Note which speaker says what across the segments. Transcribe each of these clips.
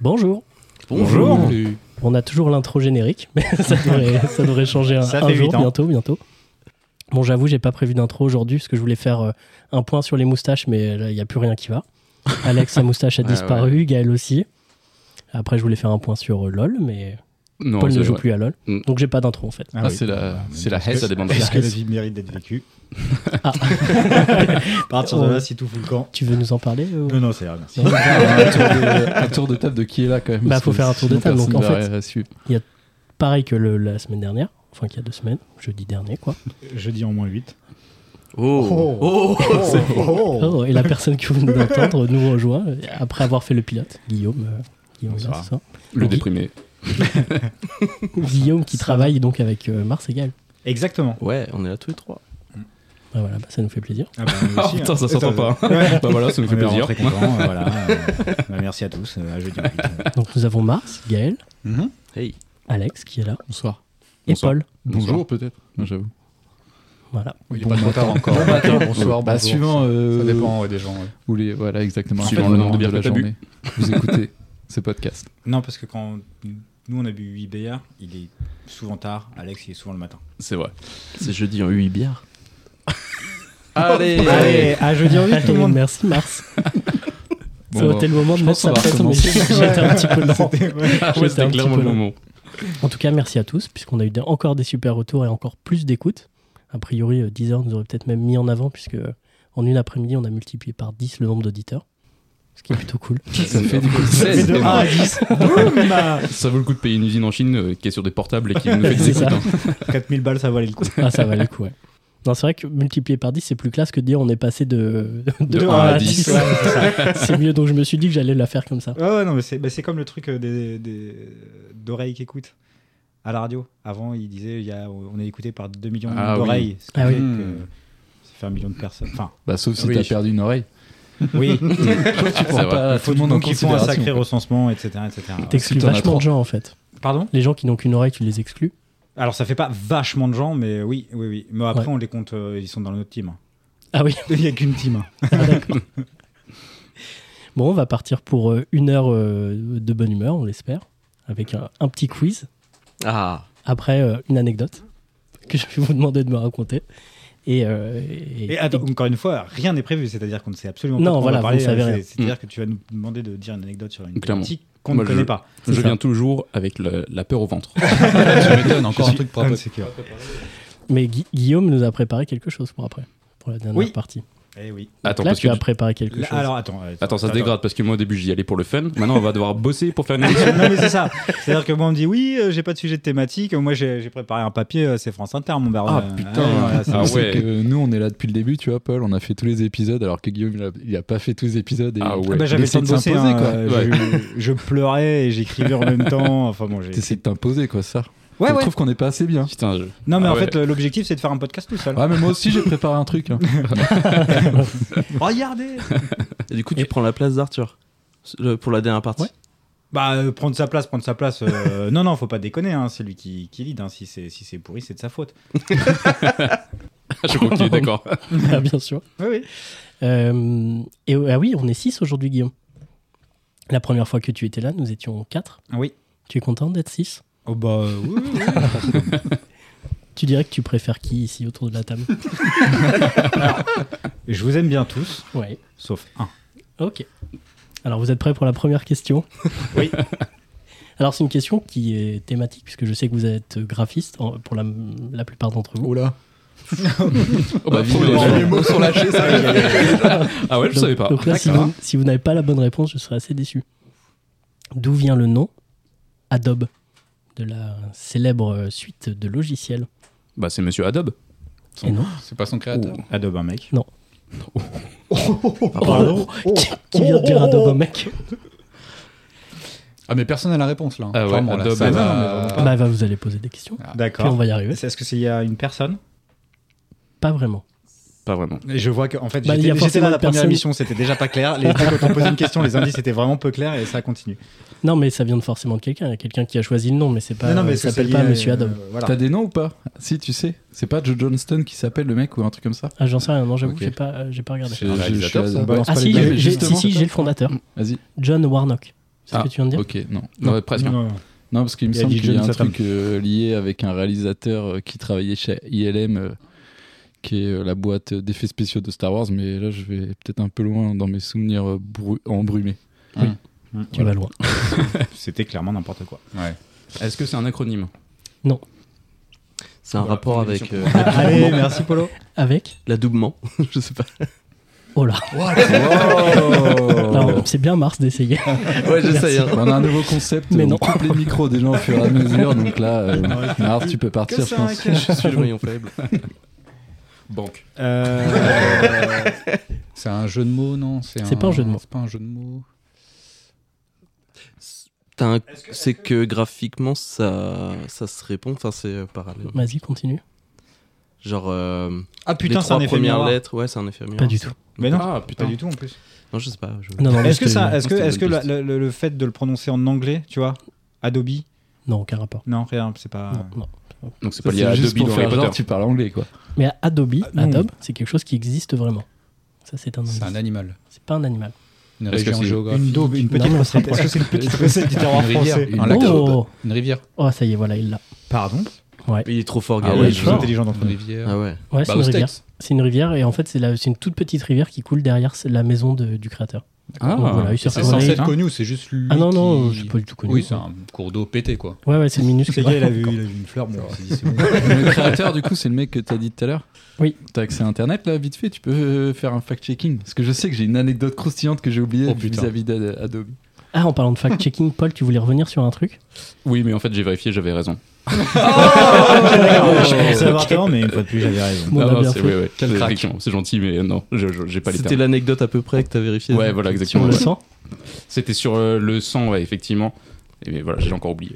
Speaker 1: Bonjour.
Speaker 2: Bonjour.
Speaker 1: On a toujours l'intro générique, mais ça devrait, ça devrait changer un,
Speaker 3: Ça
Speaker 1: un
Speaker 3: fait
Speaker 1: jour,
Speaker 3: huit ans.
Speaker 1: bientôt, bientôt. Bon, j'avoue, j'ai pas prévu d'intro aujourd'hui parce que je voulais faire euh, un point sur les moustaches, mais là, il n'y a plus rien qui va. Alex, sa moustache a
Speaker 2: Ouais,
Speaker 1: disparu, Gaël aussi. Après, je voulais faire un point sur euh, LOL, mais
Speaker 2: Non,
Speaker 1: Paul
Speaker 2: c'est
Speaker 1: ne joue
Speaker 2: vrai.
Speaker 1: plus à LOL.
Speaker 2: Mm.
Speaker 1: Donc, j'ai pas d'intro en fait.
Speaker 2: Ah, c'est la, c'est la haine, ça demande.
Speaker 1: Parce
Speaker 3: Est-ce
Speaker 1: que
Speaker 3: Bah, que
Speaker 1: la
Speaker 3: la vie mérite d'être vécue
Speaker 1: Ah. Oh.
Speaker 3: À partir de là, si tout fout le camp.
Speaker 1: Tu veux nous en parler euh,
Speaker 2: Mm.
Speaker 3: Non, non, c'est rien, merci.
Speaker 1: Non.
Speaker 2: un, tour de, un tour de table de qui est là quand même.
Speaker 1: Bah,
Speaker 2: parce
Speaker 1: faut
Speaker 2: que
Speaker 1: faire un tour de
Speaker 2: sinon,
Speaker 1: table, donc,
Speaker 2: personne
Speaker 1: en
Speaker 2: va
Speaker 1: fait-
Speaker 2: ré- suivre.
Speaker 1: Pareil que le- la semaine dernière, enfin qu'il y a deux semaines, jeudi dernier quoi.
Speaker 3: Jeudi en moins 8.
Speaker 2: Oh.
Speaker 1: Oh, et la personne que vous venez d'entendre nous rejoint euh, après avoir fait le pilote, Guillaume. euh, Guillaume,
Speaker 3: Oui, ça
Speaker 1: Zin,
Speaker 3: va.
Speaker 1: c'est ça
Speaker 2: Le déprimé.
Speaker 1: Guillaume qui travaille donc avec euh, Mars et Gaël.
Speaker 3: Exactement.
Speaker 4: Ouais, on est là tous les trois.
Speaker 1: Bah voilà, bah ça nous fait plaisir.
Speaker 3: Ah, bah, nous
Speaker 2: Ah
Speaker 3: aussi,
Speaker 2: putain,
Speaker 3: hein.
Speaker 2: ça s'entend pas.
Speaker 3: Ouais.
Speaker 2: Bah voilà, ça nous fait
Speaker 3: On est
Speaker 2: plaisir.
Speaker 3: vraiment très contents, euh, voilà. euh, bah, merci à tous, euh, à jeudi en 8.
Speaker 1: Donc nous avons Mars, Gaël,
Speaker 3: Mhm.
Speaker 4: Hey.
Speaker 1: Alex qui est là
Speaker 2: Bonsoir.
Speaker 1: et
Speaker 2: Bonsoir.
Speaker 1: Paul.
Speaker 2: Bonjour peut-être. Non, J'avoue.
Speaker 1: Voilà.
Speaker 5: Oui, il est pas trop tard encore. bonsoir,
Speaker 2: Bah,
Speaker 5: bonjour.
Speaker 2: suivant. euh,
Speaker 5: Ça dépend ouais, des gens. ouais.
Speaker 2: Ou les, voilà, exactement.
Speaker 4: Suivant
Speaker 2: Après,
Speaker 4: le
Speaker 2: on
Speaker 4: nombre de
Speaker 2: demande
Speaker 4: bières que t'as bu.
Speaker 2: Vous écoutez ce podcast.
Speaker 3: Non, parce que quand nous on a bu 8 BA, il est souvent tard, Alex il est souvent le matin.
Speaker 2: C'est vrai.
Speaker 4: C'est jeudi en 8 bières. Allez,
Speaker 3: Allez, Ah, à jeudi en 8 tout le monde.
Speaker 1: Merci Mars. ça
Speaker 2: Bon, bah,
Speaker 1: aurait été le moment de
Speaker 2: je
Speaker 1: mettre
Speaker 2: pense
Speaker 1: sa
Speaker 2: qu'on va
Speaker 1: presse, mais
Speaker 2: recommencer.
Speaker 1: j'étais un petit peu lent.
Speaker 3: C'était- ouais.
Speaker 2: Ah
Speaker 1: J'étais
Speaker 2: ouais,
Speaker 1: un
Speaker 2: c'était
Speaker 1: petit
Speaker 2: clairement
Speaker 1: peu
Speaker 2: le
Speaker 1: lent.
Speaker 2: moment.
Speaker 1: En tout cas, merci à tous, puisqu'on a eu des- encore des super retours et encore plus d'écoutes. A priori, euh, Deezer nous aurait peut-être même mis en avant, puisque euh, en une après-midi, on a multiplié par 10 le nombre d'auditeurs. Ce qui est plutôt cool.
Speaker 2: Ça fait du coup
Speaker 3: Mais
Speaker 2: 16.
Speaker 3: de 1 à 10. Boum bah.
Speaker 2: Ça vaut le coup de payer une usine en Chine euh, qui est sur des portables et qui nous fait des
Speaker 1: C'est ça.
Speaker 2: écoutes. hein.
Speaker 3: 4000 balles, ça valait le coup.
Speaker 1: Ah, ça valait le coup, ouais. Non, c'est vrai que multiplier par 10, c'est plus classe que de dire on est passé de,
Speaker 2: De un à dix.
Speaker 1: ouais, c'est ça. c'est mieux, donc je me suis dit que j'allais la faire comme ça.
Speaker 3: Ouais, ouais, non, mais c'est bah, c'est comme le truc euh, des- des- d'oreilles qui écoutent à la radio. Avant, ils disaient il y a, on est écouté par 2 millions
Speaker 2: Ah oui.
Speaker 3: d'oreilles. ce qui
Speaker 1: Ah oui.
Speaker 3: fait que
Speaker 5: Hmm.
Speaker 3: Ça fait un million de personnes. Enfin,
Speaker 2: Bah, sauf si
Speaker 5: Oui.
Speaker 2: t'as perdu une oreille.
Speaker 3: oui.
Speaker 2: Tu prends
Speaker 4: vrai.
Speaker 2: pas
Speaker 3: Il
Speaker 2: tout
Speaker 3: faut
Speaker 2: le monde en
Speaker 3: donc ils font un
Speaker 2: considération.
Speaker 3: sacré recensement, etc. etc.
Speaker 1: T'exclus
Speaker 2: Si t'en as
Speaker 1: vachement
Speaker 2: trois.
Speaker 1: de gens en fait.
Speaker 3: Pardon
Speaker 1: Les gens qui n'ont qu'une oreille, tu les exclus.
Speaker 3: Alors, ça fait pas vachement de gens, mais oui, oui, oui. Mais après,
Speaker 1: Ouais.
Speaker 3: on les compte, euh, ils sont dans notre team.
Speaker 1: Ah oui,
Speaker 3: Il n'y a qu'une team. hein.
Speaker 1: ah, d'accord. bon, on va partir pour euh, une heure euh, de bonne humeur, on l'espère, avec un, un petit quiz.
Speaker 4: Ah,
Speaker 1: Après, euh, une anecdote que je vais vous demander de me raconter. Et, euh, et-
Speaker 3: Et attends, encore une fois, rien n'est prévu, c'est-à-dire qu'on ne sait absolument
Speaker 1: Non,
Speaker 3: pas. de quoi on
Speaker 1: voilà,
Speaker 3: va
Speaker 1: vous
Speaker 3: parler, euh,
Speaker 1: ne savez rien.
Speaker 3: c'est- C'est-à-dire que tu vas nous demander de dire une anecdote sur une
Speaker 2: Clairement.
Speaker 3: thématique qu'on
Speaker 2: Moi,
Speaker 3: ne
Speaker 2: je-
Speaker 3: connaît pas.
Speaker 2: Je
Speaker 1: C'est ça.
Speaker 2: viens toujours avec le- la peur au ventre.
Speaker 5: tu m'étonnes, encore
Speaker 3: Je suis
Speaker 5: un truc pour un peu.
Speaker 3: insecure.
Speaker 1: Mais Gui- Guillaume nous a préparé quelque chose pour après, pour la dernière
Speaker 3: Oui.
Speaker 1: partie.
Speaker 3: Eh oui.
Speaker 2: Attends,
Speaker 1: Là,
Speaker 2: parce
Speaker 1: tu
Speaker 2: que
Speaker 1: as
Speaker 2: tu-
Speaker 1: préparé quelque
Speaker 3: Là,
Speaker 1: chose.
Speaker 3: alors attends,
Speaker 2: Attends, ça se dégrade parce que moi au début j'y allais pour le fun. Maintenant on va devoir bosser pour faire une émission.
Speaker 3: non mais c'est ça. C'est-à-dire que moi on me dit oui, euh, j'ai pas de sujet de thématique. Moi j'ai j'ai préparé un papier, euh, c'est France Inter mon baron.
Speaker 2: Ah,
Speaker 3: Euh,
Speaker 2: putain.
Speaker 3: ouais, voilà, c'est-
Speaker 2: Ah
Speaker 5: C'est
Speaker 2: ouais.
Speaker 5: que nous, on est là depuis le début, tu vois, Paul. On a fait tous les épisodes, alors que Guillaume, il a, il a pas fait tous les épisodes. Et
Speaker 2: Ah ouais.
Speaker 3: Ah bah, j'avais le temps
Speaker 5: T'essaies
Speaker 3: de
Speaker 5: de
Speaker 3: bosser.
Speaker 5: s'imposer,
Speaker 3: hein,
Speaker 5: quoi.
Speaker 3: euh, je, je pleurais et j'écrivais en même temps. Enfin bon, j'ai.
Speaker 5: T'essaies de t'imposer, quoi, ça.
Speaker 3: Ouais,
Speaker 5: je
Speaker 3: ouais.
Speaker 5: trouve qu'on n'est pas assez bien.
Speaker 2: Putain, je-
Speaker 3: Non mais
Speaker 2: Ah
Speaker 3: en
Speaker 2: ouais.
Speaker 3: fait, euh, l'objectif c'est de faire un podcast tout seul.
Speaker 5: Ouais, mais moi aussi, j'ai préparé un truc. hein.
Speaker 3: Regardez.
Speaker 4: et du coup, tu prends la place d'Arthur le- pour la dernière partie.
Speaker 1: Ouais.
Speaker 3: Bah euh, prendre sa place, prendre sa place. euh, non non, faut pas déconner. Hein, c'est lui qui, qui lead. Hein, si c'est si c'est pourri, c'est de sa faute.
Speaker 2: je crois qu'il est d'accord.
Speaker 1: Ah, bien sûr.
Speaker 3: Oui oui.
Speaker 1: Euh, et ah oui, on est 6 aujourd'hui, Guillaume. La première fois que tu étais là, nous étions 4.
Speaker 3: Ah Oui.
Speaker 1: Tu es content d'être 6
Speaker 3: Oh bah euh, oui. oui, oui.
Speaker 1: Tu dirais que tu préfères qui ici autour de la table
Speaker 3: je vous aime bien tous,
Speaker 1: Oui.
Speaker 3: sauf un.
Speaker 1: Ok. Alors, vous êtes prêts pour la première question
Speaker 3: Oui.
Speaker 1: Alors, c'est une question qui est thématique, puisque je sais que vous êtes graphiste en- pour la, la plupart d'entre vous.
Speaker 5: Oula.
Speaker 2: Oh, bah, vive
Speaker 5: Les
Speaker 2: les gens.
Speaker 5: les mots sont lâchés, ça. y est.
Speaker 2: Ah ouais, je
Speaker 1: donc,
Speaker 2: savais pas.
Speaker 1: donc là, si
Speaker 2: D'accord.
Speaker 1: vous, si vous n'avez pas la bonne réponse, je serais assez déçu. D'où vient le nom Adobe de la célèbre suite de logiciels
Speaker 2: Bah c'est Monsieur Adobe.
Speaker 1: Et non,
Speaker 5: C'est pas son créateur.
Speaker 2: Ouh.
Speaker 3: Ah, Adobe un mec. Oh. Ah,
Speaker 1: pardon. qui, qui vient
Speaker 2: Oh,
Speaker 1: de dire Adobe, un mec
Speaker 5: Ah, mais personne n'a la réponse, là. hein.
Speaker 2: Ah ouais,
Speaker 5: Vraiment, là,
Speaker 2: Adobe,
Speaker 5: ça
Speaker 3: Oh.
Speaker 2: bah,
Speaker 5: va, mais vraiment pas.
Speaker 1: Bah, bah, vous allez poser des questions. Puis
Speaker 3: D'accord.
Speaker 1: on va y arriver.
Speaker 3: Est-ce que c'est il y a une personne
Speaker 1: Pas vraiment.
Speaker 2: Pas vraiment.
Speaker 3: Et Je vois que en fait
Speaker 1: Bah, il y a
Speaker 3: j'étais j'étais
Speaker 1: forcément
Speaker 3: là la
Speaker 1: une
Speaker 3: première
Speaker 1: personne.
Speaker 3: émission, c'était déjà pas clair. Les, quand on posait une question, les indices étaient vraiment peu clairs et ça continue.
Speaker 1: Non, mais ça vient de forcément de quelqu'un. Il y a quelqu'un qui a choisi le nom, mais c'est pas. Bah, il
Speaker 3: ça
Speaker 1: s'appelle pas Monsieur Adobe.
Speaker 3: euh, voilà.
Speaker 5: T'as des noms ou pas Si, tu sais. C'est pas Joe Johnston qui s'appelle le mec ou un truc comme ça
Speaker 1: Ah, j'en sais rien. Non, j'avoue,
Speaker 5: Ok.
Speaker 1: que j'ai pas, euh, j'ai pas regardé.
Speaker 5: Je-
Speaker 2: un
Speaker 5: je- je-
Speaker 2: réalisateur,
Speaker 5: je-
Speaker 2: ça
Speaker 5: on balance
Speaker 1: Ah
Speaker 5: pas
Speaker 1: si,
Speaker 5: les
Speaker 1: j'ai-
Speaker 5: blagues.
Speaker 1: j'ai- si, si, j'ai le fondateur,
Speaker 5: Vas-y.
Speaker 1: John Warnock. C'est ce que tu viens de dire
Speaker 5: Ok, non.
Speaker 2: Non,
Speaker 5: Non,
Speaker 2: ouais, presque.
Speaker 3: Non,
Speaker 2: hein.
Speaker 3: non, non.
Speaker 5: non, parce qu'il me
Speaker 3: Il y a
Speaker 5: semble
Speaker 3: Lee
Speaker 5: qu'il y a
Speaker 3: Jones
Speaker 5: un
Speaker 3: Satam.
Speaker 5: truc euh, lié avec un réalisateur euh, qui travaillait chez ILM, euh, qui est euh, la boîte d'effets spéciaux de Star Wars, mais là je vais peut-être un peu loin dans mes souvenirs euh, bru- embrumés.
Speaker 1: Tu vas loin.
Speaker 3: C'était clairement n'importe quoi.
Speaker 2: Est-ce que c'est un acronyme
Speaker 4: C'est un
Speaker 2: Voilà,
Speaker 4: rapport
Speaker 2: une
Speaker 4: avec
Speaker 2: émission.
Speaker 4: euh,
Speaker 3: Allez, merci Polo.
Speaker 1: Avec
Speaker 4: l'adoubement, je sais pas.
Speaker 1: Oh là
Speaker 3: Oh.
Speaker 1: Alors, C'est bien Mars d'essayer.
Speaker 4: Ouais, j'essaye. hein.
Speaker 5: On a un nouveau concept, euh,
Speaker 1: Mais
Speaker 5: on
Speaker 1: non.
Speaker 5: coupe les micros des gens au fur et à mesure, donc là, euh, Marc, tu peux partir, je pense.
Speaker 3: hein.
Speaker 4: Je suis le rayon faible.
Speaker 2: Banque.
Speaker 3: Euh,
Speaker 6: C'est un jeu de mots, non
Speaker 1: C'est pas un jeu de mots.
Speaker 6: C'est pas un jeu de mots.
Speaker 4: T'as un- C'est que graphiquement, ça, ça se répond. Enfin, c'est euh, parallèle.
Speaker 1: Vas-y, continue.
Speaker 4: Genre. euh,
Speaker 3: Ah
Speaker 4: les
Speaker 3: putain, c'est
Speaker 4: trois
Speaker 3: un effet
Speaker 4: premières
Speaker 3: miroir.
Speaker 4: lettres, ouais, c'est un effet miroir.
Speaker 1: Pas du tout.
Speaker 3: Mais non,
Speaker 2: Ah putain.
Speaker 3: pas du tout en plus.
Speaker 4: Non, je sais pas. je-
Speaker 1: Non, euh, non, mais
Speaker 3: Est-ce que
Speaker 1: je te-
Speaker 3: ça, est-ce que,
Speaker 2: c'était
Speaker 3: est-ce que
Speaker 2: une
Speaker 3: la-
Speaker 2: bonne
Speaker 3: le, le- le fait de le prononcer en anglais, tu vois, Adobe,
Speaker 1: Non, aucun rapport.
Speaker 3: non, rien, c'est pas.
Speaker 1: Non, non.
Speaker 2: Donc c'est
Speaker 5: Ça,
Speaker 2: pas lié à
Speaker 5: c'est juste
Speaker 2: Adobe
Speaker 5: pour
Speaker 2: dans
Speaker 5: faire
Speaker 2: Harry
Speaker 5: genre,
Speaker 2: Potter.
Speaker 5: tu parles anglais, quoi.
Speaker 1: Mais Adobe,
Speaker 3: Ah, non.
Speaker 1: Adobe, c'est quelque chose qui existe vraiment. Ça, c'est un
Speaker 6: C'est un
Speaker 1: indice.
Speaker 6: animal.
Speaker 1: C'est pas un animal.
Speaker 6: Une
Speaker 2: Est-ce que
Speaker 6: région
Speaker 2: c'est
Speaker 6: géographique.
Speaker 3: daube, une
Speaker 1: Non, mais on se
Speaker 3: Est-ce que c'est une petite recette du terroir
Speaker 6: Une rivière.
Speaker 3: français
Speaker 6: Un lac
Speaker 1: oh,
Speaker 6: daube.
Speaker 1: oh,
Speaker 6: Une rivière.
Speaker 1: oh, ça y est, voilà, il l'a.
Speaker 3: Pardon
Speaker 4: Il est trop fort,
Speaker 6: Ah
Speaker 4: Gaël.
Speaker 1: ouais,
Speaker 4: je-
Speaker 1: je
Speaker 3: Plus
Speaker 1: vois.
Speaker 3: intelligent d'entre
Speaker 6: Une
Speaker 3: nous.
Speaker 6: rivière.
Speaker 4: Ah ouais.
Speaker 1: Ouais, c'est
Speaker 6: Bah,
Speaker 1: une
Speaker 6: aux
Speaker 1: rivière.
Speaker 6: States.
Speaker 1: C'est une rivière et en fait, c'est la- c'est une toute petite rivière qui coule derrière la maison de- du créateur.
Speaker 2: Ah,
Speaker 1: Donc voilà, il s'est
Speaker 6: C'est
Speaker 1: retourné.
Speaker 6: censé être
Speaker 3: hein.
Speaker 6: connu ou c'est juste lui
Speaker 1: Ah non, non,
Speaker 6: qui-
Speaker 1: c'est pas du tout connu.
Speaker 6: Oui, c'est un cours d'eau pété, quoi.
Speaker 1: Ouais, ouais, c'est minuscule.
Speaker 3: C'est gars, il a vu, il a vu une fleur. Bon,
Speaker 6: Genre.
Speaker 3: il s'est dit, c'est bon.
Speaker 5: Le créateur, du coup, c'est le mec que t'as dit tout à l'heure
Speaker 1: Oui.
Speaker 5: T'as accès à internet, là, vite fait, tu peux euh, faire un fact-checking. Parce que je sais que j'ai une anecdote croustillante que j'ai oubliée
Speaker 6: Oh, putain.
Speaker 5: vis-à-vis d'A- Adobe.
Speaker 1: Ah, en parlant de fact-checking, Paul, tu voulais revenir sur un truc
Speaker 2: Oui, mais en fait j'ai vérifié, j'avais raison.
Speaker 3: Ah, Je pensais avoir tort, mais une fois de plus, j'avais raison.
Speaker 1: Bon, on a bien
Speaker 2: Ah, c'est
Speaker 1: fait.
Speaker 2: ouais, ouais.
Speaker 6: Quel
Speaker 2: C'est-
Speaker 6: crack.
Speaker 2: effectivement, C'est gentil, mais euh, non, je- je- j'ai pas les
Speaker 4: C'était
Speaker 2: termes.
Speaker 4: l'anecdote à peu près que t'as vérifié.
Speaker 2: Ouais, voilà,
Speaker 1: sur
Speaker 2: exactement.
Speaker 1: le
Speaker 2: ouais.
Speaker 1: sang.
Speaker 2: C'était sur euh, le sang, ouais, effectivement. Et mais voilà, j'ai encore oublié.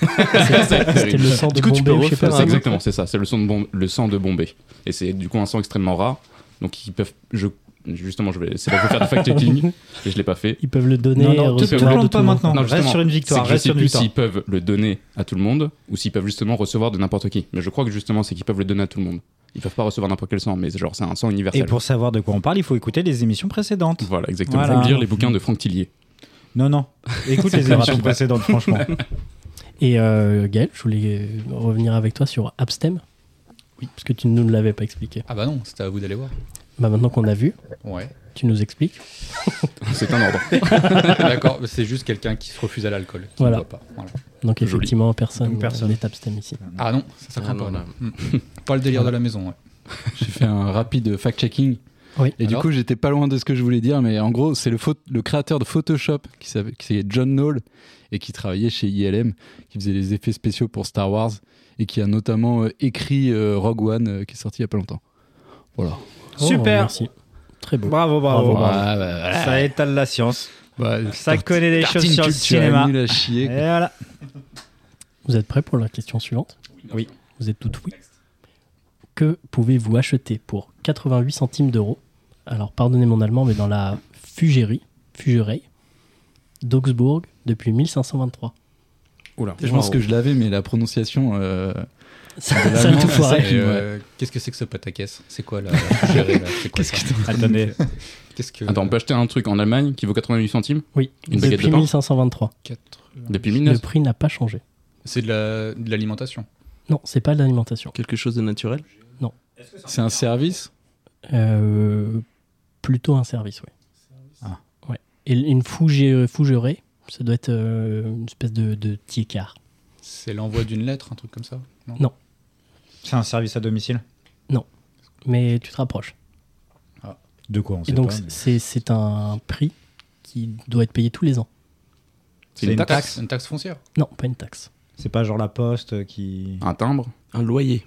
Speaker 2: C'est
Speaker 1: C'était
Speaker 2: terrible.
Speaker 1: le sang de
Speaker 4: Du coup, tu peux
Speaker 1: Bombay ou je sais
Speaker 4: refaire
Speaker 1: pas. quoi.
Speaker 2: C'est
Speaker 4: un-
Speaker 2: exactement, c'est ça. C'est le sang de, Bom- le sang de Bombay. Et c'est du coup un sang extrêmement rare. Donc ils peuvent. Je, justement, je vais. C'est là que je vais faire du fact-checking. et je l'ai pas fait.
Speaker 1: Ils peuvent le donner.
Speaker 3: Non,
Speaker 1: euh,
Speaker 3: non, te te
Speaker 1: recevoir de
Speaker 3: plante
Speaker 1: tout
Speaker 3: pas
Speaker 1: le monde.
Speaker 3: maintenant.
Speaker 2: Non,
Speaker 3: Reste
Speaker 2: justement,
Speaker 3: sur une
Speaker 2: C'est
Speaker 3: victoire.
Speaker 2: que je
Speaker 3: Reste
Speaker 2: sais
Speaker 3: sur une
Speaker 2: plus s'ils
Speaker 3: victoire.
Speaker 2: peuvent le donner à tout le monde ou s'ils peuvent justement recevoir de n'importe qui. Mais je crois que justement, c'est qu'ils peuvent le donner à tout le monde. Ils peuvent pas recevoir n'importe quel sang, mais genre c'est un sang
Speaker 3: Et
Speaker 2: universel.
Speaker 3: pour savoir de quoi on parle, il faut écouter les émissions précédentes.
Speaker 2: Voilà, exactement.
Speaker 3: Voilà.
Speaker 2: Lire les bouquins de Franck Tillier.
Speaker 3: Non, non. Écoute les émissions précédentes, franchement.
Speaker 1: Et euh, Gaël, je voulais euh, revenir avec toi sur Abstem. Oui. Parce que tu ne nous l'avais pas expliqué.
Speaker 6: Ah bah non, c'était à vous d'aller voir.
Speaker 1: Bah, maintenant qu'on a vu,
Speaker 6: Ouais.
Speaker 1: tu nous expliques.
Speaker 2: C'est un ordre.
Speaker 6: D'accord, c'est juste quelqu'un qui se refuse à l'alcool. qui ne
Speaker 1: Voilà.
Speaker 6: boit pas. Voilà.
Speaker 1: Donc,
Speaker 2: Joli.
Speaker 1: effectivement, personne
Speaker 3: Donc, personne.
Speaker 1: n'est Abstem ici.
Speaker 6: Ah non, ça, ça
Speaker 4: Ah
Speaker 6: compte
Speaker 4: non,
Speaker 6: pas.
Speaker 4: là.
Speaker 6: Mm. Pas le délire de la maison, ouais.
Speaker 5: J'ai fait un rapide fact-checking.
Speaker 1: Oui.
Speaker 5: Et
Speaker 6: Alors
Speaker 5: du coup, j'étais pas loin de ce que je voulais dire, mais en gros, c'est le, pho- le créateur de Photoshop qui s'appelle- qui s'appelait John Knoll et qui travaillait chez ILM, qui faisait les effets spéciaux pour Star Wars et qui a notamment euh, écrit euh, Rogue One euh, qui est sorti il y a pas longtemps. Voilà.
Speaker 1: Oh,
Speaker 3: Super.
Speaker 1: Merci. Très beau.
Speaker 3: Bravo, bravo.
Speaker 1: Bravo.
Speaker 5: Ouais, bah, voilà.
Speaker 3: Ça étale la science.
Speaker 5: Bah,
Speaker 3: Ça
Speaker 5: tarte-
Speaker 3: connaît des
Speaker 5: tartine
Speaker 3: choses sur le
Speaker 5: culturelle,
Speaker 3: cinéma.
Speaker 5: nul à
Speaker 3: Et
Speaker 5: chier, quoi.
Speaker 3: voilà.
Speaker 1: Vous êtes prêts pour la question suivante
Speaker 3: Oui.
Speaker 1: Vous êtes toutes oui. Que pouvez-vous acheter pour 88 centimes d'euros Alors, pardonnez mon allemand, mais dans la Fugérie, Fugeray, d'Augsbourg, depuis 1523.
Speaker 2: Oula.
Speaker 5: Je pense que je l'avais, mais la prononciation. euh,
Speaker 1: Ça,
Speaker 5: De
Speaker 1: ça a
Speaker 5: l'allemand,
Speaker 1: tout
Speaker 5: ça,
Speaker 1: foiré.
Speaker 5: c'est-
Speaker 6: Et, euh, Qu'est-ce que c'est que ce pataquès C'est quoi la la gérée, là C'est quoi ça
Speaker 3: Attendez.
Speaker 6: Qu'est-ce que.
Speaker 2: Attends, on peut acheter un truc en Allemagne qui vaut 88 centimes
Speaker 1: Oui,
Speaker 2: Une baguette
Speaker 1: depuis
Speaker 2: de pain
Speaker 1: 1523.
Speaker 6: Quatre-
Speaker 2: depuis
Speaker 1: Le
Speaker 2: 1900.
Speaker 1: prix n'a pas changé.
Speaker 6: C'est de la- de l'alimentation.
Speaker 1: Non, c'est pas de l'alimentation.
Speaker 4: Quelque chose de naturel.
Speaker 5: C'est un service
Speaker 1: Euh, plutôt un service, oui.
Speaker 3: Ah.
Speaker 1: Ouais. Et une fougé- fougerée, ça doit être euh, une espèce de, de petit écart.
Speaker 6: C'est l'envoi d'une lettre, un truc comme ça
Speaker 1: Non.
Speaker 3: C'est un service à domicile.
Speaker 1: Mais tu te rapproches.
Speaker 3: De quoi on
Speaker 1: Et
Speaker 3: sait
Speaker 1: donc,
Speaker 3: pas. mais-
Speaker 1: c'est c'est un prix qui doit être payé tous les ans.
Speaker 2: C'est une taxe.
Speaker 6: Une taxe foncière
Speaker 1: Non, pas une taxe.
Speaker 3: C'est pas genre la poste euh, qui.
Speaker 2: Un timbre.
Speaker 4: Un loyer.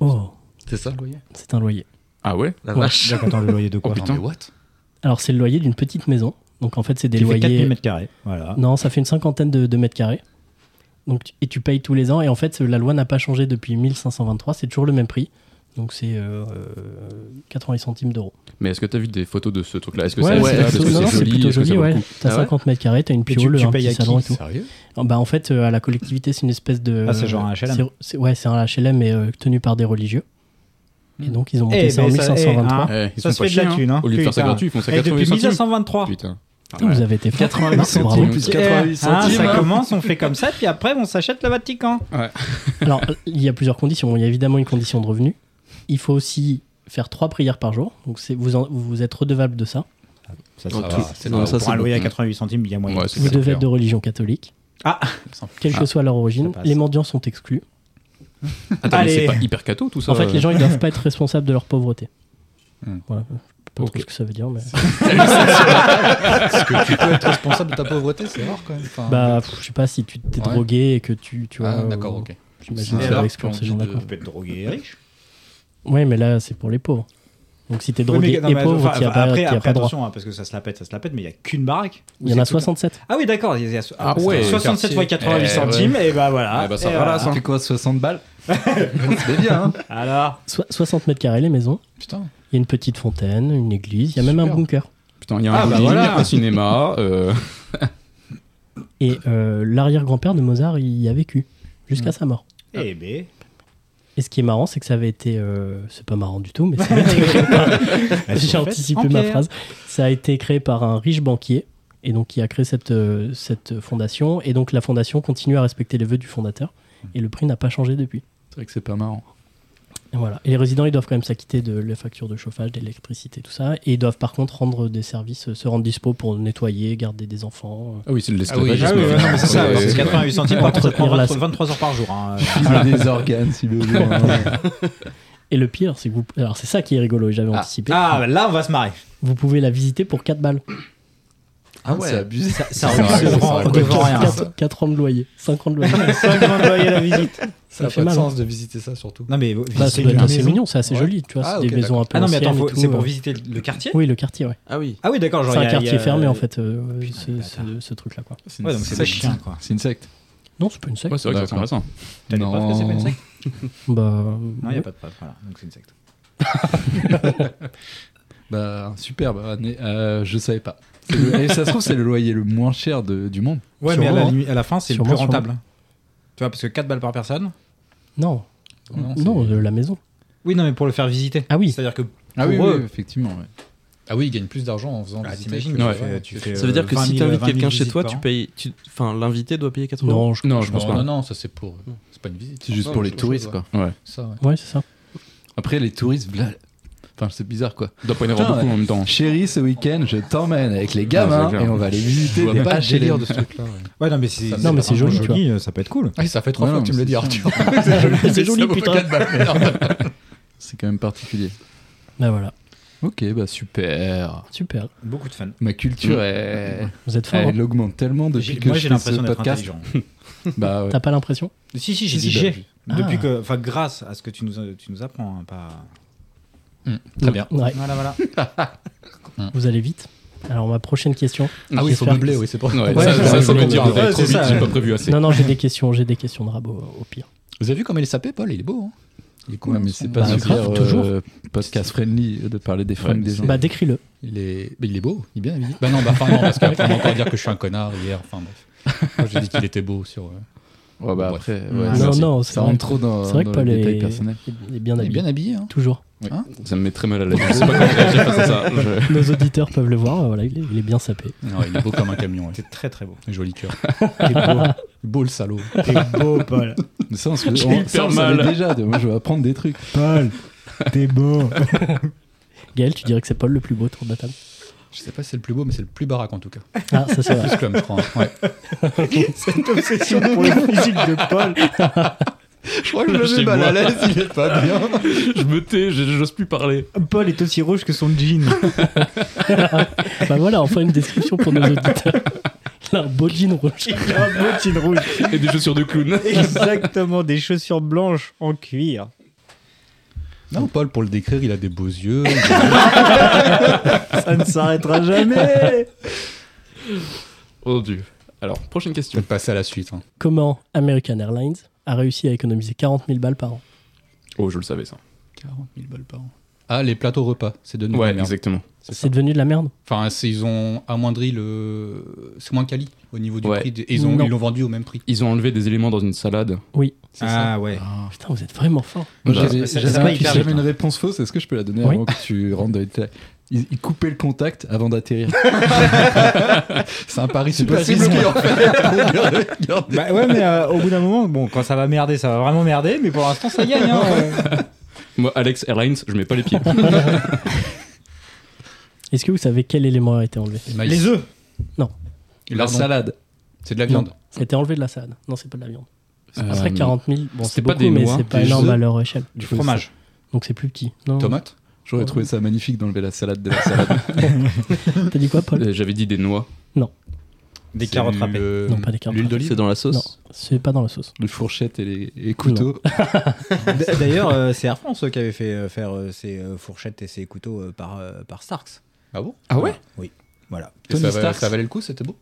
Speaker 1: Oh,
Speaker 4: C'est ça
Speaker 1: c'est un loyer.
Speaker 2: Ah ouais
Speaker 4: La
Speaker 1: Ouais.
Speaker 4: vache.
Speaker 3: J'attends le loyer de quoi
Speaker 2: Oh, putain.
Speaker 6: mais what
Speaker 1: Alors, c'est le loyer d'une petite maison. Donc, en fait, c'est des
Speaker 3: Qui fait 4000
Speaker 1: loyers.
Speaker 3: mètres carrés. Voilà.
Speaker 1: Non, ça fait une cinquantaine de, de mètres carrés. Donc, tu- et tu payes tous les ans. Et en fait, la loi n'a pas changé depuis 1523. C'est toujours le même prix. Donc, c'est euh, euh, 90 centimes d'euros.
Speaker 2: Mais est-ce que t'as vu des photos de ce truc-là Est-ce que
Speaker 1: Ouais,
Speaker 2: c'est
Speaker 1: ouais,
Speaker 2: Est-ce que
Speaker 1: plutôt- non, non, c'est plutôt
Speaker 2: Est-ce que ça
Speaker 1: joli,
Speaker 2: vaut le
Speaker 1: ouais.
Speaker 2: coup
Speaker 1: T'as
Speaker 4: Ah ouais
Speaker 1: 50 mètres carrés, t'as une
Speaker 3: tu-
Speaker 1: piole,
Speaker 3: tu
Speaker 1: un
Speaker 3: payes à
Speaker 1: petit
Speaker 3: qui
Speaker 1: salon et tout.
Speaker 6: Sérieux
Speaker 1: Ah, Bah, en fait, euh, à la collectivité, c'est une espèce de.
Speaker 3: Ah, c'est genre un HLM.
Speaker 1: c'est- c'est- Ouais, c'est un HLM, mais euh, tenu par des religieux. Et
Speaker 6: Hmm.
Speaker 1: donc, ils ont monté
Speaker 3: Eh,
Speaker 1: ça en
Speaker 3: ben, ça- eh,
Speaker 1: 1523.
Speaker 3: hein.
Speaker 2: Eh, ils
Speaker 3: Ça
Speaker 2: sont
Speaker 3: se
Speaker 2: pas
Speaker 3: fait de la
Speaker 2: chiens,
Speaker 3: thune, hein.
Speaker 2: Au lieu de faire ça
Speaker 3: Putain.
Speaker 2: gratuit, ils font ça
Speaker 3: Et depuis
Speaker 2: 88 centimes.
Speaker 3: 1923.
Speaker 2: Putain.
Speaker 1: Putain, Vous avez été fort.
Speaker 5: 88
Speaker 1: Merci, bravo.
Speaker 5: centimes plus 88
Speaker 3: Ah,
Speaker 5: centimes.
Speaker 3: ça commence, on fait comme ça, puis après on s'achète le Vatican.
Speaker 1: Alors, il y a plusieurs conditions. Il y a évidemment une condition de revenu. Il faut aussi faire trois prières par jour. Donc, c'est- vous, en- vous êtes redevable de ça.
Speaker 3: Ça,
Speaker 4: Non,
Speaker 3: ça
Speaker 4: tout-
Speaker 3: va.
Speaker 6: c'est
Speaker 4: non,
Speaker 6: dans-
Speaker 4: ça,
Speaker 3: Pour un
Speaker 4: c'est bon.
Speaker 3: loyer à 88 centimes, il y a moyen.
Speaker 2: Ouais,
Speaker 3: de-
Speaker 2: c'est
Speaker 1: Vous
Speaker 2: ça.
Speaker 1: devez être de religion catholique.
Speaker 3: Ah.
Speaker 1: Quelle que soit leur origine,
Speaker 3: passe.
Speaker 1: les mendiants sont exclus.
Speaker 2: Attends, mais
Speaker 3: Allez.
Speaker 2: c'est pas hyper catho tout ça euh,
Speaker 1: En fait, les gens, ils doivent pas être responsables de leur pauvreté.
Speaker 5: Hmm.
Speaker 1: Voilà. Je sais pas
Speaker 2: Ok.
Speaker 1: trop ce que ça veut dire, mais.
Speaker 6: Parce que tu peux être responsable de ta pauvreté, c'est rare quand même. Enfin,
Speaker 1: Bah, pff, je sais pas si tu t'es
Speaker 6: Ouais.
Speaker 1: drogué et que tu. tu
Speaker 6: ah,
Speaker 1: vois,
Speaker 6: d'accord,
Speaker 1: euh,
Speaker 6: ok.
Speaker 1: J'imagine
Speaker 6: Et
Speaker 1: que ça
Speaker 6: alors,
Speaker 1: va exclure ces
Speaker 6: quand on
Speaker 1: gens-là.
Speaker 6: dit
Speaker 1: quoi.
Speaker 3: On peut être drogué et riche.
Speaker 1: Ouais, mais là, c'est pour les pauvres. Donc, si t'es
Speaker 3: Ouais, mais-
Speaker 1: drogué
Speaker 3: non,
Speaker 1: et
Speaker 3: mais
Speaker 1: pauvre,
Speaker 3: enfin,
Speaker 1: t'y as pas,
Speaker 3: après,
Speaker 1: t'y as
Speaker 3: après,
Speaker 1: pas droit.
Speaker 3: attention, hein, parce que ça se la pète, ça se la pète, mais il n'y a qu'une baraque. où
Speaker 1: Il y en
Speaker 3: c'est
Speaker 1: a
Speaker 3: tout le temps-
Speaker 1: 67.
Speaker 3: Ah oui, d'accord. il y a-
Speaker 2: Ah ouais,
Speaker 3: 67 fois
Speaker 6: quartier.
Speaker 3: 88
Speaker 2: Eh ouais.
Speaker 3: centimes, et bah voilà.
Speaker 2: Eh
Speaker 6: ben,
Speaker 2: bah, ça
Speaker 3: Et
Speaker 2: va,
Speaker 3: voilà.
Speaker 2: là, ça.
Speaker 6: C'est quoi, 60 balles C'est bien, hein
Speaker 3: Alors,
Speaker 1: Soi- 60 mètres carrés, les maisons.
Speaker 5: Putain.
Speaker 1: Il y a une petite fontaine, une église, il y a même un
Speaker 5: Super.
Speaker 1: bunker.
Speaker 2: Putain, il y a un
Speaker 3: Ah, bah
Speaker 2: bowling,
Speaker 3: voilà.
Speaker 2: un cinéma. euh,
Speaker 1: Et euh, l'arrière-grand-père de Mozart, il y a vécu
Speaker 6: Mm.
Speaker 1: jusqu'à sa mort.
Speaker 3: eh ben.
Speaker 1: Et ce qui est marrant, c'est que ça avait été. euh, c'est pas marrant du tout, mais ça avait été créé par-
Speaker 3: bah,
Speaker 1: J'ai anticipé ma phrase. Ça a été créé par un riche banquier. Et donc, qui a créé cette, euh, cette fondation. Et donc, la fondation continue à respecter les vœux du fondateur. Et le prix n'a pas changé depuis.
Speaker 5: C'est vrai que c'est pas marrant.
Speaker 1: Et voilà. Et les résidents, ils doivent quand même s'acquitter de la facture de chauffage, d'électricité, tout ça. Et ils doivent par contre rendre des services, euh, se rendre dispo pour nettoyer, garder des enfants.
Speaker 2: Ah oui, c'est de
Speaker 6: oui,
Speaker 2: l'esclavagisme.
Speaker 3: Ah oui, ouais, non, mais c'est ça,
Speaker 2: Ouais,
Speaker 3: ouais,
Speaker 2: ouais,
Speaker 3: c'est
Speaker 2: ouais.
Speaker 3: 88 centimes, par contre, ça te prend
Speaker 1: Entretenir la-
Speaker 3: 23 23 heures par jour. hein.
Speaker 5: File des organes, si besoin.
Speaker 1: Euh, Et le pire, c'est que vous. Alors, c'est ça qui est rigolo, et j'avais anticipé.
Speaker 3: Ah, bah là, on va se marrer.
Speaker 1: Vous pouvez la visiter pour 4 balles.
Speaker 5: Ah ouais.
Speaker 4: C'est
Speaker 5: abusé.
Speaker 3: Ça
Speaker 6: vrai,
Speaker 3: remet
Speaker 6: c'est
Speaker 3: devant
Speaker 6: vrai.
Speaker 3: devant rien.
Speaker 1: 4, ans de loyer, 5 ans de loyer.
Speaker 3: Ça demande de payer la visite.
Speaker 1: Ça
Speaker 6: Ça
Speaker 1: a
Speaker 6: n'a
Speaker 1: fait
Speaker 6: pas de
Speaker 1: mal, hein.
Speaker 6: sens de visiter ça, surtout.
Speaker 3: Non, mais
Speaker 1: Bah,
Speaker 3: visiter
Speaker 1: ça doit être
Speaker 3: une
Speaker 1: assez
Speaker 3: maison.
Speaker 1: mignon, c'est assez
Speaker 6: Ouais.
Speaker 1: joli, tu vois.
Speaker 6: Ah,
Speaker 1: c'est des
Speaker 6: ok,
Speaker 1: maisons un peu
Speaker 3: Ah non, mais attends,
Speaker 1: anciennes
Speaker 3: faut-
Speaker 1: et tout,
Speaker 3: c'est pour
Speaker 1: euh.
Speaker 3: visiter le le quartier
Speaker 1: Oui, le quartier, ouais.
Speaker 4: Ah oui.
Speaker 3: Ah oui, d'accord, genre.
Speaker 1: C'est
Speaker 3: il
Speaker 1: un
Speaker 3: y a-
Speaker 1: quartier
Speaker 3: il y a-
Speaker 1: fermé en fait, euh,
Speaker 3: Putain,
Speaker 1: ce,
Speaker 3: les
Speaker 1: ce- ce truc-là quoi.
Speaker 5: C'est une
Speaker 3: Ouais, donc c'est des
Speaker 5: secte.
Speaker 3: chiens, quoi.
Speaker 5: C'est une secte.
Speaker 1: Non, c'est pas une secte.
Speaker 2: Ouais, c'est vrai que c'est intéressant.
Speaker 3: T'as des preuves que c'est pas une secte
Speaker 1: Bah,
Speaker 3: Non, il n'y
Speaker 1: ouais.
Speaker 3: a pas de preuve, voilà. Donc c'est une secte.
Speaker 5: Bah, superbe. Ah, né- euh, je savais pas. C'est le- Et ça se trouve, c'est le loyer le moins cher de- du monde.
Speaker 3: Ouais,
Speaker 1: Sûrement,
Speaker 3: mais à la,
Speaker 1: hein.
Speaker 3: nuit- à la fin, c'est le
Speaker 1: Sûrement,
Speaker 3: plus
Speaker 1: sûrement.
Speaker 3: rentable. Tu vois, parce que 4 balles par personne.
Speaker 1: non,
Speaker 5: Non, c'est-
Speaker 1: non, euh, la maison.
Speaker 3: Oui, non, mais pour le faire visiter.
Speaker 1: Ah oui.
Speaker 3: C'est-à-dire que.
Speaker 5: Ah
Speaker 3: pour
Speaker 5: oui,
Speaker 3: eux.
Speaker 5: oui, effectivement. ouais.
Speaker 6: Ah oui, ils gagnent plus d'argent en faisant visiter.
Speaker 3: Ah, t'imagines,
Speaker 6: que-
Speaker 2: ouais.
Speaker 3: tu fais- tu fais,
Speaker 4: Ça veut dire
Speaker 3: euh,
Speaker 4: que
Speaker 3: 20
Speaker 4: si
Speaker 3: 000,
Speaker 4: t'invites
Speaker 3: 20 000
Speaker 4: quelqu'un chez
Speaker 3: visites
Speaker 4: toi,
Speaker 3: par
Speaker 4: tu
Speaker 3: an.
Speaker 4: payes. tu- Enfin, l'invité doit payer 80 euros.
Speaker 1: Non, je...
Speaker 2: Non, je pense
Speaker 6: Non,
Speaker 2: pas.
Speaker 6: Non, non, ça c'est pour. euh, C'est pas une visite.
Speaker 5: C'est juste
Speaker 6: Non,
Speaker 5: pour
Speaker 6: je-
Speaker 5: les
Speaker 6: je-
Speaker 5: touristes,
Speaker 6: je-
Speaker 5: quoi.
Speaker 6: Ça, ouais.
Speaker 1: Ouais, c'est ça.
Speaker 5: Après, les touristes, voilà. Enfin, c'est bizarre, quoi.
Speaker 2: Doit pas y en avoir
Speaker 5: Putain,
Speaker 2: beaucoup
Speaker 5: ouais.
Speaker 2: en même temps.
Speaker 5: Chérie, ce week-end, je t'emmène avec les
Speaker 2: c'est
Speaker 5: gamins
Speaker 2: clair.
Speaker 5: et on va aller
Speaker 6: Je
Speaker 5: visiter
Speaker 6: vois
Speaker 5: des
Speaker 6: pas le
Speaker 5: HLM.
Speaker 6: délire de ce truc-là. ouais.
Speaker 3: Ouais, non, mais c'est
Speaker 6: Ça
Speaker 1: me Non, mais c'est
Speaker 3: vraiment
Speaker 1: joli, tu
Speaker 3: euh, ça peut être cool.
Speaker 6: Ah, ça fait trois
Speaker 5: Ouais,
Speaker 6: fois
Speaker 5: non,
Speaker 6: que tu me le dis,
Speaker 5: mais c'est
Speaker 6: Arthur.
Speaker 1: C'est joli,
Speaker 6: vaut pas
Speaker 1: putain.
Speaker 6: quatre balles, merde.
Speaker 5: C'est quand même particulier.
Speaker 1: Bah voilà,
Speaker 5: Ok, bah super.
Speaker 1: super.
Speaker 3: Beaucoup de fun.
Speaker 5: Ma culture,
Speaker 6: Euh,
Speaker 5: elle,
Speaker 1: Vous êtes
Speaker 3: Eh,
Speaker 1: fort. hein.
Speaker 5: elle augmente tellement depuis
Speaker 3: J'ai-
Speaker 5: que
Speaker 3: Moi,
Speaker 5: je
Speaker 3: j'ai
Speaker 5: fais
Speaker 3: l'impression
Speaker 5: ce
Speaker 3: d'être
Speaker 5: podcast.
Speaker 3: intelligent.
Speaker 5: Bah ouais.
Speaker 1: T'as pas l'impression
Speaker 3: Si, si, j'ai
Speaker 5: Si,
Speaker 3: dit
Speaker 5: si,
Speaker 3: j'ai.
Speaker 1: bah,
Speaker 3: Depuis
Speaker 1: ah.
Speaker 3: que. Enfin, grâce à ce que tu nous, tu nous apprends, hein, pas.
Speaker 6: Très bien.
Speaker 1: Ouais,
Speaker 3: Voilà, voilà. Mm.
Speaker 1: vous allez vite. Alors ma prochaine question.
Speaker 6: Ah oui, il faut
Speaker 1: J'espère
Speaker 6: doubler,
Speaker 1: que-
Speaker 6: oui, c'est pour
Speaker 2: Ouais,
Speaker 1: Ouais,
Speaker 2: ça,
Speaker 1: ouais,
Speaker 2: ça,
Speaker 1: ouais,
Speaker 2: ça
Speaker 1: ouais,
Speaker 2: veut dire
Speaker 1: ouais,
Speaker 2: d'aller
Speaker 3: ouais,
Speaker 2: trop
Speaker 3: c'est
Speaker 2: vite,
Speaker 3: ça,
Speaker 2: j'ai
Speaker 3: ouais.
Speaker 2: pas prévu assez.
Speaker 1: Non, non, j'ai des questions, j'ai des questions de rabot euh, au pire.
Speaker 6: Vous avez vu comment il est sapé, Paul Il est beau, hein Il est cool.
Speaker 5: Ouais,
Speaker 6: hein,
Speaker 5: mais
Speaker 6: son-
Speaker 5: c'est pas
Speaker 1: Bah,
Speaker 5: super
Speaker 1: grave,
Speaker 5: euh,
Speaker 1: toujours.
Speaker 5: podcast friendly de parler des fringues
Speaker 2: Ouais,
Speaker 5: des
Speaker 2: c'est-
Speaker 5: gens.
Speaker 1: Bah décris-le.
Speaker 6: Il est... mais il est beau, il est bien habillé. Bah non, bah enfin non, parce qu'après on va encore dire que je suis un connard hier, enfin bref. Moi j'ai dit qu'il était beau sur... euh,
Speaker 5: Ouais, bah
Speaker 6: Bref.
Speaker 5: après,
Speaker 3: Euh,
Speaker 5: ouais,
Speaker 1: Non,
Speaker 5: ça, c'est-
Speaker 1: non, c'est
Speaker 5: ça
Speaker 1: vrai
Speaker 5: rentre trop dans,
Speaker 1: c'est vrai
Speaker 5: dans
Speaker 1: que Paul
Speaker 5: les
Speaker 1: est-
Speaker 5: détails personnels.
Speaker 1: Il est bien
Speaker 6: Il est
Speaker 1: habillé.
Speaker 6: bien habillé, hein
Speaker 1: Toujours.
Speaker 2: Ça me met très mal à l'aise. Je sais pas comment réagir face à ça. Je-
Speaker 1: Nos auditeurs peuvent le voir. euh, Voilà, il est, il est bien sapé.
Speaker 6: Non, il est beau comme un camion, ouais.
Speaker 3: T'es très très beau.
Speaker 6: Joli cœur. Il est beau. beau le salaud.
Speaker 3: T'es beau, Paul.
Speaker 5: Mais ça, on se
Speaker 2: J'ai
Speaker 5: on-
Speaker 2: eu
Speaker 5: ça, on
Speaker 2: peur
Speaker 5: savait
Speaker 2: mal.
Speaker 5: déjà. de- Moi, je vais apprendre des trucs.
Speaker 3: Paul, t'es beau.
Speaker 1: Gaël, tu dirais que c'est Paul le plus beau autour de la table
Speaker 6: Je sais pas si c'est le plus beau, mais c'est le plus baraque en tout cas.
Speaker 1: Ah, ça c'est vrai.
Speaker 6: Plus clum, je crois. hein. Ouais.
Speaker 3: Cette obsession pour le physique de Paul.
Speaker 5: Je crois que
Speaker 2: le mets mal à
Speaker 5: l'aise, il est pas bien.
Speaker 2: Je me tais, je- j'ose plus parler.
Speaker 3: Paul est aussi rouge que son jean.
Speaker 1: bah voilà, enfin une description pour nos auditeurs. Il a un beau jean rouge.
Speaker 3: Il a un beau jean rouge.
Speaker 2: Et des chaussures de clown.
Speaker 3: Exactement, des chaussures blanches en cuir.
Speaker 6: Non, Paul, pour le décrire, il a des beaux yeux.
Speaker 3: Ça ne s'arrêtera jamais.
Speaker 2: Oh dieu. Alors, prochaine question.
Speaker 6: Peut-être passer à la suite. hein.
Speaker 1: Comment American Airlines a réussi à économiser 40 000 balles par an
Speaker 2: Oh, je le savais ça.
Speaker 6: 40 000 balles par an. Ah, les plateaux repas, c'est devenu de la
Speaker 2: Ouais,
Speaker 6: merde.
Speaker 2: exactement.
Speaker 6: C'est ça.
Speaker 1: C'est devenu de la merde.
Speaker 6: Enfin, c'est- ils ont amoindri le. C'est moins quali au niveau du
Speaker 2: Ouais.
Speaker 6: prix. des- Ils ont-
Speaker 1: Non.
Speaker 6: ils l'ont vendu au même prix.
Speaker 2: Ils ont enlevé des éléments dans une salade.
Speaker 6: C'est ça.
Speaker 3: Ah ouais.
Speaker 1: Putain, vous êtes vraiment fort.
Speaker 5: Moi,
Speaker 2: Bah,
Speaker 5: j'avais
Speaker 3: c'est-
Speaker 5: j'avais
Speaker 3: c'est
Speaker 5: un-
Speaker 3: pas hyper
Speaker 5: j'avais
Speaker 3: vite,
Speaker 5: une
Speaker 3: hein.
Speaker 5: réponse fausse. Est-ce que je peux la donner
Speaker 1: Oui.
Speaker 5: avant que tu rentres dans les détails Ils, ils coupaient le contact avant d'atterrir.
Speaker 6: C'est un pari
Speaker 5: C'est
Speaker 6: super
Speaker 5: possible
Speaker 6: risqué.
Speaker 5: qu'ils en fait. Regardez.
Speaker 3: Bah ouais, mais euh, au bout d'un moment, bon, quand ça va merder, ça va vraiment merder, mais pour l'instant, ça gagne. Hein, euh.
Speaker 2: Moi, Alex Airlines, je mets pas les pieds. Euh,
Speaker 1: Est-ce que vous savez quel élément a été enlevé
Speaker 6: Maïs.
Speaker 3: Les œufs.
Speaker 5: La
Speaker 6: Lardon.
Speaker 5: salade.
Speaker 6: C'est de la viande.
Speaker 1: Ça a été enlevé de la salade. Non, c'est pas de la viande. C'est
Speaker 5: Euh,
Speaker 1: Après 40 000, bon,
Speaker 2: c'était
Speaker 1: c'est
Speaker 2: pas
Speaker 1: beaucoup,
Speaker 2: des
Speaker 1: mais
Speaker 2: noix,
Speaker 1: c'est pas
Speaker 5: des
Speaker 1: énorme
Speaker 5: œufs
Speaker 1: à leur échelle.
Speaker 3: Du fromage.
Speaker 1: Donc c'est plus petit. Non.
Speaker 6: Tomate
Speaker 5: J'aurais trouvé ça magnifique d'enlever la salade de la salade.
Speaker 1: T'as dit quoi, Paul
Speaker 2: Euh, J'avais dit des noix.
Speaker 3: Des
Speaker 6: C'est
Speaker 3: carottes
Speaker 6: le-
Speaker 3: râpées.
Speaker 5: euh,
Speaker 1: Non, pas des carottes
Speaker 6: L'huile
Speaker 4: C'est
Speaker 6: d'olive
Speaker 4: dans la sauce
Speaker 1: Non, c'est pas dans la sauce.
Speaker 5: Le fourchette et les et couteaux.
Speaker 3: D- D'ailleurs, euh, c'est Air France euh, qui avait fait euh, faire euh, ses euh, fourchettes et ses couteaux euh, par, euh, par Starks.
Speaker 6: Ah bon
Speaker 2: Ah ouais
Speaker 3: Oui. Voilà.
Speaker 6: Et ça,
Speaker 5: Tony
Speaker 6: va-
Speaker 5: Stark.
Speaker 6: ça valait le coup, c'était beau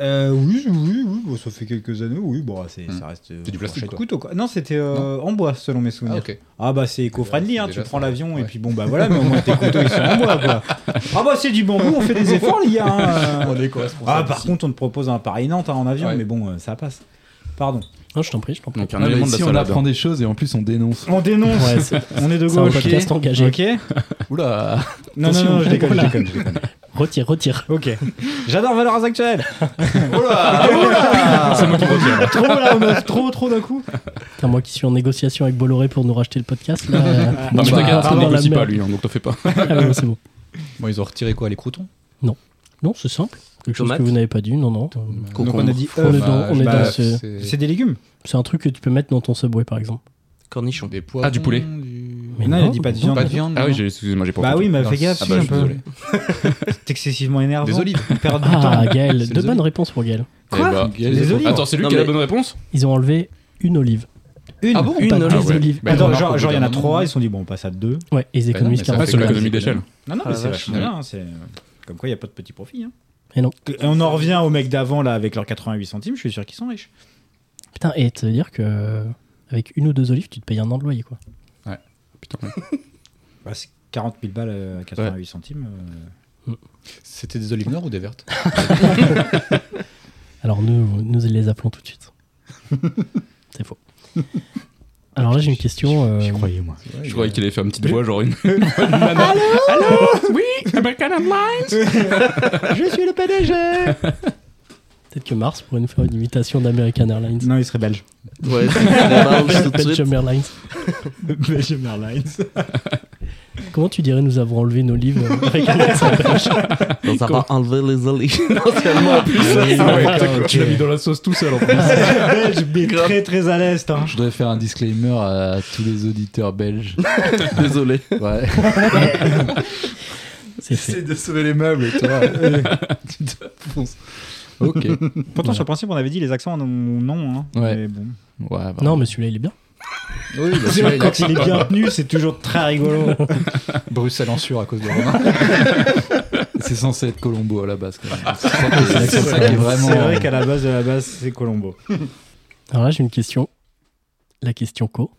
Speaker 3: Euh, oui, oui, oui, bon, ça fait quelques années, oui, bon, c'est,
Speaker 6: Hmm.
Speaker 3: ça reste. euh,
Speaker 6: C'est du plastique,
Speaker 3: fourchette
Speaker 6: quoi.
Speaker 3: couteau, quoi. Non, c'était euh, en bois, selon mes souvenirs.
Speaker 6: Ah
Speaker 3: Ah,
Speaker 6: ok.
Speaker 3: bah, c'est éco-friendly, hein,
Speaker 6: C'est
Speaker 3: tu
Speaker 6: déjà
Speaker 3: prends
Speaker 6: ça.
Speaker 3: l'avion et
Speaker 6: Ouais.
Speaker 3: puis bon, bah voilà, mais au moins tes couteaux ils sont en bois, quoi. Ah bah, c'est du bambou, on fait des efforts, les gars. hein.
Speaker 6: est
Speaker 3: Ah, par contre, on te propose un Paris-Nantes hein, en avion,
Speaker 6: Ouais.
Speaker 3: mais bon, euh, ça passe. Pardon.
Speaker 1: Non, je t'en prie, je t'en prie.
Speaker 2: Donc un
Speaker 5: Non, Ah, mais
Speaker 2: élément de la
Speaker 5: ici, on
Speaker 2: salade. hein.
Speaker 5: apprend des choses et en plus, on dénonce.
Speaker 3: On dénonce,
Speaker 1: Ouais, c'est
Speaker 3: on est de
Speaker 1: c'est un
Speaker 3: gauche.
Speaker 1: podcast engagé.
Speaker 3: Ok
Speaker 5: Oula
Speaker 3: Non, non,
Speaker 5: Attention.
Speaker 3: non, je déconne, je
Speaker 1: Oula.
Speaker 3: déconne, je déconne.
Speaker 1: Retire, retire.
Speaker 3: Ok. J'adore Valeurs Actuelles.
Speaker 6: Oh
Speaker 3: Oh
Speaker 4: Oula
Speaker 3: trop là, on a trop, trop d'un coup.
Speaker 1: Putain, moi qui suis en négociation avec Bolloré pour nous racheter le podcast, là. euh, tu vas
Speaker 2: Non, mais
Speaker 3: bah,
Speaker 2: t'inquiète,
Speaker 1: rentrer dans
Speaker 2: il
Speaker 1: la
Speaker 2: négocie pas
Speaker 1: merde.
Speaker 2: lui, hein, donc t'en fais pas.
Speaker 1: Ah ouais, c'est bon.
Speaker 6: Bon, ils ont retiré quoi Les croutons
Speaker 1: Non, c'est simple. Quelque chose
Speaker 4: Tomate.
Speaker 1: que vous n'avez pas dit, non, non.
Speaker 3: Donc on a dit
Speaker 1: On est
Speaker 3: œufs.
Speaker 1: dans, on est
Speaker 3: bah,
Speaker 1: dans ce.
Speaker 3: C'est des légumes
Speaker 1: C'est un truc que tu peux mettre dans ton subway, par exemple.
Speaker 4: Cornichon.
Speaker 6: des poivrons,
Speaker 2: Ah, du poulet.
Speaker 6: du-
Speaker 1: Mais
Speaker 3: Non,
Speaker 1: non,
Speaker 3: il a dit pas de
Speaker 1: non,
Speaker 3: viande.
Speaker 6: Pas de viande
Speaker 2: Ah oui,
Speaker 6: non
Speaker 2: j'ai- excusez-moi, j'ai pas
Speaker 3: Bah
Speaker 2: entendu.
Speaker 3: oui, mais
Speaker 6: Non,
Speaker 3: fais gaffe,
Speaker 6: ah
Speaker 3: suis un
Speaker 6: bah, je suis
Speaker 3: peu.
Speaker 6: désolé.
Speaker 3: T'es excessivement énervant.
Speaker 6: Des olives.
Speaker 3: On perd du temps.
Speaker 1: Ah, Gaël,
Speaker 6: C'est
Speaker 1: deux
Speaker 6: les
Speaker 1: bonnes réponses pour Gaël.
Speaker 2: Eh
Speaker 3: Quoi Ah,
Speaker 2: bah,
Speaker 5: Les
Speaker 3: Les olives
Speaker 2: Attends, c'est lui
Speaker 4: Non,
Speaker 2: qui a la
Speaker 4: mais-
Speaker 2: bonne réponse
Speaker 1: Ils ont enlevé une olive.
Speaker 3: une.
Speaker 4: Ah bon
Speaker 1: Pas
Speaker 4: Une
Speaker 1: des
Speaker 4: olive.
Speaker 1: olives.
Speaker 6: Bah,
Speaker 3: Attends,
Speaker 6: remarque,
Speaker 3: genre,
Speaker 6: au
Speaker 3: genre, il y en a
Speaker 6: bout d'un
Speaker 3: trois,
Speaker 6: moment-
Speaker 3: ils se sont dit, bon, on passe à deux.
Speaker 1: Ouais, et ils économisent
Speaker 6: mais ça
Speaker 2: Ah,
Speaker 1: 40.
Speaker 2: C'est
Speaker 6: fait quand
Speaker 2: l'économie
Speaker 6: même-
Speaker 2: d'échelle.
Speaker 3: Non, non,
Speaker 4: Ah,
Speaker 3: mais
Speaker 4: la
Speaker 3: c'est
Speaker 4: vache.
Speaker 3: vachement bien. hein, c'est- Comme quoi, il n'y a pas de petit profit. hein.
Speaker 1: Et non.
Speaker 3: Et on en revient au mec d'avant, là, avec leurs 88 centimes, je suis sûr qu'ils sont riches.
Speaker 1: Putain, et te dire que. euh, Avec une ou deux olives, tu te payes un an de loyer, quoi.
Speaker 3: Bah, c'est 40 000 balles euh, à 88 centimes. euh.
Speaker 6: C'était des olives noires ou des vertes
Speaker 1: Alors nous, nous les appelons tout de suite. C'est faux. Alors là, j'ai une question. euh,
Speaker 3: croyais, moi.
Speaker 2: Je croyais qu'il avait fait une petite voix, genre une.
Speaker 3: Je suis le PDG
Speaker 1: Peut-être que Mars pourrait nous faire une imitation d'American Airlines.
Speaker 3: Non, il serait belge.
Speaker 4: Ouais, c'est la balance tout de suite.
Speaker 1: Belgium Airlines.
Speaker 3: Belgium Airlines.
Speaker 1: Comment tu dirais nous avons enlevé nos livres euh, avec un accent belge
Speaker 4: On va pas enlever les olives. Non, c'est
Speaker 3: Ah,
Speaker 2: Tu l'as mis dans la sauce tout seul en fait.
Speaker 3: belge, mais très très à l'est. Hein.
Speaker 5: Je voudrais faire un disclaimer à tous les auditeurs belges.
Speaker 4: Désolé.
Speaker 5: Ouais.
Speaker 1: C'est fait.
Speaker 5: de sauver les meubles et toi. tu t'enfonces. Ok. Ouais,
Speaker 3: Pourtant, sur le principe, on avait dit les accents non. non hein.
Speaker 5: Ouais.
Speaker 3: Mais bon.
Speaker 5: bah,
Speaker 1: Non, mais celui-là, il est bien.
Speaker 6: Oui, bah,
Speaker 3: C'est vrai,
Speaker 6: celui-là,
Speaker 3: quand il est bien tenu, c'est toujours très rigolo.
Speaker 6: il- Bruxelles en sur à cause de Romain.
Speaker 5: C'est censé être Colombo à la base quand même. C'est
Speaker 1: C'est
Speaker 5: ça qui est vraiment. euh,
Speaker 3: C'est vrai qu'à la base de la base, c'est Colombo.
Speaker 1: Alors là, j'ai une question. La question co.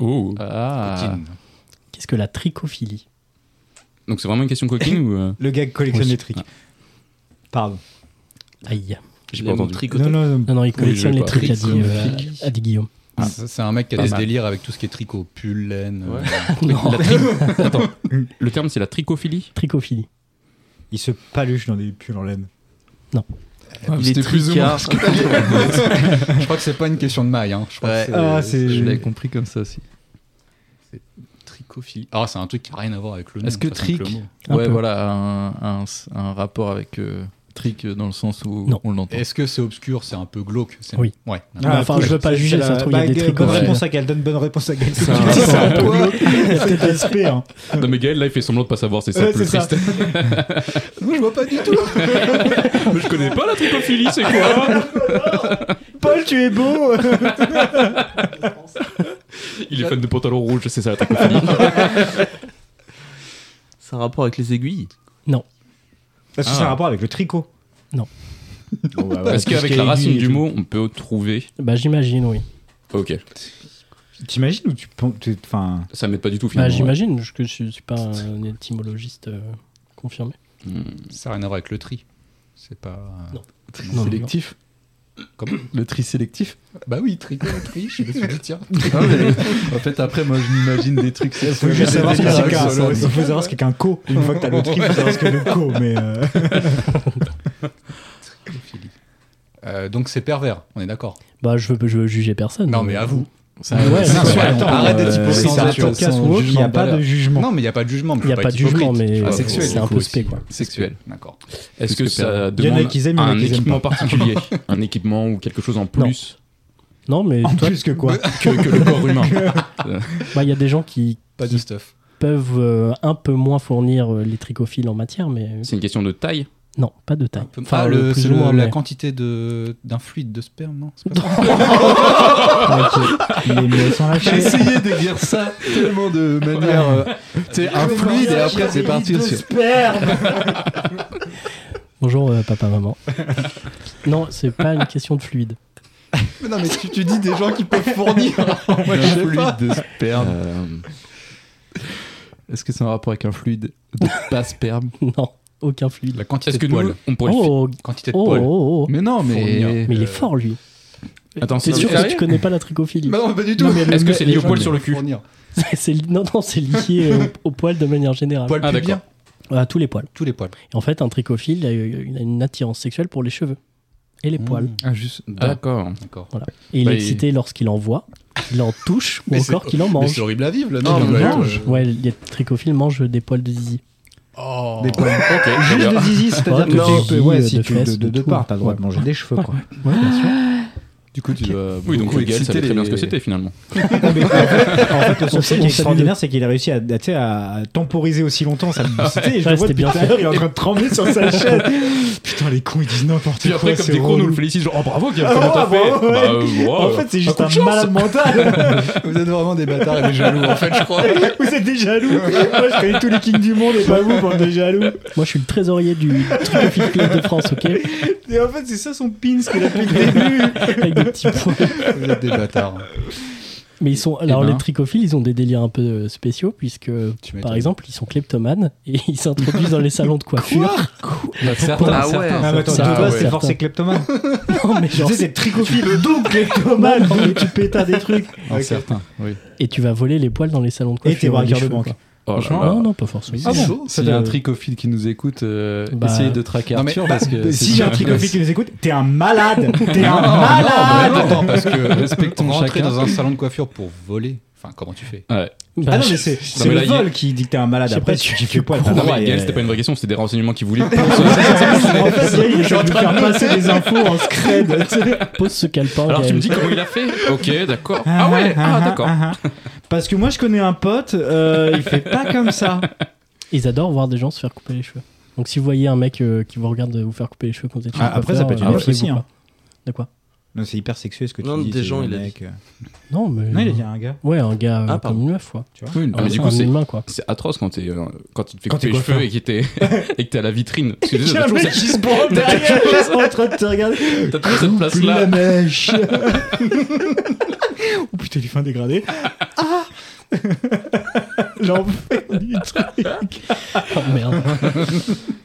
Speaker 2: Oh.
Speaker 5: Ah.
Speaker 1: Qu'est-ce que la tricophilie
Speaker 2: Donc c'est vraiment une question coquine ou. euh,
Speaker 3: Le gag collectionnétrique. Pardon.
Speaker 1: Aïe.
Speaker 2: J'ai pas entendu.
Speaker 4: Tricoté.
Speaker 3: Non, non, non.
Speaker 1: Non, non, il collectionne
Speaker 2: je
Speaker 1: les
Speaker 2: sais
Speaker 1: trucs à dit, euh,
Speaker 6: Tricophilie.
Speaker 1: à dit Guillaume.
Speaker 6: Ah, C'est c'est un mec qui a
Speaker 2: Pas
Speaker 6: des
Speaker 2: mal.
Speaker 6: délires avec tout ce qui est tricot, pull, laine. euh,
Speaker 1: Non,
Speaker 2: Le terme c'est la tricophilie
Speaker 1: tricophilie.
Speaker 3: Il se paluche dans des pulls en laine.
Speaker 4: Il est tricard.
Speaker 6: Je crois que c'est pas une question de maille. Hein. Je crois
Speaker 4: Ouais.
Speaker 6: que
Speaker 3: Ah, c'est-
Speaker 5: Je l'avais compris comme ça aussi.
Speaker 6: tricophilie. Ah, c'est un truc qui a rien à voir avec le nom.
Speaker 5: Est-ce que
Speaker 6: ça, c'est un
Speaker 5: trick
Speaker 6: peu le mot.
Speaker 1: Un
Speaker 5: Ouais,
Speaker 1: peu.
Speaker 5: voilà, un, un- un rapport avec euh, trick euh, dans le sens où
Speaker 1: Non.
Speaker 5: on l'entend.
Speaker 6: Est-ce que c'est obscur C'est un peu glauque c'est-
Speaker 1: Oui.
Speaker 6: Ouais.
Speaker 1: Ah, enfin, je veux pas juger, ça se trouve, il y a des
Speaker 3: Bonne
Speaker 1: trucs aussi,
Speaker 3: réponse à Galden, bonne réponse à Galden.
Speaker 4: un
Speaker 3: C'est ça, quoi Il y a peut-être l'SP, hein.
Speaker 2: Non mais Gaël là il fait semblant de pas savoir, c'est ça
Speaker 3: Ouais,
Speaker 2: le plus
Speaker 3: c'est ça.
Speaker 2: triste.
Speaker 3: Moi, je vois pas du tout.
Speaker 2: Mais je connais pas la tricophilie, c'est quoi
Speaker 3: Paul, tu es beau
Speaker 2: Il est fan de pantalon rouge, c'est ça la tricophilie.
Speaker 4: C'est un rapport avec les aiguilles.
Speaker 3: Parce que c'est un rapport avec le tricot.
Speaker 1: Non.
Speaker 3: Ah. Bon, bah, voilà,
Speaker 2: Est-ce
Speaker 3: tout ce
Speaker 2: qu'avec
Speaker 3: qui
Speaker 2: la
Speaker 3: est
Speaker 2: racine
Speaker 3: aiguille
Speaker 2: du
Speaker 3: et tout.
Speaker 2: mot on peut trouver.
Speaker 1: Bah, j'imagine, oui.
Speaker 2: Ok.
Speaker 3: T'imagines ou tu penses. tu- Enfin.
Speaker 2: Ça m'aide pas du tout
Speaker 1: Bah,
Speaker 2: finalement.
Speaker 1: j'imagine, parce que je suis pas un étymologiste euh, confirmé.
Speaker 2: Hmm.
Speaker 6: Ça n'a rien à voir avec le tri. C'est pas.
Speaker 1: Non.
Speaker 5: C'est
Speaker 1: Non, non,
Speaker 5: sélectif
Speaker 6: Comment
Speaker 5: Le tri sélectif
Speaker 6: Bah oui, tricot, tri. Je me suis dit, tiens.
Speaker 5: Ah, mais- En fait, après, moi, je m'imagine des trucs.
Speaker 3: Il faut juste savoir ce que c'est qu'un il faut savoir ce qu'est qu'un co. Une fois que t'as le tri, il faut savoir ce qu'est le co. Mais euh,
Speaker 6: Euh, donc c'est pervers, on est d'accord.
Speaker 1: Bah, je veux, je veux juger personne. Euh,
Speaker 6: Non, mais à vous.
Speaker 5: C'est
Speaker 1: Ouais,
Speaker 5: c'est
Speaker 1: non,
Speaker 5: insulte.
Speaker 6: attends,
Speaker 5: Arrête d'être
Speaker 6: euh,
Speaker 5: hypocrite,
Speaker 6: c'est un
Speaker 5: tu vois,
Speaker 3: podcast
Speaker 5: sans
Speaker 3: woke, il n'y
Speaker 5: jugement
Speaker 3: a pas
Speaker 5: valeur.
Speaker 3: de jugement.
Speaker 6: Non, mais il n'y a pas de jugement. mais
Speaker 1: Il n'y a
Speaker 6: faut
Speaker 1: pas de
Speaker 6: être hypocrite.
Speaker 1: jugement, mais
Speaker 6: Ah,
Speaker 1: euh,
Speaker 6: sexuel,
Speaker 1: c'est un
Speaker 6: du coup,
Speaker 1: peu
Speaker 6: aussi.
Speaker 1: spé, quoi.
Speaker 5: Sexuel.
Speaker 6: D'accord.
Speaker 2: Est-ce que
Speaker 5: Plus que
Speaker 2: ça
Speaker 5: pervers.
Speaker 3: Il y en a
Speaker 2: demande
Speaker 3: qui aiment, il y en a
Speaker 2: un
Speaker 3: qui aiment
Speaker 2: équipement particulier Un équipement ou quelque chose en plus
Speaker 1: Non, mais
Speaker 3: En
Speaker 1: toi,
Speaker 3: plus que quoi
Speaker 2: que, que le corps humain
Speaker 1: bah, il y a des gens qui
Speaker 6: Pas de stuff.
Speaker 1: peuvent euh, un peu moins fournir euh, les tricophiles en matière, mais euh,
Speaker 2: C'est une question de taille
Speaker 1: non, pas de taille.
Speaker 6: ah,
Speaker 1: euh,
Speaker 6: le,
Speaker 1: plus
Speaker 6: c'est
Speaker 1: ou
Speaker 6: le-
Speaker 1: moins,
Speaker 6: la
Speaker 1: mais-
Speaker 6: quantité de, d'un fluide de sperme, non c'est pas ça
Speaker 3: Ok. Les miels sont
Speaker 5: J'ai
Speaker 3: lâchés.
Speaker 5: essayé de dire ça tellement de manière. euh, Tu sais, un fluide et après c'est parti sur.
Speaker 1: Bonjour, euh, papa, maman. non, c'est pas une question de fluide.
Speaker 5: Mais non, mais tu, tu dis des gens qui peuvent fournir. Moi je sais pas.
Speaker 2: Euh,
Speaker 5: Est-ce que c'est un rapport avec un fluide de pas sperme
Speaker 1: Non, aucun fluide.
Speaker 6: La quantité
Speaker 2: Est-ce que
Speaker 6: de
Speaker 2: nous,
Speaker 6: poils.
Speaker 2: on pourrait le
Speaker 1: Oh,
Speaker 6: Quantité de
Speaker 1: oh,
Speaker 6: poils.
Speaker 1: oh, oh.
Speaker 5: Mais non, mais.
Speaker 6: Fournir.
Speaker 1: Mais il est
Speaker 6: Euh,
Speaker 1: fort, lui.
Speaker 2: fi- Attends,
Speaker 1: T'es
Speaker 2: c'est
Speaker 1: sûr
Speaker 2: sérieux
Speaker 1: que tu connais pas la tricophilie
Speaker 5: Bah non, pas du tout.
Speaker 2: Est-ce que c'est lié
Speaker 6: Les
Speaker 2: au
Speaker 6: gens
Speaker 2: poil
Speaker 6: peuvent
Speaker 2: sur le cul
Speaker 6: fournir.
Speaker 1: C'est li- Non, non, c'est lié euh, au, au poil de manière générale.
Speaker 6: Poil
Speaker 2: Ah,
Speaker 6: pubien.
Speaker 1: À tous les poils.
Speaker 6: Tous les poils.
Speaker 1: Et en fait, un tricophile, il a, il a une attirance sexuelle pour les cheveux et les poils.
Speaker 6: Mmh.
Speaker 5: Ah, juste.
Speaker 2: D'accord.
Speaker 6: D'accord.
Speaker 1: Et il
Speaker 2: Bah,
Speaker 1: est
Speaker 2: il-
Speaker 1: excité lorsqu'il en voit, qu'il en touche ou
Speaker 6: Mais c'est-
Speaker 1: encore qu'il en
Speaker 6: Mais
Speaker 1: mange.
Speaker 6: c'est horrible à vivre, là.
Speaker 5: Non,
Speaker 6: tu
Speaker 5: mais
Speaker 6: dois être,
Speaker 5: mange.
Speaker 6: euh,
Speaker 1: Ouais, les tricophiles mangent des poils de zizi.
Speaker 6: Oh.
Speaker 3: Des poils.
Speaker 2: Ok, très
Speaker 3: Juste
Speaker 2: bien.
Speaker 3: de zizi, c'est-à-dire
Speaker 1: Ouais,
Speaker 3: que
Speaker 1: non.
Speaker 3: tu peux, ouais,
Speaker 1: de
Speaker 3: si tu
Speaker 1: fesses,
Speaker 3: de, de
Speaker 1: de
Speaker 3: deux
Speaker 1: tout.
Speaker 3: parts, t'as le droit de manger des cheveux, quoi.
Speaker 5: Du coup, tu dois.
Speaker 2: Oui, donc
Speaker 5: beaucoup
Speaker 2: Miguel
Speaker 5: exciter
Speaker 2: savait très bien
Speaker 5: les-
Speaker 2: ce que c'était finalement.
Speaker 3: Non, mais en fait, en fait, le seul
Speaker 1: On sait- on
Speaker 3: truc qui
Speaker 1: sait
Speaker 3: est extraordinaire, c'est qu'il a réussi à, à, tu sais, à temporiser aussi longtemps sa publicité. Et je
Speaker 1: Ouais,
Speaker 3: le
Speaker 1: c'était
Speaker 3: vois depuis
Speaker 1: bien
Speaker 3: tout à
Speaker 1: fait.
Speaker 3: l'heure, il est en train de trembler sur sa chaîne. Putain, les cons, ils disent n'importe
Speaker 2: Puis
Speaker 3: quoi.
Speaker 2: après, comme
Speaker 3: c'est
Speaker 2: des cons, nous le
Speaker 3: relou.
Speaker 2: félicite, genre, oh bravo, Guillaume,
Speaker 3: Ah,
Speaker 2: comment t'as
Speaker 3: bravo,
Speaker 2: fait
Speaker 3: ouais.
Speaker 2: Bah, euh, ouais,
Speaker 3: En
Speaker 2: euh,
Speaker 3: fait, c'est juste
Speaker 2: coup
Speaker 3: un
Speaker 2: de chance. Oh
Speaker 3: malade mental.
Speaker 5: Vous êtes vraiment des bâtards et des jaloux, en fait, je crois.
Speaker 3: vous êtes des jaloux. Moi, je connais tous les kings du monde et pas vous, bande de jaloux.
Speaker 1: Moi, je suis le trésorier du tricophile club de France, ok
Speaker 3: Et en fait, c'est ça son pin, ce qu'il a fait le début.
Speaker 1: Avec des petits poils.
Speaker 6: Vous êtes des bâtards.
Speaker 1: Mais ils sont.
Speaker 3: Eh
Speaker 1: Alors,
Speaker 2: ben.
Speaker 1: les tricophiles, ils ont des délires un peu euh, spéciaux, puisque,
Speaker 6: Tu m'étonnes.
Speaker 1: par exemple, ils sont kleptomanes et ils s'introduisent dans les salons de coiffure.
Speaker 4: Ah ouais.
Speaker 3: Ah, mais attends,
Speaker 1: Ça,
Speaker 3: de base,
Speaker 1: ouais.
Speaker 3: c'est forcé kleptomane.
Speaker 1: Non, mais
Speaker 3: Tu
Speaker 1: genre,
Speaker 3: sais, c'est tricophile, donc kleptomane.
Speaker 1: Non, mais
Speaker 3: tu pétas des trucs.
Speaker 5: Un certain, oui.
Speaker 1: Et tu vas voler les poils dans les salons de
Speaker 3: Et
Speaker 1: coiffure.
Speaker 3: t'es braqueur
Speaker 1: les
Speaker 3: de
Speaker 1: cheveux,
Speaker 3: banque.
Speaker 1: quoi.
Speaker 2: Oh là
Speaker 5: Franchement,
Speaker 2: là.
Speaker 1: Non, non, pas forcément.
Speaker 5: Ah bon
Speaker 1: C'est
Speaker 5: S'il y a un
Speaker 1: le-
Speaker 5: tricophile qui nous écoute, euh,
Speaker 1: Bah-
Speaker 5: essayez de traquer
Speaker 6: Non, mais-
Speaker 5: Arthur parce
Speaker 2: euh,
Speaker 5: que. c'est
Speaker 3: Si j'ai un
Speaker 5: sûr.
Speaker 3: tricophile qui nous écoute, t'es un malade. T'es un
Speaker 6: Ah non,
Speaker 3: malade.
Speaker 6: attends, parce que
Speaker 5: Respectons
Speaker 6: respectons rentrer
Speaker 5: chacun.
Speaker 6: dans un salon de coiffure pour voler. Enfin, comment tu fais
Speaker 1: Bah,
Speaker 3: Ah non, mais
Speaker 1: je-
Speaker 3: c'est c'est
Speaker 2: mais
Speaker 3: le
Speaker 2: là, il y a-
Speaker 3: vol qui dit que t'es un malade.
Speaker 1: Je sais
Speaker 3: Après,
Speaker 1: pas,
Speaker 3: tu
Speaker 1: tu-
Speaker 3: kiffes le poil.
Speaker 2: Ah, Non, mais Gaël, c'était pas une vraie question, c'était des renseignements qu'il voulait.
Speaker 3: En fait, Gaël, il est en train de faire passer des infos en scred. tu sais.
Speaker 1: Pose ce calepin.
Speaker 2: Alors tu
Speaker 1: Gaël.
Speaker 2: me dis comment il a fait Ok, d'accord. Ah ouais, ah d'accord.
Speaker 3: Parce que moi, je connais un pote, euh, il fait pas comme ça.
Speaker 1: Ils adorent voir des gens se faire couper les cheveux. Donc si vous voyez un mec euh, qui vous regarde vous faire couper les cheveux quand vous êtes chez
Speaker 3: Ah,
Speaker 1: le
Speaker 3: après,
Speaker 1: coiffeur,
Speaker 3: ça peut être
Speaker 1: euh,
Speaker 3: une
Speaker 1: inquiétez-vous
Speaker 3: aussi, hein.
Speaker 1: pas. De quoi
Speaker 3: Non, c'est hyper sexuel ce que tu
Speaker 4: Non,
Speaker 3: dis.
Speaker 4: des
Speaker 3: c'est
Speaker 4: gens,
Speaker 3: un
Speaker 4: il a
Speaker 3: mec, euh.
Speaker 1: Non, mais.
Speaker 3: Non, il y a un gars.
Speaker 1: Ouais, un gars euh,
Speaker 4: Ah,
Speaker 1: comme
Speaker 4: pardon.
Speaker 1: une meuf, quoi.
Speaker 5: Oui, non,
Speaker 2: Ah,
Speaker 1: Un-
Speaker 2: mais du
Speaker 1: un
Speaker 2: coup, c'est-
Speaker 1: humain, quoi.
Speaker 2: C'est atroce quand, t'es, euh, quand tu te fais
Speaker 3: Quand
Speaker 2: couper
Speaker 3: t'es
Speaker 2: les cheveux et que t'es et que t'es à la vitrine. Parce que tu sais, t'as toujours, cette-
Speaker 3: qui se prend derrière en train de te regarder.
Speaker 2: t'as toujours cette
Speaker 3: Plus
Speaker 2: place-là.
Speaker 3: la mèche. oh putain, il est fin dégradé. Ah L'enfer du truc.
Speaker 1: Oh, merde.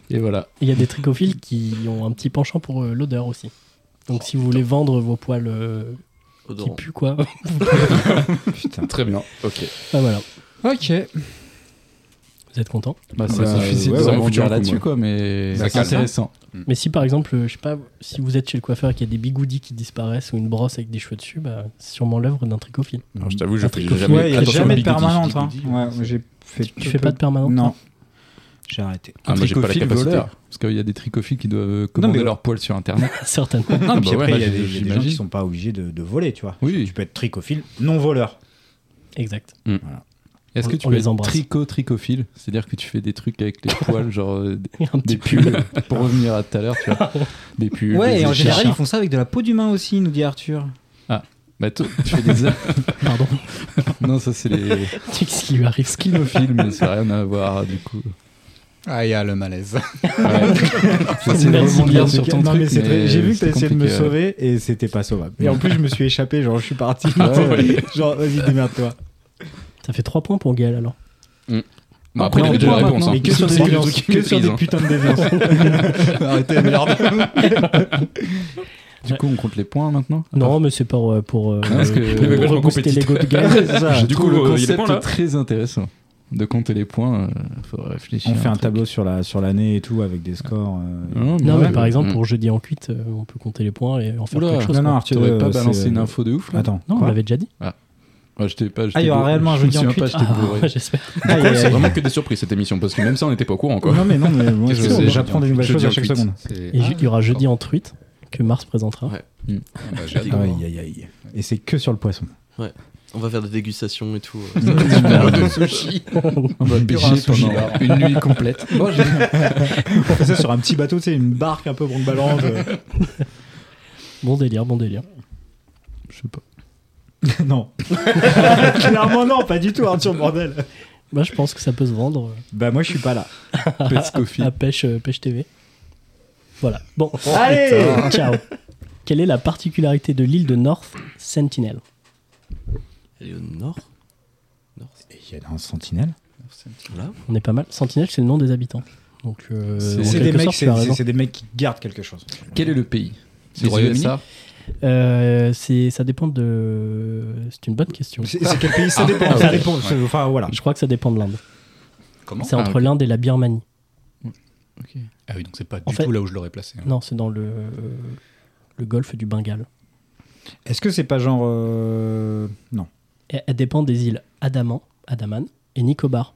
Speaker 5: Et voilà.
Speaker 1: Il y a des tricophiles qui ont un petit penchant pour euh, l'odeur aussi. Donc si vous voulez vendre vos poils euh, qui
Speaker 4: Odorant.
Speaker 1: puent, quoi.
Speaker 3: Putain.
Speaker 2: Très bien, ok.
Speaker 1: bah voilà.
Speaker 3: Ok.
Speaker 1: Vous êtes content
Speaker 5: Bah, c'est
Speaker 2: bah,
Speaker 5: difficile
Speaker 2: ouais,
Speaker 5: de
Speaker 2: ouais,
Speaker 5: vraiment
Speaker 2: foutu un
Speaker 5: dire
Speaker 2: coup,
Speaker 5: là-dessus,
Speaker 2: moi.
Speaker 5: quoi, mais
Speaker 6: Ça
Speaker 5: c'est
Speaker 6: calme.
Speaker 5: intéressant.
Speaker 1: Mais si par exemple, euh, je sais pas, si vous êtes chez le coiffeur et qu'il y a des bigoudis qui disparaissent ou une brosse avec des cheveux dessus, bah, c'est sûrement l'œuvre d'un tricophile.
Speaker 2: Alors, je t'avoue, je fais
Speaker 1: Ouais,
Speaker 2: jamais
Speaker 3: Ouais, il n'y a
Speaker 2: attention au
Speaker 3: jamais de
Speaker 2: bigoudi.
Speaker 3: permanente. Hein.
Speaker 6: bigoudi,
Speaker 3: Ouais, j'ai fait.
Speaker 1: Tu fais pas de hein permanente
Speaker 3: Non. J'ai arrêté.
Speaker 2: Ah, moi, j'ai pas la
Speaker 5: Tricophile
Speaker 2: capacité.
Speaker 5: voleur. Parce qu'il y a des tricophiles qui doivent commander
Speaker 3: mais-
Speaker 5: leurs poils sur internet.
Speaker 1: Certainement.
Speaker 5: Non,
Speaker 3: Puis après, il y a des- il y a des gens qui
Speaker 5: j'imagine.
Speaker 3: sont pas obligés de, de voler, tu vois.
Speaker 5: Oui.
Speaker 3: Tu peux être tricophile, non voleur.
Speaker 1: Exact.
Speaker 5: Est-ce que
Speaker 1: On-
Speaker 5: tu
Speaker 1: on
Speaker 5: peux
Speaker 1: les
Speaker 5: être
Speaker 1: embrasse.
Speaker 5: trico-tricophile C'est-à-dire que tu fais des trucs avec les poils, genre euh, des-
Speaker 1: Un petit
Speaker 5: des pulls, pour revenir à tout à l'heure, tu vois. Des pulls. des écharpes.
Speaker 3: font ça avec de la peau d'humain aussi, nous dit Arthur.
Speaker 5: Bah, toi, tu fais des.
Speaker 1: Pardon.
Speaker 5: non, ça, c'est les
Speaker 1: Qu'est-ce qui lui arrive
Speaker 5: skilophiles, mais ça n'a rien à voir, du coup.
Speaker 6: Ah, il y a le malaise.
Speaker 5: J'essaie de
Speaker 1: Merci,
Speaker 5: rebondir
Speaker 1: bien.
Speaker 5: sur ton
Speaker 3: Non,
Speaker 5: truc,
Speaker 3: mais c'est très-
Speaker 5: mais
Speaker 3: J'ai vu que
Speaker 5: c'est
Speaker 3: t'as essayé de me
Speaker 5: compliqué, ouais.
Speaker 3: sauver et c'était pas sauvable. Et en plus, je me suis échappé, genre je suis parti.
Speaker 5: ouais.
Speaker 3: genre, vas-y, démerde-toi.
Speaker 1: Ça fait 3 points pour Gaël alors.
Speaker 2: Bon, après, il a déjà la réponse. hein.
Speaker 3: Mais que sur des
Speaker 2: C'est le
Speaker 3: déviances,
Speaker 2: truc qui
Speaker 3: que sur
Speaker 2: maîtrise,
Speaker 3: des
Speaker 2: hein.
Speaker 3: putains de déviances.
Speaker 6: Arrêtez, merde.
Speaker 5: Du coup, on compte les points maintenant
Speaker 1: Non, mais c'est pour. euh, pour euh,
Speaker 5: Ah. parce que-
Speaker 1: pour
Speaker 5: Les mecs
Speaker 2: vachement
Speaker 1: rebooster les Go to Game.
Speaker 5: Je
Speaker 2: Du coup,
Speaker 5: trouve le
Speaker 2: euh, il y a des
Speaker 5: concept
Speaker 2: points, là
Speaker 5: est très intéressant. De compter les points, il faudrait réfléchir.
Speaker 3: On
Speaker 5: à
Speaker 3: fait un
Speaker 5: truc.
Speaker 3: tableau sur la sur l'année et tout avec des scores. euh,
Speaker 5: Non,
Speaker 1: Non, mais
Speaker 5: ouais.
Speaker 1: par exemple,
Speaker 2: Mm.
Speaker 1: pour jeudi en cuite, euh, on peut compter les points et en faire
Speaker 5: Oula.
Speaker 1: quelque chose.
Speaker 3: Non,
Speaker 1: quoi.
Speaker 3: non, Arthur,
Speaker 5: T'aurais
Speaker 3: euh,
Speaker 5: pas balancé
Speaker 3: c'est-
Speaker 5: une info de ouf là
Speaker 3: Attends.
Speaker 1: Non, on
Speaker 3: quoi
Speaker 1: l'avait déjà dit.
Speaker 5: Ouais, je t'ai pas. je
Speaker 3: Ah, il y
Speaker 5: t'ai
Speaker 3: aura
Speaker 5: beau-
Speaker 3: réellement un
Speaker 5: je
Speaker 3: jeu
Speaker 5: me souviens
Speaker 3: d'enquête.
Speaker 5: pas, je t'ai bourré.
Speaker 1: Ah, J'espère.
Speaker 3: Ah, il y a-
Speaker 2: C'est vraiment que des surprises cette émission parce que même ça on n'était pas au courant quoi.
Speaker 3: Non, mais non, mais moi,
Speaker 5: Qu'est-ce
Speaker 3: je-
Speaker 5: que c'est
Speaker 3: j'apprends des nouvelles
Speaker 2: Jeudi
Speaker 3: choses à
Speaker 2: en
Speaker 3: chaque
Speaker 2: tweet.
Speaker 3: seconde.
Speaker 1: Et ju- il
Speaker 3: Ah.
Speaker 1: y aura jeudi en truite que Mars présentera.
Speaker 4: Ouais.
Speaker 6: Ah, bah, j'ai hâte.
Speaker 4: D'accord.
Speaker 3: Aïe, aïe, aïe. Et c'est que sur le poisson.
Speaker 4: On va faire des dégustations et tout. euh,
Speaker 3: Mm.
Speaker 4: ça va être super.
Speaker 5: On va
Speaker 3: Il y aura un
Speaker 5: bêcher
Speaker 3: sushi.
Speaker 5: pendant une nuit complète. Moi, j'ai-
Speaker 3: On fait ça sur un petit bateau, tu sais, une barque un peu bronque ballante.
Speaker 1: Bon délire, bon délire.
Speaker 5: Je sais pas.
Speaker 3: non. Clairement, non, pas du tout, Arthur, bordel.
Speaker 1: Moi, je pense que ça peut se vendre euh,
Speaker 3: Bah, moi, je suis pas là.
Speaker 5: Pescofi.
Speaker 1: à Pêche, euh, Pêche TV. Voilà. Bon.
Speaker 3: Allez
Speaker 1: Ciao. Quelle est la particularité de l'île de North Sentinel
Speaker 4: Elle est au nord. Nord, c'est-
Speaker 3: Il y a un sentinelle.
Speaker 4: Voilà.
Speaker 1: On est pas mal. Sentinel, c'est le nom des habitants. Donc, euh,
Speaker 5: C'est-
Speaker 1: en
Speaker 5: c'est
Speaker 3: C'est des,
Speaker 1: quelque
Speaker 3: mecs,
Speaker 1: sorte, tu as
Speaker 3: c'est-
Speaker 1: raison.
Speaker 3: c'est des mecs qui gardent quelque chose.
Speaker 5: Quel est le pays
Speaker 6: Le
Speaker 5: Les
Speaker 6: Royaume-Uni
Speaker 5: USA
Speaker 1: Euh, c'est- ça dépend de. C'est une bonne question.
Speaker 3: C'est c'est quel pays Ça dépend.
Speaker 6: ah,
Speaker 3: ça
Speaker 6: ouais.
Speaker 3: dépend. c'est- Enfin, voilà.
Speaker 1: Je crois que ça dépend de l'Inde.
Speaker 6: Comment
Speaker 1: C'est
Speaker 5: Ah,
Speaker 1: entre
Speaker 5: ok.
Speaker 1: l'Inde et la Birmanie.
Speaker 6: Ah oui, donc c'est pas
Speaker 1: En
Speaker 6: du
Speaker 1: fait-
Speaker 6: tout là où je l'aurais placé. hein.
Speaker 1: Non, c'est dans le, euh, le golfe du Bengale.
Speaker 3: Est-ce que c'est pas genre. euh, Non.
Speaker 1: Et elle dépend des îles Adaman, Adaman et Nicobar.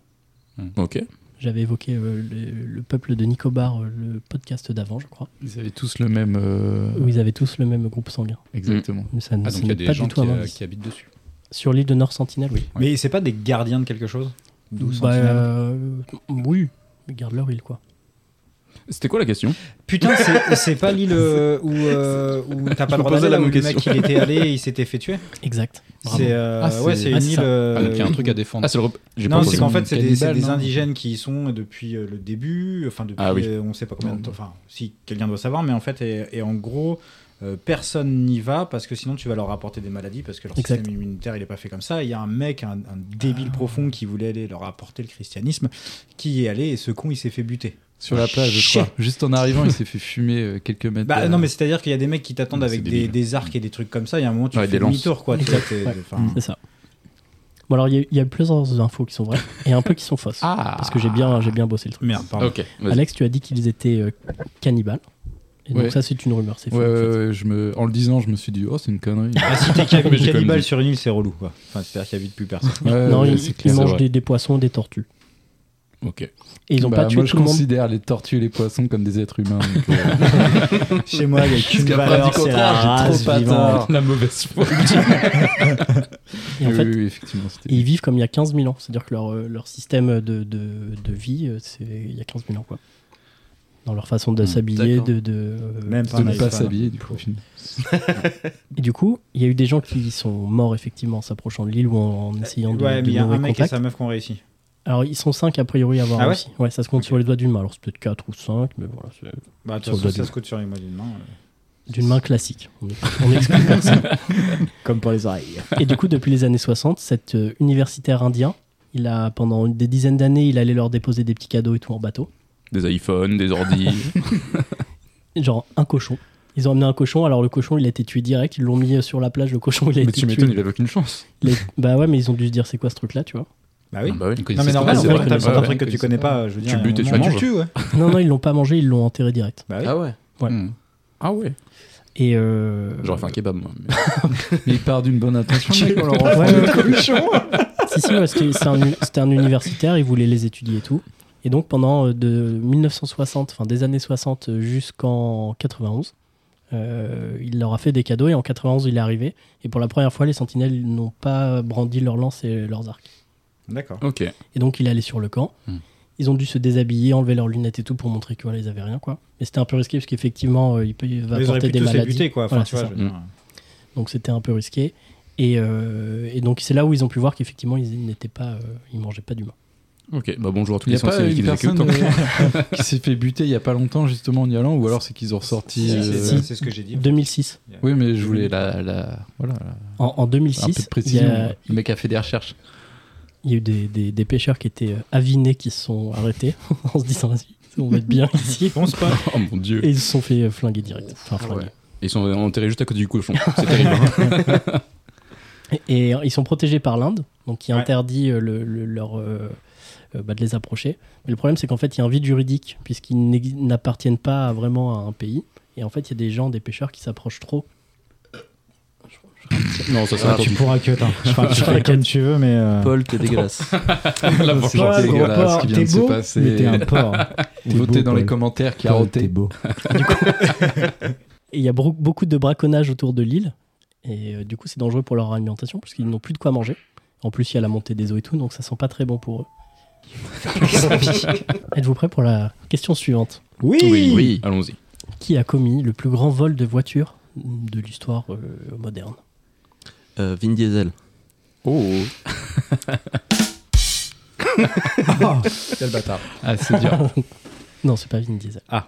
Speaker 2: Ok.
Speaker 1: J'avais évoqué euh, le, le peuple de Nicobar, euh, le podcast d'avant, je crois,
Speaker 5: Ils avaient tous le même. euh,
Speaker 1: où ils avaient tous le même groupe sanguin.
Speaker 5: Exactement.
Speaker 1: Mais ça ne
Speaker 6: Ah,
Speaker 1: ce
Speaker 6: donc il y a
Speaker 1: n'est pas
Speaker 6: des
Speaker 1: du
Speaker 6: gens
Speaker 1: tout
Speaker 6: qui,
Speaker 1: un
Speaker 6: euh,
Speaker 1: indice.
Speaker 6: qui habitent dessus.
Speaker 1: Sur l'île de Nord Sentinel, oui.
Speaker 3: Mais c'est pas des gardiens de quelque chose D'où
Speaker 1: Bah,
Speaker 3: sentinelle
Speaker 1: euh, oui, ils gardent leur île, quoi.
Speaker 2: C'était quoi la question
Speaker 3: Putain, c'est- c'est pas l'île euh, où, euh, où t'as pas
Speaker 4: Je
Speaker 3: le
Speaker 4: me
Speaker 3: droit
Speaker 4: posais
Speaker 3: d'aller,
Speaker 4: la
Speaker 3: là où
Speaker 4: même
Speaker 3: le mec
Speaker 4: question.
Speaker 3: il était allé et il s'était fait tuer.
Speaker 1: Exact. Bravo.
Speaker 3: C'est euh,
Speaker 5: Ah, c'est-
Speaker 3: ouais, c'est
Speaker 1: ah,
Speaker 3: une
Speaker 1: c'est
Speaker 3: île.
Speaker 1: ça.
Speaker 3: euh,
Speaker 6: Ah, donc il y a un truc à défendre.
Speaker 2: Ah c'est le rep- j'ai pas
Speaker 3: Non, c'est
Speaker 2: posé.
Speaker 3: qu'en fait, c'est des, c'est
Speaker 5: cannibale,
Speaker 3: des
Speaker 5: non
Speaker 3: indigènes qui y sont depuis euh, le début, enfin depuis,
Speaker 2: Ah oui.
Speaker 3: euh, on sait pas combien de
Speaker 5: Non.
Speaker 3: temps, enfin si quelqu'un doit savoir, mais en fait, et, et en gros, euh, personne n'y va parce que sinon tu vas leur apporter des maladies parce que leur
Speaker 1: Exact.
Speaker 3: système immunitaire il est pas fait comme ça. Il y a un mec, un, un débile profond qui voulait aller leur apporter le christianisme, qui y est allé et ce con il s'est fait buter.
Speaker 5: Sur la plage, je
Speaker 3: Chier.
Speaker 5: crois. Juste en arrivant, il s'est fait fumer euh, quelques mètres.
Speaker 3: Bah
Speaker 5: euh,
Speaker 3: non, mais c'est à dire qu'il y a des mecs qui t'attendent
Speaker 5: c'est
Speaker 3: avec des,
Speaker 5: débile.
Speaker 3: des arcs et des trucs comme ça. Il y a un moment tu
Speaker 2: Ouais,
Speaker 3: fais
Speaker 2: des lances.
Speaker 3: demi-tour quoi. tu vois, t'es-
Speaker 1: Ouais. Mm.
Speaker 3: enfin,
Speaker 6: euh,
Speaker 1: C'est ça. Bon, alors, il y a- il y, a plusieurs infos qui sont vraies et un peu qui sont fausses.
Speaker 5: Ah
Speaker 1: Parce que j'ai bien, j'ai bien bossé le truc.
Speaker 3: Merde, pardon.
Speaker 2: Ok. vas-y.
Speaker 1: Alex, tu as dit qu'ils étaient euh, cannibales. Et donc,
Speaker 5: Ouais.
Speaker 1: ça, c'est une rumeur. C'est
Speaker 5: Ouais,
Speaker 1: faux. en fait.
Speaker 5: ouais, ouais, je me... En le disant, je me suis dit, oh, c'est une connerie.
Speaker 3: Ah, si t'es
Speaker 2: Mais j'ai quand même
Speaker 3: cannibale
Speaker 2: dit.
Speaker 3: sur une île, c'est relou quoi. Enfin, c'est à dire qu'il y a vite plus personne.
Speaker 5: Ouais,
Speaker 1: non,
Speaker 5: ouais,
Speaker 1: ils,
Speaker 5: c'est
Speaker 1: ils
Speaker 5: clair.
Speaker 1: mangent
Speaker 5: Ouais.
Speaker 1: des, des poissons et des tortues.
Speaker 2: Ok.
Speaker 1: Et ils n'ont
Speaker 5: Bah,
Speaker 1: pas tué
Speaker 5: moi, je
Speaker 1: tout le monde.
Speaker 5: considère les tortues et les poissons comme des êtres humains. donc, euh,
Speaker 3: Chez moi, il y a qu'une
Speaker 5: Jusqu'à
Speaker 3: valeur,
Speaker 5: preuve du
Speaker 3: c'est la
Speaker 5: contraire, j'ai
Speaker 3: race
Speaker 5: trop pas
Speaker 3: vivante.
Speaker 5: tort.
Speaker 2: La mauvaise foi.
Speaker 1: Et en
Speaker 5: oui,
Speaker 1: fait,
Speaker 5: oui, effectivement, c'était-
Speaker 1: Et ils vivent comme il y a 15 000 ans. C'est-à-dire que leur, euh, leur système de, de, de vie, euh, c'est il y a 15 000 ans, quoi. Dans leur façon de
Speaker 5: Hmm,
Speaker 1: s'habiller,
Speaker 4: d'accord.
Speaker 1: de... de, euh,
Speaker 3: Même
Speaker 5: de
Speaker 3: pas
Speaker 5: ne
Speaker 3: naïf,
Speaker 5: pas
Speaker 3: voilà.
Speaker 5: s'habiller, du coup, au final.
Speaker 1: Et du coup, il y a eu des gens qui sont morts, effectivement, en s'approchant de l'île ou en, en essayant de,
Speaker 3: Euh, Ouais,
Speaker 1: de
Speaker 3: mais il y a
Speaker 1: nouer
Speaker 3: un mec et
Speaker 1: contact.
Speaker 3: sa meuf qui ont réussi.
Speaker 1: Alors, ils sont 5 a priori à avoir
Speaker 3: Ah ouais
Speaker 1: réussi. Ouais, ça se compte sur les doigts d'une main. Alors, c'est peut-être 4 ou 5, mais voilà, c'est
Speaker 3: Bah, de
Speaker 1: Sur
Speaker 3: toute façon,
Speaker 1: le
Speaker 3: ça
Speaker 1: doigt
Speaker 3: se coûte sur les mois d'une main. euh.
Speaker 1: d'une main classique. On- On exclut personne.
Speaker 3: Comme pour les oreilles.
Speaker 1: Et du coup, depuis les années 60, cet euh, universitaire indien, il a, pendant des dizaines d'années, il allait leur déposer des petits cadeaux et tout en bateau.
Speaker 2: Des iPhones, des ordi.
Speaker 1: genre un cochon. Ils ont amené un cochon, alors le cochon il a été tué direct, ils l'ont mis euh, sur la plage, le cochon il a
Speaker 2: mais
Speaker 1: été
Speaker 2: tu
Speaker 1: tué.
Speaker 2: m'étonnes, il avait aucune chance.
Speaker 1: Il a- Bah ouais, mais ils ont dû se dire c'est quoi ce truc là, tu vois.
Speaker 3: Bah oui.
Speaker 2: Bah oui.
Speaker 6: Ils connaissent
Speaker 3: Non, mais
Speaker 6: cette
Speaker 3: normal,
Speaker 2: c'est
Speaker 3: c'est
Speaker 2: vrai,
Speaker 3: t'as
Speaker 2: ouais,
Speaker 3: un truc que
Speaker 5: ouais,
Speaker 3: tu
Speaker 5: c'est
Speaker 3: connais
Speaker 5: ça.
Speaker 3: pas. Je veux dire,
Speaker 2: Tu
Speaker 3: euh, à un
Speaker 2: butes et tu
Speaker 3: moment,
Speaker 2: manges.
Speaker 3: tues, ouais.
Speaker 1: Non, non, ils l'ont pas mangé, ils l'ont enterré direct.
Speaker 3: Bah oui.
Speaker 4: Ah ouais.
Speaker 1: Ouais.
Speaker 5: Mm.
Speaker 2: Ah ouais.
Speaker 1: Et euh...
Speaker 2: J'aurais fait un kebab moi. mais-
Speaker 5: Mais il part d'une bonne intention, le mec, on leur
Speaker 1: Ouais,
Speaker 5: offre.
Speaker 1: ouais. si, si, ouais, c'était c'est un, c'était un universitaire, il voulait les étudier et tout. Et donc pendant euh, de 1960, enfin des années 60 jusqu'en 91, euh, il leur a fait des cadeaux et en 91 il est arrivé. Et pour la première fois, les sentinelles n'ont pas brandi leurs lances et leurs arcs.
Speaker 3: D'accord.
Speaker 2: Ok.
Speaker 1: Et donc il est allé sur le camp.
Speaker 6: Hmm.
Speaker 1: Ils ont dû se déshabiller, enlever leurs lunettes et tout pour montrer que voilà, ils avaient rien quoi. Mais c'était un peu risqué parce qu'effectivement euh, il peut il va
Speaker 3: Mais ils auraient
Speaker 1: porter des
Speaker 3: pu tous les
Speaker 1: maladies.
Speaker 3: buter, quoi. Enfin,
Speaker 1: Voilà,
Speaker 3: tu vois,
Speaker 1: c'est
Speaker 3: je
Speaker 1: ça.
Speaker 3: veux dire.
Speaker 1: Donc c'était un peu risqué. Et, euh, et donc c'est là où ils ont pu voir qu'effectivement ils n'étaient pas, euh, ils mangeaient pas d'humains.
Speaker 2: Ok. Bah bonjour à tous
Speaker 5: Il n'y
Speaker 2: les
Speaker 5: a pas
Speaker 2: sensés qui
Speaker 5: une
Speaker 2: nous écoutent.
Speaker 5: personne
Speaker 2: hein.
Speaker 5: euh, qui s'est fait buter il y a pas longtemps, justement, en y allant, ou alors c'est qu'ils ont ressorti.
Speaker 3: C'est-
Speaker 5: euh,
Speaker 3: C'est c'est ce que j'ai dit.
Speaker 1: 2006.
Speaker 5: Oui, mais je voulais la. la... Voilà, la-
Speaker 1: En, en
Speaker 5: un peu de
Speaker 1: 2006, il y,
Speaker 5: précision.
Speaker 1: a,
Speaker 5: Le mec a fait des recherches.
Speaker 1: il y a eu des, des- des pêcheurs qui étaient euh, avinés qui se sont arrêtés en se disant vas-y, on va être bien ici.
Speaker 3: Pense pas.
Speaker 2: Oh mon dieu.
Speaker 1: Et ils se sont fait euh, flinguer direct. Enfin,
Speaker 4: Ah
Speaker 1: flinguer.
Speaker 4: ouais.
Speaker 2: Ils sont enterrés juste à côté du cochon. C'est terrible.
Speaker 1: Et, et ils sont protégés par l'Inde, donc qui
Speaker 3: Ouais.
Speaker 1: interdit euh, le- le- leur, euh, euh, bah, de les approcher. Mais le problème, c'est qu'en fait, il y a un vide juridique, puisqu'ils n'ex- n'appartiennent pas à- vraiment à un pays. Et en fait, il y a des gens, des pêcheurs qui s'approchent trop.
Speaker 2: non, ça c'est
Speaker 4: Ah,
Speaker 2: entendu.
Speaker 3: tu pourras que, attends, je parle, je parle comme tu veux, mais. euh,
Speaker 4: Paul, t'es dégueulasse.
Speaker 2: Là,
Speaker 5: C'est
Speaker 2: franchement,
Speaker 3: Paul, gros
Speaker 5: dégueulasse ce
Speaker 3: porc,
Speaker 5: qui vient
Speaker 3: t'es
Speaker 5: de se
Speaker 3: beau,
Speaker 5: passer.
Speaker 3: mais t'es un porc. T'es
Speaker 5: Votez
Speaker 3: beau,
Speaker 5: dans les
Speaker 3: Paul.
Speaker 5: commentaires qui a
Speaker 3: Paul, T'es
Speaker 5: roté.
Speaker 3: beau.
Speaker 1: Et il y a brou- beaucoup de braconnage autour de l'île. Et euh, du coup, c'est dangereux pour leur alimentation, parce qu'ils n'ont plus de quoi manger. En plus, il y a la montée des eaux et tout, donc ça sent pas très bon pour eux. Êtes-vous prêt pour la question suivante
Speaker 3: Oui,
Speaker 2: Oui, oui. allons-y.
Speaker 1: Qui a commis le plus grand vol de voiture de l'histoire euh, moderne
Speaker 4: Euh, Vin Diesel.
Speaker 2: Oh,
Speaker 5: Quel bâtard.
Speaker 6: Ah, c'est dur.
Speaker 1: Non, c'est pas Vin Diesel. Ah,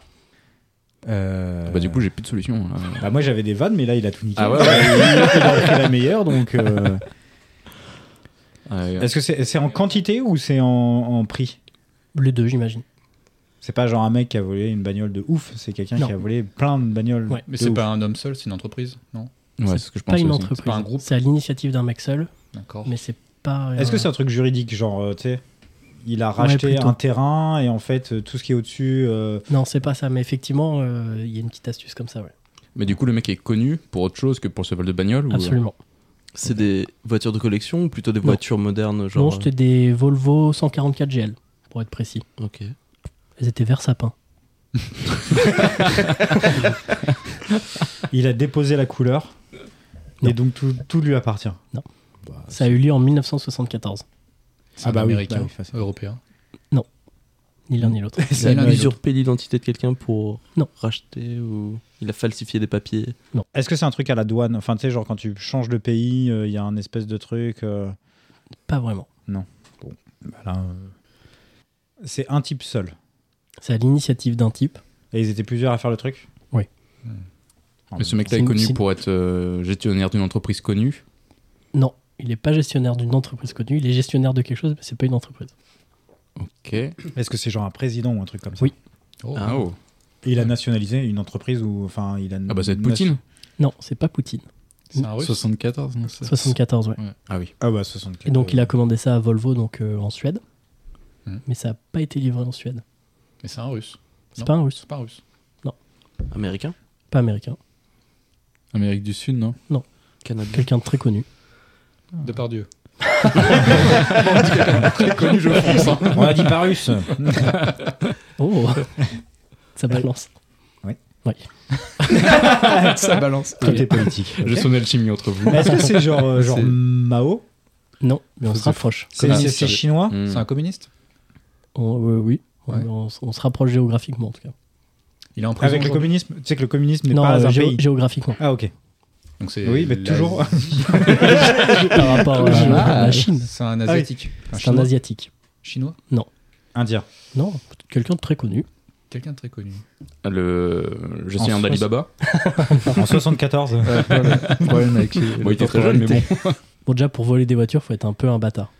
Speaker 3: Euh,
Speaker 2: bah du coup, j'ai plus de solution. hein. là.
Speaker 3: bah, moi j'avais des vannes, mais là il a tout niqué.
Speaker 2: Ah ouais,
Speaker 3: il a pris la meilleure, donc. euh,
Speaker 2: Ouais, Ah
Speaker 3: Est-ce que c'est c'est en quantité ou c'est en, en prix
Speaker 1: Les deux, j'imagine.
Speaker 3: C'est pas genre un mec qui a volé une bagnole de ouf, c'est quelqu'un
Speaker 1: Non.
Speaker 3: qui a volé plein de bagnoles.
Speaker 1: Ouais.
Speaker 6: Mais
Speaker 3: de
Speaker 6: c'est
Speaker 3: ouf.
Speaker 6: pas un homme seul, c'est une entreprise, non
Speaker 2: ouais, c'est ce que je pense.
Speaker 1: Pas une
Speaker 2: aussi.
Speaker 1: entreprise.
Speaker 6: C'est pas un groupe.
Speaker 1: C'est à l'initiative d'un mec seul,
Speaker 6: D'accord.
Speaker 1: mais c'est pas.
Speaker 3: Est-ce que
Speaker 1: euh,
Speaker 3: c'est un truc juridique Genre, euh, tu sais, il a
Speaker 1: Ouais,
Speaker 3: racheté
Speaker 1: plutôt.
Speaker 3: un terrain et en fait euh, tout ce qui est au-dessus. euh,
Speaker 1: Non, c'est pas ça, mais effectivement, euh, il y a une petite astuce comme ça, ouais.
Speaker 2: Mais du coup, le mec est connu pour autre chose que pour ce vol de bagnole ou- euh,
Speaker 1: Absolument.
Speaker 4: C'est des voitures de collection ou plutôt des voitures modernes genre... euh,
Speaker 1: non, c'était des Volvo 144 GL, pour être précis.
Speaker 4: Ok.
Speaker 1: Elles étaient vert sapin.
Speaker 3: il a déposé la couleur
Speaker 1: Non.
Speaker 3: et donc tout, tout lui appartient.
Speaker 1: Ça a eu lieu en 1974.
Speaker 6: C'est
Speaker 3: Ah bah
Speaker 6: un
Speaker 3: oui,
Speaker 6: américain,
Speaker 3: bah oui, facile.
Speaker 6: européen.
Speaker 1: Ni l'un ni l'autre.
Speaker 4: Ça
Speaker 6: l'un
Speaker 4: a
Speaker 6: et
Speaker 4: usurpé l'identité de quelqu'un pour
Speaker 1: Non.
Speaker 4: racheter ou il a falsifié des papiers.
Speaker 3: Est-ce que c'est un truc à la douane Enfin, tu sais, genre quand tu changes de pays, euh, il y a un espèce de truc. euh,
Speaker 1: Pas vraiment.
Speaker 3: bah là, euh, C'est un type seul.
Speaker 1: C'est à l'initiative d'un type.
Speaker 3: Et ils étaient plusieurs à faire le truc
Speaker 1: Oui.
Speaker 6: Hmm.
Speaker 3: Oh,
Speaker 2: Mais ce mec-là
Speaker 1: C'est
Speaker 2: est
Speaker 1: une-
Speaker 2: connu
Speaker 1: c'est-
Speaker 2: pour être euh, gestionnaire d'une entreprise connue.
Speaker 1: Non, il n'est pas gestionnaire d'une entreprise connue. Il est gestionnaire de quelque chose, mais c'est pas une entreprise.
Speaker 2: Ok.
Speaker 3: Est-ce que c'est genre un président ou un truc comme ça
Speaker 1: Oui.
Speaker 6: Oh.
Speaker 2: Ah, oh.
Speaker 3: Et il a nationalisé une entreprise ou enfin il a.
Speaker 2: ah bah ça va être Poutine.
Speaker 1: Non, c'est pas Poutine.
Speaker 6: C'est un russe
Speaker 5: 74, non c'est-
Speaker 1: 74, ouais.
Speaker 2: Ah oui.
Speaker 3: Ah bah 64.
Speaker 1: Et donc il a commandé ça à Volvo, donc euh, en Suède.
Speaker 6: Mhm.
Speaker 1: Mais ça n'a pas été livré en Suède.
Speaker 6: Mais c'est un russe.
Speaker 1: C'est
Speaker 6: Non.
Speaker 1: pas un russe,
Speaker 6: C'est pas un russe.
Speaker 4: Américain
Speaker 1: pas américain.
Speaker 5: Amérique du Sud, non
Speaker 4: Canadien
Speaker 1: Quelqu'un de très connu.
Speaker 6: De par Dieu.
Speaker 3: hein. On a dit pas russe.
Speaker 1: Oh Ça balance.
Speaker 3: Ouais.
Speaker 1: Ouais.
Speaker 5: Ça balance.
Speaker 3: Tout est politique.
Speaker 2: Je sonnais le chimie entre vous.
Speaker 3: Mais Est-ce que c'est genre, euh, genre
Speaker 5: C'est-
Speaker 3: Mao
Speaker 1: Non, mais on se
Speaker 5: Faut-
Speaker 1: rapproche.
Speaker 3: C'est
Speaker 6: Communiste,
Speaker 3: c'est- c'est
Speaker 6: oui.
Speaker 3: chinois
Speaker 5: Mmh.
Speaker 2: Hmm.
Speaker 6: C'est un communiste
Speaker 1: On- euh, oui, on,
Speaker 6: Ouais.
Speaker 1: on s- on se rapproche géographiquement en tout cas.
Speaker 6: Il est en prison.
Speaker 3: Avec le
Speaker 6: aujourd'hui.
Speaker 3: communisme Tu sais que le communisme n'est
Speaker 1: non,
Speaker 3: pas
Speaker 1: euh,
Speaker 3: un
Speaker 1: géo-
Speaker 3: pays.
Speaker 1: géographiquement.
Speaker 3: Ah ok.
Speaker 6: Donc c'est
Speaker 3: Oui, mais
Speaker 6: l'Asie-
Speaker 3: toujours.
Speaker 1: Par rapport à, à
Speaker 3: ah,
Speaker 1: la Chine.
Speaker 6: C'est un asiatique.
Speaker 1: C'est un asiatique.
Speaker 6: Chinois
Speaker 3: Indien.
Speaker 1: Non, quelqu'un de très connu.
Speaker 6: Quelqu'un de très connu.
Speaker 2: Ah, Le
Speaker 3: En
Speaker 2: gestionnaire
Speaker 3: France.
Speaker 2: d'Alibaba.
Speaker 3: En 74.
Speaker 5: problème avec les-
Speaker 2: Bon, il était
Speaker 5: la
Speaker 2: très jeune, mais bon.
Speaker 1: Bon, déjà pour voler des voitures, faut être un peu un bâtard.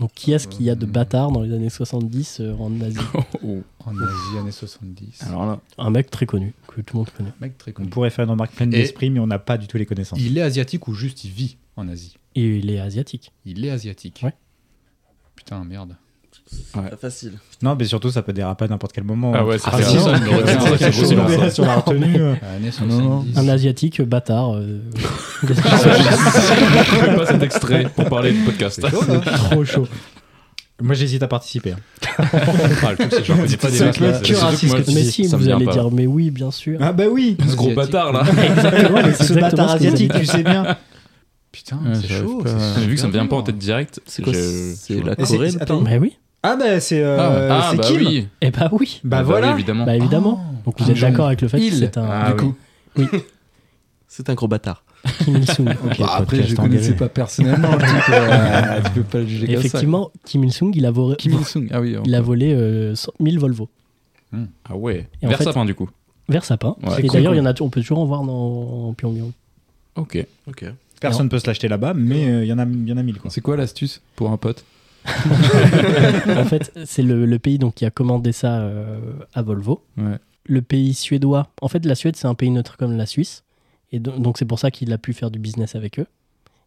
Speaker 1: Donc qui est-ce qu'il y a de bâtard dans les années 70 euh, en Asie
Speaker 2: Oh.
Speaker 6: En Asie, années 70.
Speaker 2: Alors là.
Speaker 1: Un mec très connu que tout le monde connaît.
Speaker 6: Mec très
Speaker 3: On
Speaker 6: connu.
Speaker 3: pourrait faire une remarque pleine
Speaker 6: Et-
Speaker 3: d'esprit, mais on n'a pas du tout les connaissances.
Speaker 6: Il est asiatique ou juste il vit en Asie
Speaker 1: Et il est asiatique.
Speaker 6: Il est asiatique.
Speaker 1: Ouais.
Speaker 6: Putain, merde.
Speaker 4: Pas facile.
Speaker 3: Non, mais surtout, ça peut déraper à n'importe quel moment.
Speaker 2: Ah ouais,
Speaker 3: c'est
Speaker 2: c'est
Speaker 6: Ah, si,
Speaker 2: terrible.
Speaker 6: ça, je me retiens, ça, c'est
Speaker 3: chose
Speaker 6: gros,
Speaker 3: on verra
Speaker 6: ça.
Speaker 3: sur la retenue. euh.
Speaker 6: Années
Speaker 5: non.
Speaker 6: 70.
Speaker 1: Un asiatique bâtard. euh,
Speaker 2: Je fais pas cet extrait pour parler du podcast.
Speaker 3: Trop chaud. Moi, j'hésite à participer. hein.
Speaker 6: Ah, le truc, c'est que je connais pas des
Speaker 3: Ça
Speaker 6: masses,
Speaker 3: peut
Speaker 6: là,
Speaker 3: être
Speaker 6: c'est-
Speaker 3: que raciste
Speaker 2: euh, moi,
Speaker 3: que tu
Speaker 1: mais
Speaker 3: dis.
Speaker 1: si,
Speaker 2: ça me
Speaker 1: vous
Speaker 2: vient
Speaker 1: allez
Speaker 2: pas.
Speaker 1: dire, mais oui, bien sûr.
Speaker 3: Ah bah oui.
Speaker 2: Ce gros
Speaker 6: Asiatique.
Speaker 2: bâtard là.
Speaker 3: Exactement,
Speaker 1: c'est
Speaker 3: ce
Speaker 1: exactement
Speaker 3: bâtard
Speaker 1: ce que vous avez
Speaker 3: asiatique,
Speaker 1: dit.
Speaker 3: tu sais bien.
Speaker 6: Putain,
Speaker 5: Ouais,
Speaker 6: c'est
Speaker 5: j'arrive
Speaker 6: chaud.
Speaker 5: pas.
Speaker 6: c'est-
Speaker 5: Mais
Speaker 2: Vu que ça me vient pas en tête direct.
Speaker 4: C'est quoi
Speaker 2: je-
Speaker 4: C'est
Speaker 2: je-
Speaker 4: la
Speaker 3: Et c'est-
Speaker 4: Corée le
Speaker 3: attends.
Speaker 4: pays
Speaker 1: Mais oui,
Speaker 3: Ah bah c'est euh,
Speaker 2: Ah
Speaker 3: c'est
Speaker 2: bah
Speaker 3: Kim.
Speaker 2: oui.
Speaker 1: eh bah oui.
Speaker 3: Bah,
Speaker 2: Ah
Speaker 3: voilà.
Speaker 2: oui, évidemment.
Speaker 1: Bah évidemment. Donc vous
Speaker 5: Kim
Speaker 1: êtes d'accord avec le fait que
Speaker 5: Il.
Speaker 1: c'est un
Speaker 2: Ah
Speaker 5: du
Speaker 2: oui.
Speaker 5: coup,
Speaker 4: C'est un gros bâtard.
Speaker 1: Kim Il-sung.
Speaker 3: Ok,
Speaker 5: bah, après,
Speaker 3: podcast
Speaker 5: je ne connaissais
Speaker 3: engagé.
Speaker 5: pas personnellement. je dis que, euh, tu peux pas le juger
Speaker 1: Et
Speaker 5: comme ça.
Speaker 1: Effectivement, Kim Il-sung, il a volé,
Speaker 5: Kim Il-sung. Ah oui.
Speaker 1: il a volé euh, 100 1000 Volvo.
Speaker 2: Ah ouais.
Speaker 1: Et en
Speaker 2: Vers
Speaker 1: fait-
Speaker 2: sa fin du coup.
Speaker 1: Vers sapin.
Speaker 2: Ouais. C'est
Speaker 1: et
Speaker 2: cool,
Speaker 1: d'ailleurs,
Speaker 2: cool.
Speaker 1: il y en a, on peut toujours en voir dans, en Pyongyang.
Speaker 2: Ok.
Speaker 4: Ok.
Speaker 3: Personne ne peut se l'acheter là-bas, mais euh, il y en a, il y en a mille quoi.
Speaker 5: C'est quoi l'astuce pour un pote
Speaker 1: en fait, c'est le, le pays donc, qui a commandé ça euh, à Volvo.
Speaker 5: Ouais.
Speaker 1: Le pays suédois. En fait, la Suède, c'est un pays neutre comme la Suisse. Et do- donc, c'est pour ça qu'il a pu faire du business avec eux.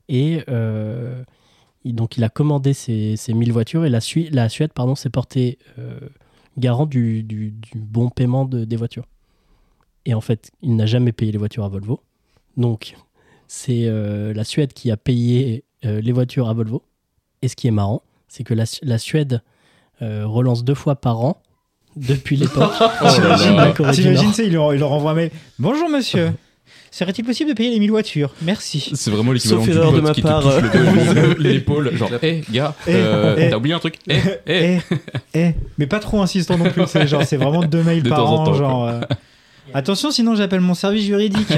Speaker 1: Et euh, il- donc, il a commandé ces, ces 1000 voitures et la, Sui- la Suède pardon, s'est portée euh, garant du, du- du bon paiement de- des voitures. Et en fait, il n'a jamais payé les voitures à Volvo. Donc, c'est euh, la Suède qui a payé euh, les voitures à Volvo. Et ce qui est marrant, c'est que la, Su- la Suède euh, relance deux fois par an depuis l'époque.
Speaker 2: Oh là là.
Speaker 1: la Corée du Nord.
Speaker 3: T'imagines, c'est, il leur, il leur envoie un mail. Bonjour monsieur, serait-il possible de payer les 1000 voitures Merci.
Speaker 2: C'est vraiment l'équivalent
Speaker 4: Sauf
Speaker 2: du
Speaker 4: erreur de ma
Speaker 2: pote qui
Speaker 4: part,
Speaker 2: te touche
Speaker 4: euh.
Speaker 2: le dos, l'épaule, genre, hé gars,
Speaker 3: Eh,
Speaker 2: euh,
Speaker 3: eh.
Speaker 2: t'as oublié un truc Eh, eh.
Speaker 3: Eh, eh. Mais pas trop insistant non plus, c'est, genre, c'est vraiment deux mails
Speaker 2: De
Speaker 3: par
Speaker 2: temps en
Speaker 3: an.
Speaker 2: temps,
Speaker 3: genre, euh, Attention, sinon j'appelle mon service juridique.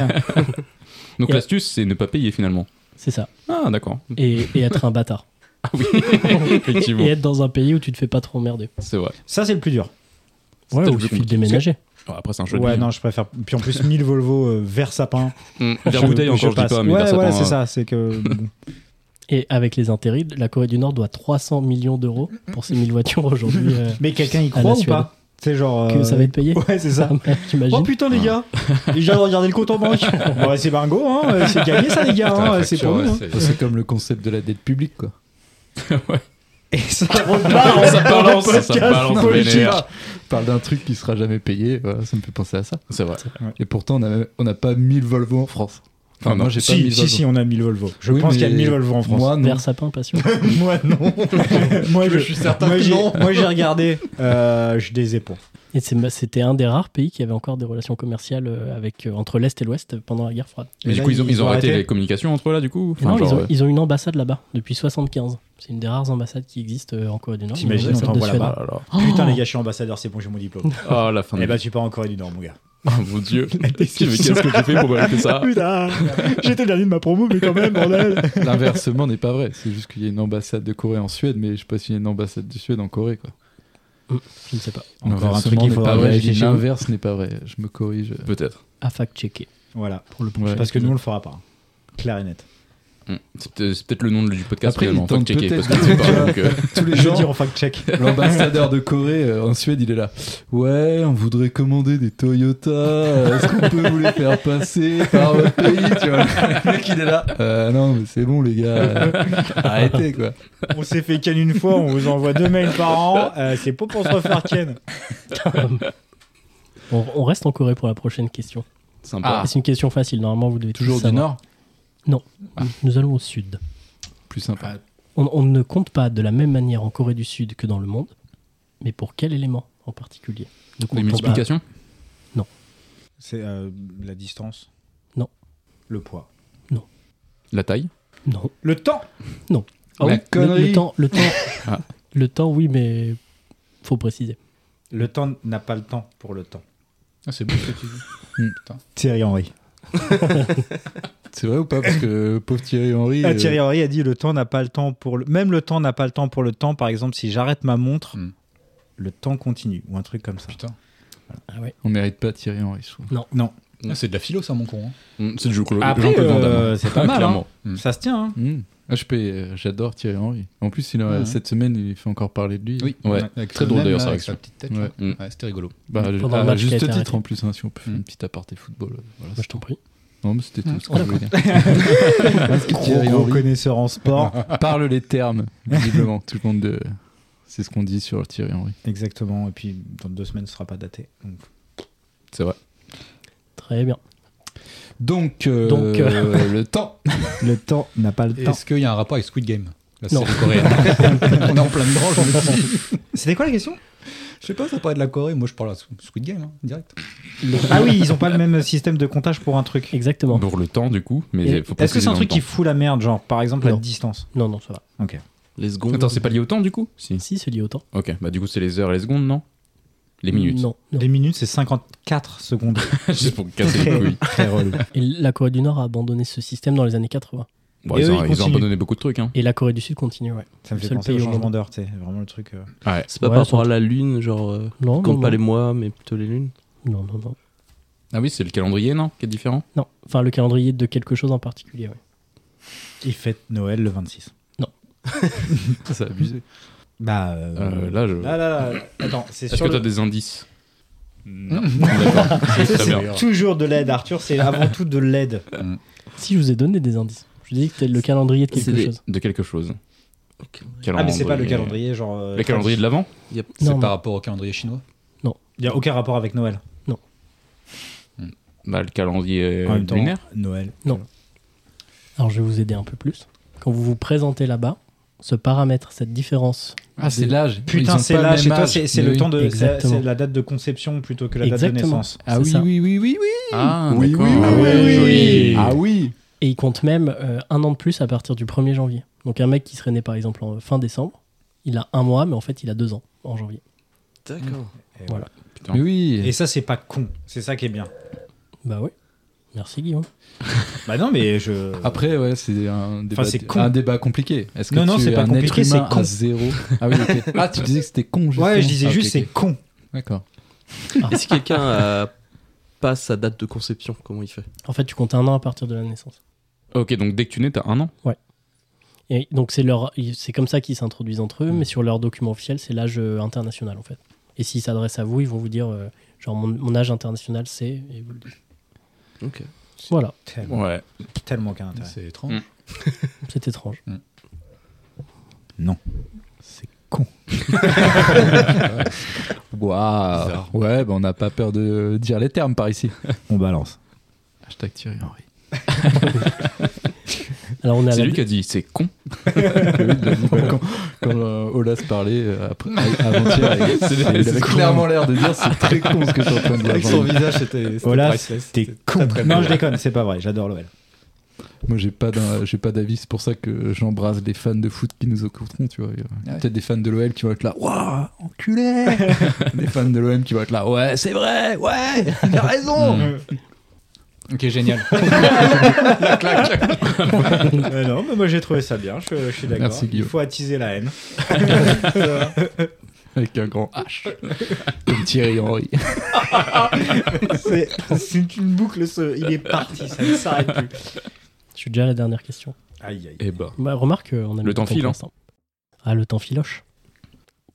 Speaker 2: Donc
Speaker 1: Et-
Speaker 2: l'astuce, c'est ne pas payer finalement.
Speaker 1: C'est ça.
Speaker 2: Ah, d'accord.
Speaker 1: Et, et être un bâtard.
Speaker 2: Oui,
Speaker 1: Et
Speaker 2: effectivement,
Speaker 1: être dans un pays où tu te fais pas trop emmerder.
Speaker 2: c'est vrai.
Speaker 3: Ça, c'est le plus dur.
Speaker 1: Ouais, où
Speaker 2: peut-être
Speaker 1: il
Speaker 2: plus
Speaker 1: suffit de
Speaker 2: compliqué.
Speaker 1: déménager.
Speaker 2: Oh, Après, c'est un jeu de
Speaker 3: ouais,
Speaker 2: vie.
Speaker 3: non, je préfère. Puis en plus, 1000 Volvo euh, vers sapin.
Speaker 2: Hum, Vers bouteille, encore, je, dis
Speaker 3: passe.
Speaker 2: pas, mais
Speaker 3: Ouais,
Speaker 2: vers sapin,
Speaker 3: voilà,
Speaker 2: euh,
Speaker 3: c'est ça. C'est que.
Speaker 1: Et avec les intérêts, la Corée du Nord doit 300 millions d'euros pour ces 1000 voitures aujourd'hui. euh,
Speaker 3: Mais quelqu'un y
Speaker 1: À la
Speaker 3: croit ou
Speaker 1: Suède.
Speaker 3: pas C'est genre.
Speaker 1: que
Speaker 3: euh,
Speaker 1: ça va être payé.
Speaker 3: Ouais, c'est ça.
Speaker 1: T'imagines
Speaker 3: Oh putain les gars, j'ai regardé le compte en banque. Bon, ouais, c'est bingo, hein, euh, c'est gagné ça les gars,
Speaker 6: Putain,
Speaker 3: hein,
Speaker 6: la
Speaker 3: c'est
Speaker 6: facture,
Speaker 3: pour nous.
Speaker 6: ouais,
Speaker 3: hein.
Speaker 6: c'est-
Speaker 5: C'est comme le concept de la dette publique, quoi.
Speaker 3: Et ça repart en-
Speaker 2: Ça balance,
Speaker 3: en podcast
Speaker 2: ça balance,
Speaker 3: politique.
Speaker 2: vénère.
Speaker 5: parle d'un truc qui sera jamais payé, voilà, ça me fait penser à ça.
Speaker 2: C'est vrai.
Speaker 5: Et pourtant, on n'a- on n'a pas 1000 Volvo en France. Enfin,
Speaker 2: Ah
Speaker 5: moi,
Speaker 2: non.
Speaker 5: j'ai pas
Speaker 3: Si,
Speaker 5: 1000
Speaker 3: si,
Speaker 5: Volvo.
Speaker 3: si, on a 1000 Volvo. Je
Speaker 5: Oui,
Speaker 3: pense qu'il y a
Speaker 5: mais
Speaker 3: 1000 Volvo en France.
Speaker 5: Moi, non.
Speaker 1: Vers sapin, pas sûr.
Speaker 3: Moi, non. moi, je,
Speaker 5: suis certain
Speaker 3: moi,
Speaker 5: que
Speaker 3: j'ai-
Speaker 5: non.
Speaker 3: moi, j'ai regardé, euh, je des épaules.
Speaker 1: Et c'est- c'était un des rares pays qui avait encore des relations commerciales euh, avec, euh, entre l'Est et l'Ouest pendant la guerre froide.
Speaker 2: Mais
Speaker 3: Et
Speaker 2: du
Speaker 3: là,
Speaker 2: coup, ils ont, ils ont arrêté les
Speaker 3: arrêté.
Speaker 2: communications entre eux, là, du coup
Speaker 1: Et non,
Speaker 2: Enfin, genre,
Speaker 1: ils, ont,
Speaker 2: euh,
Speaker 1: ils ont une ambassade là-bas depuis 75. C'est une des rares ambassades qui existent euh, en Corée du Nord. Ils ont une
Speaker 3: T'imagines, bah, on
Speaker 1: ambassade de
Speaker 3: t'envoie
Speaker 1: Suède.
Speaker 3: là-bas.
Speaker 2: oh là là.
Speaker 3: Putain, les gars, je suis ambassadeur, c'est bon, j'ai mon diplôme.
Speaker 2: Ah, la fin de
Speaker 3: Et
Speaker 2: la
Speaker 3: bah,
Speaker 2: vie.
Speaker 3: tu pars en Corée du Nord, mon gars.
Speaker 2: Oh mon dieu. Mais Qu'est-ce que j'ai fait pour mériter ça
Speaker 3: Putain, j'étais le dernier de ma promo, mais quand même, bordel.
Speaker 5: L'inversement n'est pas vrai. C'est juste qu'il y a une ambassade de Corée en Suède, mais je sais pas s'il y a une ambassade de Suède en Corée, quoi.
Speaker 1: Je ne sais pas.
Speaker 3: Encore un truc
Speaker 5: L'inversement
Speaker 3: qu'il
Speaker 5: n'est
Speaker 3: faudra
Speaker 5: pas vrai.
Speaker 3: vérifier
Speaker 5: J'ai dit
Speaker 3: chez vous.
Speaker 5: L'inverse n'est pas vrai. Je me corrige.
Speaker 2: Peut-être.
Speaker 1: À fact-checker.
Speaker 3: Voilà,
Speaker 5: Pour le
Speaker 3: parce que nous, on le fera pas. Clair et net.
Speaker 2: Hum. C'est peut-être c'est peut-être le nom du podcast,
Speaker 5: Après,
Speaker 2: finalement.
Speaker 5: ils tentent
Speaker 2: Fact checker, parce
Speaker 5: peut-être
Speaker 2: que
Speaker 5: des
Speaker 2: c'est pas.
Speaker 5: trucs,
Speaker 2: donc, euh,
Speaker 5: tous les
Speaker 3: Je
Speaker 5: gens,
Speaker 3: dis en fact-check.
Speaker 5: l'ambassadeur de Corée euh, en Suède, il est là. Ouais, on voudrait commander des Toyota. Est-ce qu'on peut vous les faire passer par votre pays Tu vois, le mec, il est là. Euh, non, mais c'est bon, les gars. euh, Arrêtez, quoi.
Speaker 3: On s'est fait ken une fois, on vous envoie deux mails par an. euh, c'est pas pour se refaire ken.
Speaker 1: On, on reste en Corée pour la prochaine question.
Speaker 3: Ah,
Speaker 2: Sympa.
Speaker 1: C'est une question facile. Normalement, vous devez tous
Speaker 5: Toujours du
Speaker 1: savoir.
Speaker 5: Nord,
Speaker 1: Nous allons au sud.
Speaker 5: plus sympa.
Speaker 1: On, on ne compte pas de la même manière en Corée du Sud que dans le monde, mais pour quel élément en particulier Ne
Speaker 2: Les
Speaker 1: comptons
Speaker 2: multiplications
Speaker 3: C'est euh, la distance
Speaker 1: Non.
Speaker 3: Le poids
Speaker 2: La taille
Speaker 1: pas- Non.
Speaker 3: Le temps
Speaker 1: Ah
Speaker 5: La
Speaker 1: oui, le- le,
Speaker 5: connerie.
Speaker 1: temps, le temps,
Speaker 2: Ah.
Speaker 1: le temps, oui, mais faut préciser.
Speaker 3: Le temps n'a pas le temps pour le temps.
Speaker 6: Ah, c'est beau ce que tu dis.
Speaker 3: Thierry Henry.
Speaker 5: Hmm. C'est vrai ou pas Parce que euh, pauvre Thierry Henry.
Speaker 3: Ah,
Speaker 5: euh,
Speaker 3: Thierry Henry a dit le temps n'a pas le temps pour le... Même le temps n'a pas le temps pour le temps. Par exemple, si j'arrête ma montre,
Speaker 6: Hmm.
Speaker 3: le temps continue. Ou un truc comme ça.
Speaker 6: Putain.
Speaker 1: Ah ouais.
Speaker 5: On mérite pas Thierry Henry, je trouve.
Speaker 6: Ah, c'est de la philo, ça, mon con. hein.
Speaker 2: Hum, C'est du Jean-Claude
Speaker 3: Après,
Speaker 2: Van Damme.
Speaker 3: euh, c'est pas
Speaker 2: Ah,
Speaker 3: mal. hein.
Speaker 2: clairement.
Speaker 6: Mm.
Speaker 3: Ça se tient. hein.
Speaker 5: Hmm. Ah, je peux- euh, J'adore Thierry Henry. En plus, il a-
Speaker 6: Ouais.
Speaker 5: cette semaine, il fait encore parler de lui.
Speaker 6: Oui,
Speaker 2: hein. Ouais. Hum.
Speaker 6: Avec
Speaker 2: Très
Speaker 6: le
Speaker 2: drôle,
Speaker 6: même,
Speaker 2: d'ailleurs,
Speaker 6: là,
Speaker 2: sa
Speaker 6: avec sa
Speaker 2: réaction.
Speaker 6: petite tête. là. Ouais, c'était rigolo.
Speaker 5: Bah,
Speaker 1: Pendant
Speaker 5: à
Speaker 1: le match qui
Speaker 5: juste
Speaker 1: a été
Speaker 5: titre
Speaker 1: arrêté.
Speaker 5: en plus, hein, si on peut faire une petite aparté football. euh, Voilà,
Speaker 1: Moi, je t'en prie.
Speaker 5: Non, mais c'était tout ce que
Speaker 1: Ah,
Speaker 5: je voulais dire.
Speaker 3: Gros,
Speaker 5: Thierry
Speaker 3: gros
Speaker 5: Henry
Speaker 3: connaisseur en sport.
Speaker 5: parle les termes, visiblement. tout le monde, de... c'est ce qu'on dit sur Thierry Henry.
Speaker 3: Exactement. Et puis, dans deux semaines, ce sera pas daté. Donc,
Speaker 2: C'est vrai.
Speaker 1: Très bien.
Speaker 5: Donc, euh,
Speaker 1: Donc,
Speaker 5: le temps.
Speaker 3: le temps n'a pas le temps.
Speaker 6: Est-ce qu'il y a un rapport avec Squid Game La
Speaker 1: Non.
Speaker 6: série coréenne. On est en plein dedans, je me dis.
Speaker 3: C'était quoi la question
Speaker 6: Je sais pas, ça parlait de la Corée. Moi, je parle à Squid Game, hein, direct.
Speaker 3: Ah oui, ils ont pas le même système de comptage pour un truc.
Speaker 1: Exactement.
Speaker 2: Pour le temps, du coup,
Speaker 1: Et
Speaker 2: mais faut pas
Speaker 3: Est-ce que c'est un truc qui fout la merde, genre par exemple la
Speaker 1: Non.
Speaker 3: distance
Speaker 1: Non, non, ça va.
Speaker 4: Les secondes.
Speaker 2: Attends, c'est pas lié au temps, du coup Si.
Speaker 1: Si, c'est lié au temps.
Speaker 2: Ok, bah du coup, c'est les heures et les secondes, non Les minutes.
Speaker 1: Non. non.
Speaker 3: Les minutes, c'est 54 secondes.
Speaker 2: Juste pour casser les couilles.
Speaker 3: Très relou.
Speaker 1: Et la Corée du Nord a abandonné ce système dans les années 80.
Speaker 2: Bon,
Speaker 3: Et
Speaker 2: ils, ont,
Speaker 3: eux, ils
Speaker 2: ils ont
Speaker 3: continuent.
Speaker 2: abandonné beaucoup de trucs, hein.
Speaker 1: Et la Corée du Sud continue, ouais.
Speaker 3: Ça me fait
Speaker 1: Seul
Speaker 3: penser au
Speaker 1: pays au
Speaker 3: changement
Speaker 1: monde.
Speaker 3: d'heure, tu sais, vraiment le truc. euh.
Speaker 2: Ouais.
Speaker 4: C'est pas
Speaker 1: Ouais,
Speaker 4: par rapport à la lune, genre. euh,
Speaker 1: Non,
Speaker 4: je compte
Speaker 1: non,
Speaker 4: pas
Speaker 1: non.
Speaker 4: les mois, mais plutôt les lunes.
Speaker 1: Non, non, non.
Speaker 2: Ah oui, c'est le calendrier, non Qui est différent
Speaker 1: Non. Enfin, le calendrier de quelque chose en particulier, ouais.
Speaker 3: Ils fêtent Noël le 26.
Speaker 5: Ça a abusé.
Speaker 3: Bah
Speaker 2: Euh, Là, je.
Speaker 3: là, là, là, Attends, c'est
Speaker 2: Est-ce
Speaker 3: sur
Speaker 2: que t'as
Speaker 3: le...
Speaker 2: des indices
Speaker 6: Non.
Speaker 2: D'accord. Très bien.
Speaker 6: C'est-
Speaker 3: Toujours de l'aide, Arthur, c'est avant tout de l'aide.
Speaker 1: Si je vous ai donné des indices, je vous ai dit que c'était le calendrier de quelque
Speaker 4: C'est des-
Speaker 1: chose.
Speaker 2: De quelque chose.
Speaker 4: Ok.
Speaker 3: Ah, mais c'est pas le calendrier, genre. euh,
Speaker 2: Le calendrier de l'avant
Speaker 1: Non,
Speaker 6: C'est
Speaker 1: mais-
Speaker 6: par rapport au calendrier chinois
Speaker 3: Il n'y a aucun rapport avec Noël.
Speaker 2: Bah, le calendrier
Speaker 3: En
Speaker 2: euh,
Speaker 3: même temps,
Speaker 2: lunaire.
Speaker 3: Noël.
Speaker 1: Non. Alors je vais vous aider un peu plus. Quand vous vous présentez là-bas, ce paramètre, cette différence,
Speaker 5: Ah, c'est l'âge. Ils
Speaker 3: Putain,
Speaker 5: ont
Speaker 3: c'est
Speaker 5: pas
Speaker 3: là,
Speaker 5: le
Speaker 3: chez
Speaker 5: même
Speaker 3: toi,
Speaker 5: âge.
Speaker 3: c'est c'est
Speaker 5: Mais
Speaker 3: le
Speaker 5: oui.
Speaker 3: temps de. C'est
Speaker 1: Exactement.
Speaker 3: c'est la date de conception plutôt que la date de
Speaker 1: Exactement.
Speaker 3: naissance.
Speaker 5: Ah
Speaker 1: c'est
Speaker 5: oui,
Speaker 1: ça.
Speaker 5: oui, oui, oui, oui.
Speaker 2: Ah,
Speaker 5: Oui,
Speaker 2: d'accord.
Speaker 5: oui,
Speaker 2: Ah
Speaker 5: oui,
Speaker 2: ouais,
Speaker 5: oui.
Speaker 2: joli.
Speaker 5: Ah oui.
Speaker 1: et il compte même euh, un an de plus à partir du 1er janvier. Donc un mec qui serait né par exemple en euh, fin décembre, il a un mois, mais en fait il a deux ans en janvier.
Speaker 4: D'accord.
Speaker 2: Putain.
Speaker 5: Mais oui.
Speaker 3: Et ça, c'est pas con. C'est ça qui est bien.
Speaker 1: Bah oui. Merci Guillaume.
Speaker 3: Bah non, mais je.
Speaker 5: Après, ouais, c'est un débat,
Speaker 3: c'est con.
Speaker 5: un débat compliqué. Est-ce que
Speaker 3: Non, non,
Speaker 5: tu
Speaker 3: c'est
Speaker 5: es
Speaker 3: pas
Speaker 5: un
Speaker 3: compliqué,
Speaker 5: être humain
Speaker 3: c'est con.
Speaker 5: à zéro Ah oui, ok. Ah, tu disais que c'était con, justement.
Speaker 3: Ouais, je disais
Speaker 5: Ah, ok,
Speaker 3: juste,
Speaker 5: ok.
Speaker 3: c'est con.
Speaker 5: D'accord.
Speaker 1: Ah.
Speaker 4: Est-ce que quelqu'un a pas sa date de conception Comment il fait
Speaker 1: En fait, tu comptes un an à partir de la naissance.
Speaker 2: Ok, donc dès que tu nais, t'as un an.
Speaker 1: Et donc c'est leur, c'est comme ça qu'ils s'introduisent entre eux, mais sur leur document officiel, c'est l'âge euh, international en fait. Et s'ils s'adressent à vous, ils vont vous dire euh, genre mon, mon âge international c'est. et vous le dites.
Speaker 4: Ok.
Speaker 1: Voilà,
Speaker 3: Tellement,
Speaker 2: Ouais.
Speaker 3: tellement qu'un intérêt.
Speaker 6: C'est étrange.
Speaker 2: Mm.
Speaker 1: c'est étrange.
Speaker 5: Waouh.
Speaker 6: Bizarre.
Speaker 5: Ouais, bah, on n'a pas peur de dire les termes par ici.
Speaker 3: On balance.
Speaker 5: Hashtag Thierry Henry.
Speaker 1: Alors on est à
Speaker 2: C'est
Speaker 1: la-
Speaker 2: lui qui a dit c'est con.
Speaker 5: quand quand euh, Olas parlait euh, après- avant-hier, il-
Speaker 2: C'est-
Speaker 5: il
Speaker 2: c'est
Speaker 5: avait
Speaker 2: con.
Speaker 5: clairement l'air de dire c'est très con ce que t'es en train de dire.
Speaker 6: Avec son visage, c'était. c'était
Speaker 3: Olaf,
Speaker 6: priceless.
Speaker 3: T'es con. Non, je déconne, c'est pas vrai, j'adore l'OL.
Speaker 5: Moi, j'ai pas d'un- j'ai pas d'avis. C'est pour ça que j'embrasse les fans de foot qui nous écouteront. Tu vois, Il y a
Speaker 3: Ah
Speaker 5: peut-être des fans de l'OL qui vont être là, waouh, enculé. des fans de l'OM qui vont être là, ouais, c'est vrai, ouais, il a raison.
Speaker 3: Mm.
Speaker 6: Ok, génial.
Speaker 3: Euh, non, mais moi j'ai trouvé ça bien, je, je suis d'accord.
Speaker 5: Merci,
Speaker 3: Il
Speaker 5: Guillaume.
Speaker 3: faut attiser la haine.
Speaker 5: Avec un grand H, comme Thierry Henry.
Speaker 3: C'est c'est une boucle, ce- il est parti, ça ne s'arrête plus.
Speaker 1: Je suis déjà à la dernière question.
Speaker 3: Aïe, aïe.
Speaker 5: ben.
Speaker 2: Eh bah.
Speaker 1: Bah, remarque, euh, on a mis
Speaker 2: Le temps
Speaker 1: pour
Speaker 2: file, hein.
Speaker 1: l'instant. Ah, le temps filoche.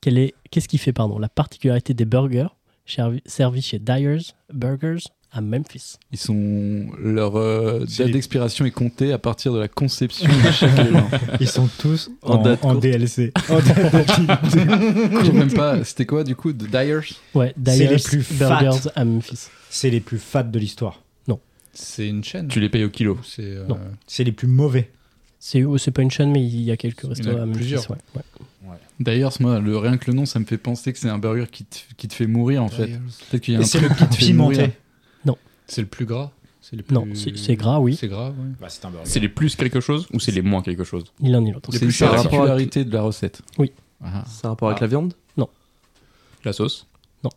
Speaker 1: Quelle est, qu'est-ce qui fait, pardon, la particularité des burgers cher- servis chez Dyer's Burgers à Memphis
Speaker 5: Ils sont leur euh,
Speaker 3: C'est
Speaker 5: date
Speaker 3: les-
Speaker 5: d'expiration est comptée à partir de la conception de chaque élément.
Speaker 3: Ils sont tous
Speaker 4: En
Speaker 3: en,
Speaker 4: date
Speaker 3: en
Speaker 4: courte.
Speaker 3: DLC. En date courte.
Speaker 5: J'ai même pas. C'était quoi du coup, de Dyers
Speaker 1: Ouais,
Speaker 3: C'est les
Speaker 1: Dyer's
Speaker 3: plus fat.
Speaker 1: Burgers à Memphis.
Speaker 3: c'est les plus fat de l'histoire.
Speaker 6: C'est une chaîne.
Speaker 2: Tu les payes au kilo.
Speaker 6: C'est. euh,
Speaker 1: Non.
Speaker 3: C'est les plus mauvais.
Speaker 1: C'est, oh, c'est pas une chaîne, mais il y a quelques
Speaker 6: Il y en a
Speaker 1: restaurants à Memphis.
Speaker 6: plusieurs.
Speaker 1: ouais, ouais.
Speaker 5: D'ailleurs, moi, le, rien que le nom, ça me fait penser que c'est un burger qui te, qui te fait mourir en fait. Peut-être qu'il y a
Speaker 3: Et
Speaker 5: un
Speaker 3: c'est
Speaker 5: truc
Speaker 3: le
Speaker 5: qui te fait mourir.
Speaker 3: pimenté.
Speaker 6: C'est le plus gras. C'est le plus-
Speaker 1: Non, c'est, c'est gras, oui,
Speaker 6: C'est gras, ouais.
Speaker 3: Bah, c'est un burger.
Speaker 2: C'est les plus quelque chose ou c'est les moins quelque chose
Speaker 1: ni l'un ni l'autre.
Speaker 5: C'est une
Speaker 4: plus par rapport à-
Speaker 5: particularité de la recette.
Speaker 1: Oui.
Speaker 5: Ah.
Speaker 4: C'est un rapport avec la viande
Speaker 2: La sauce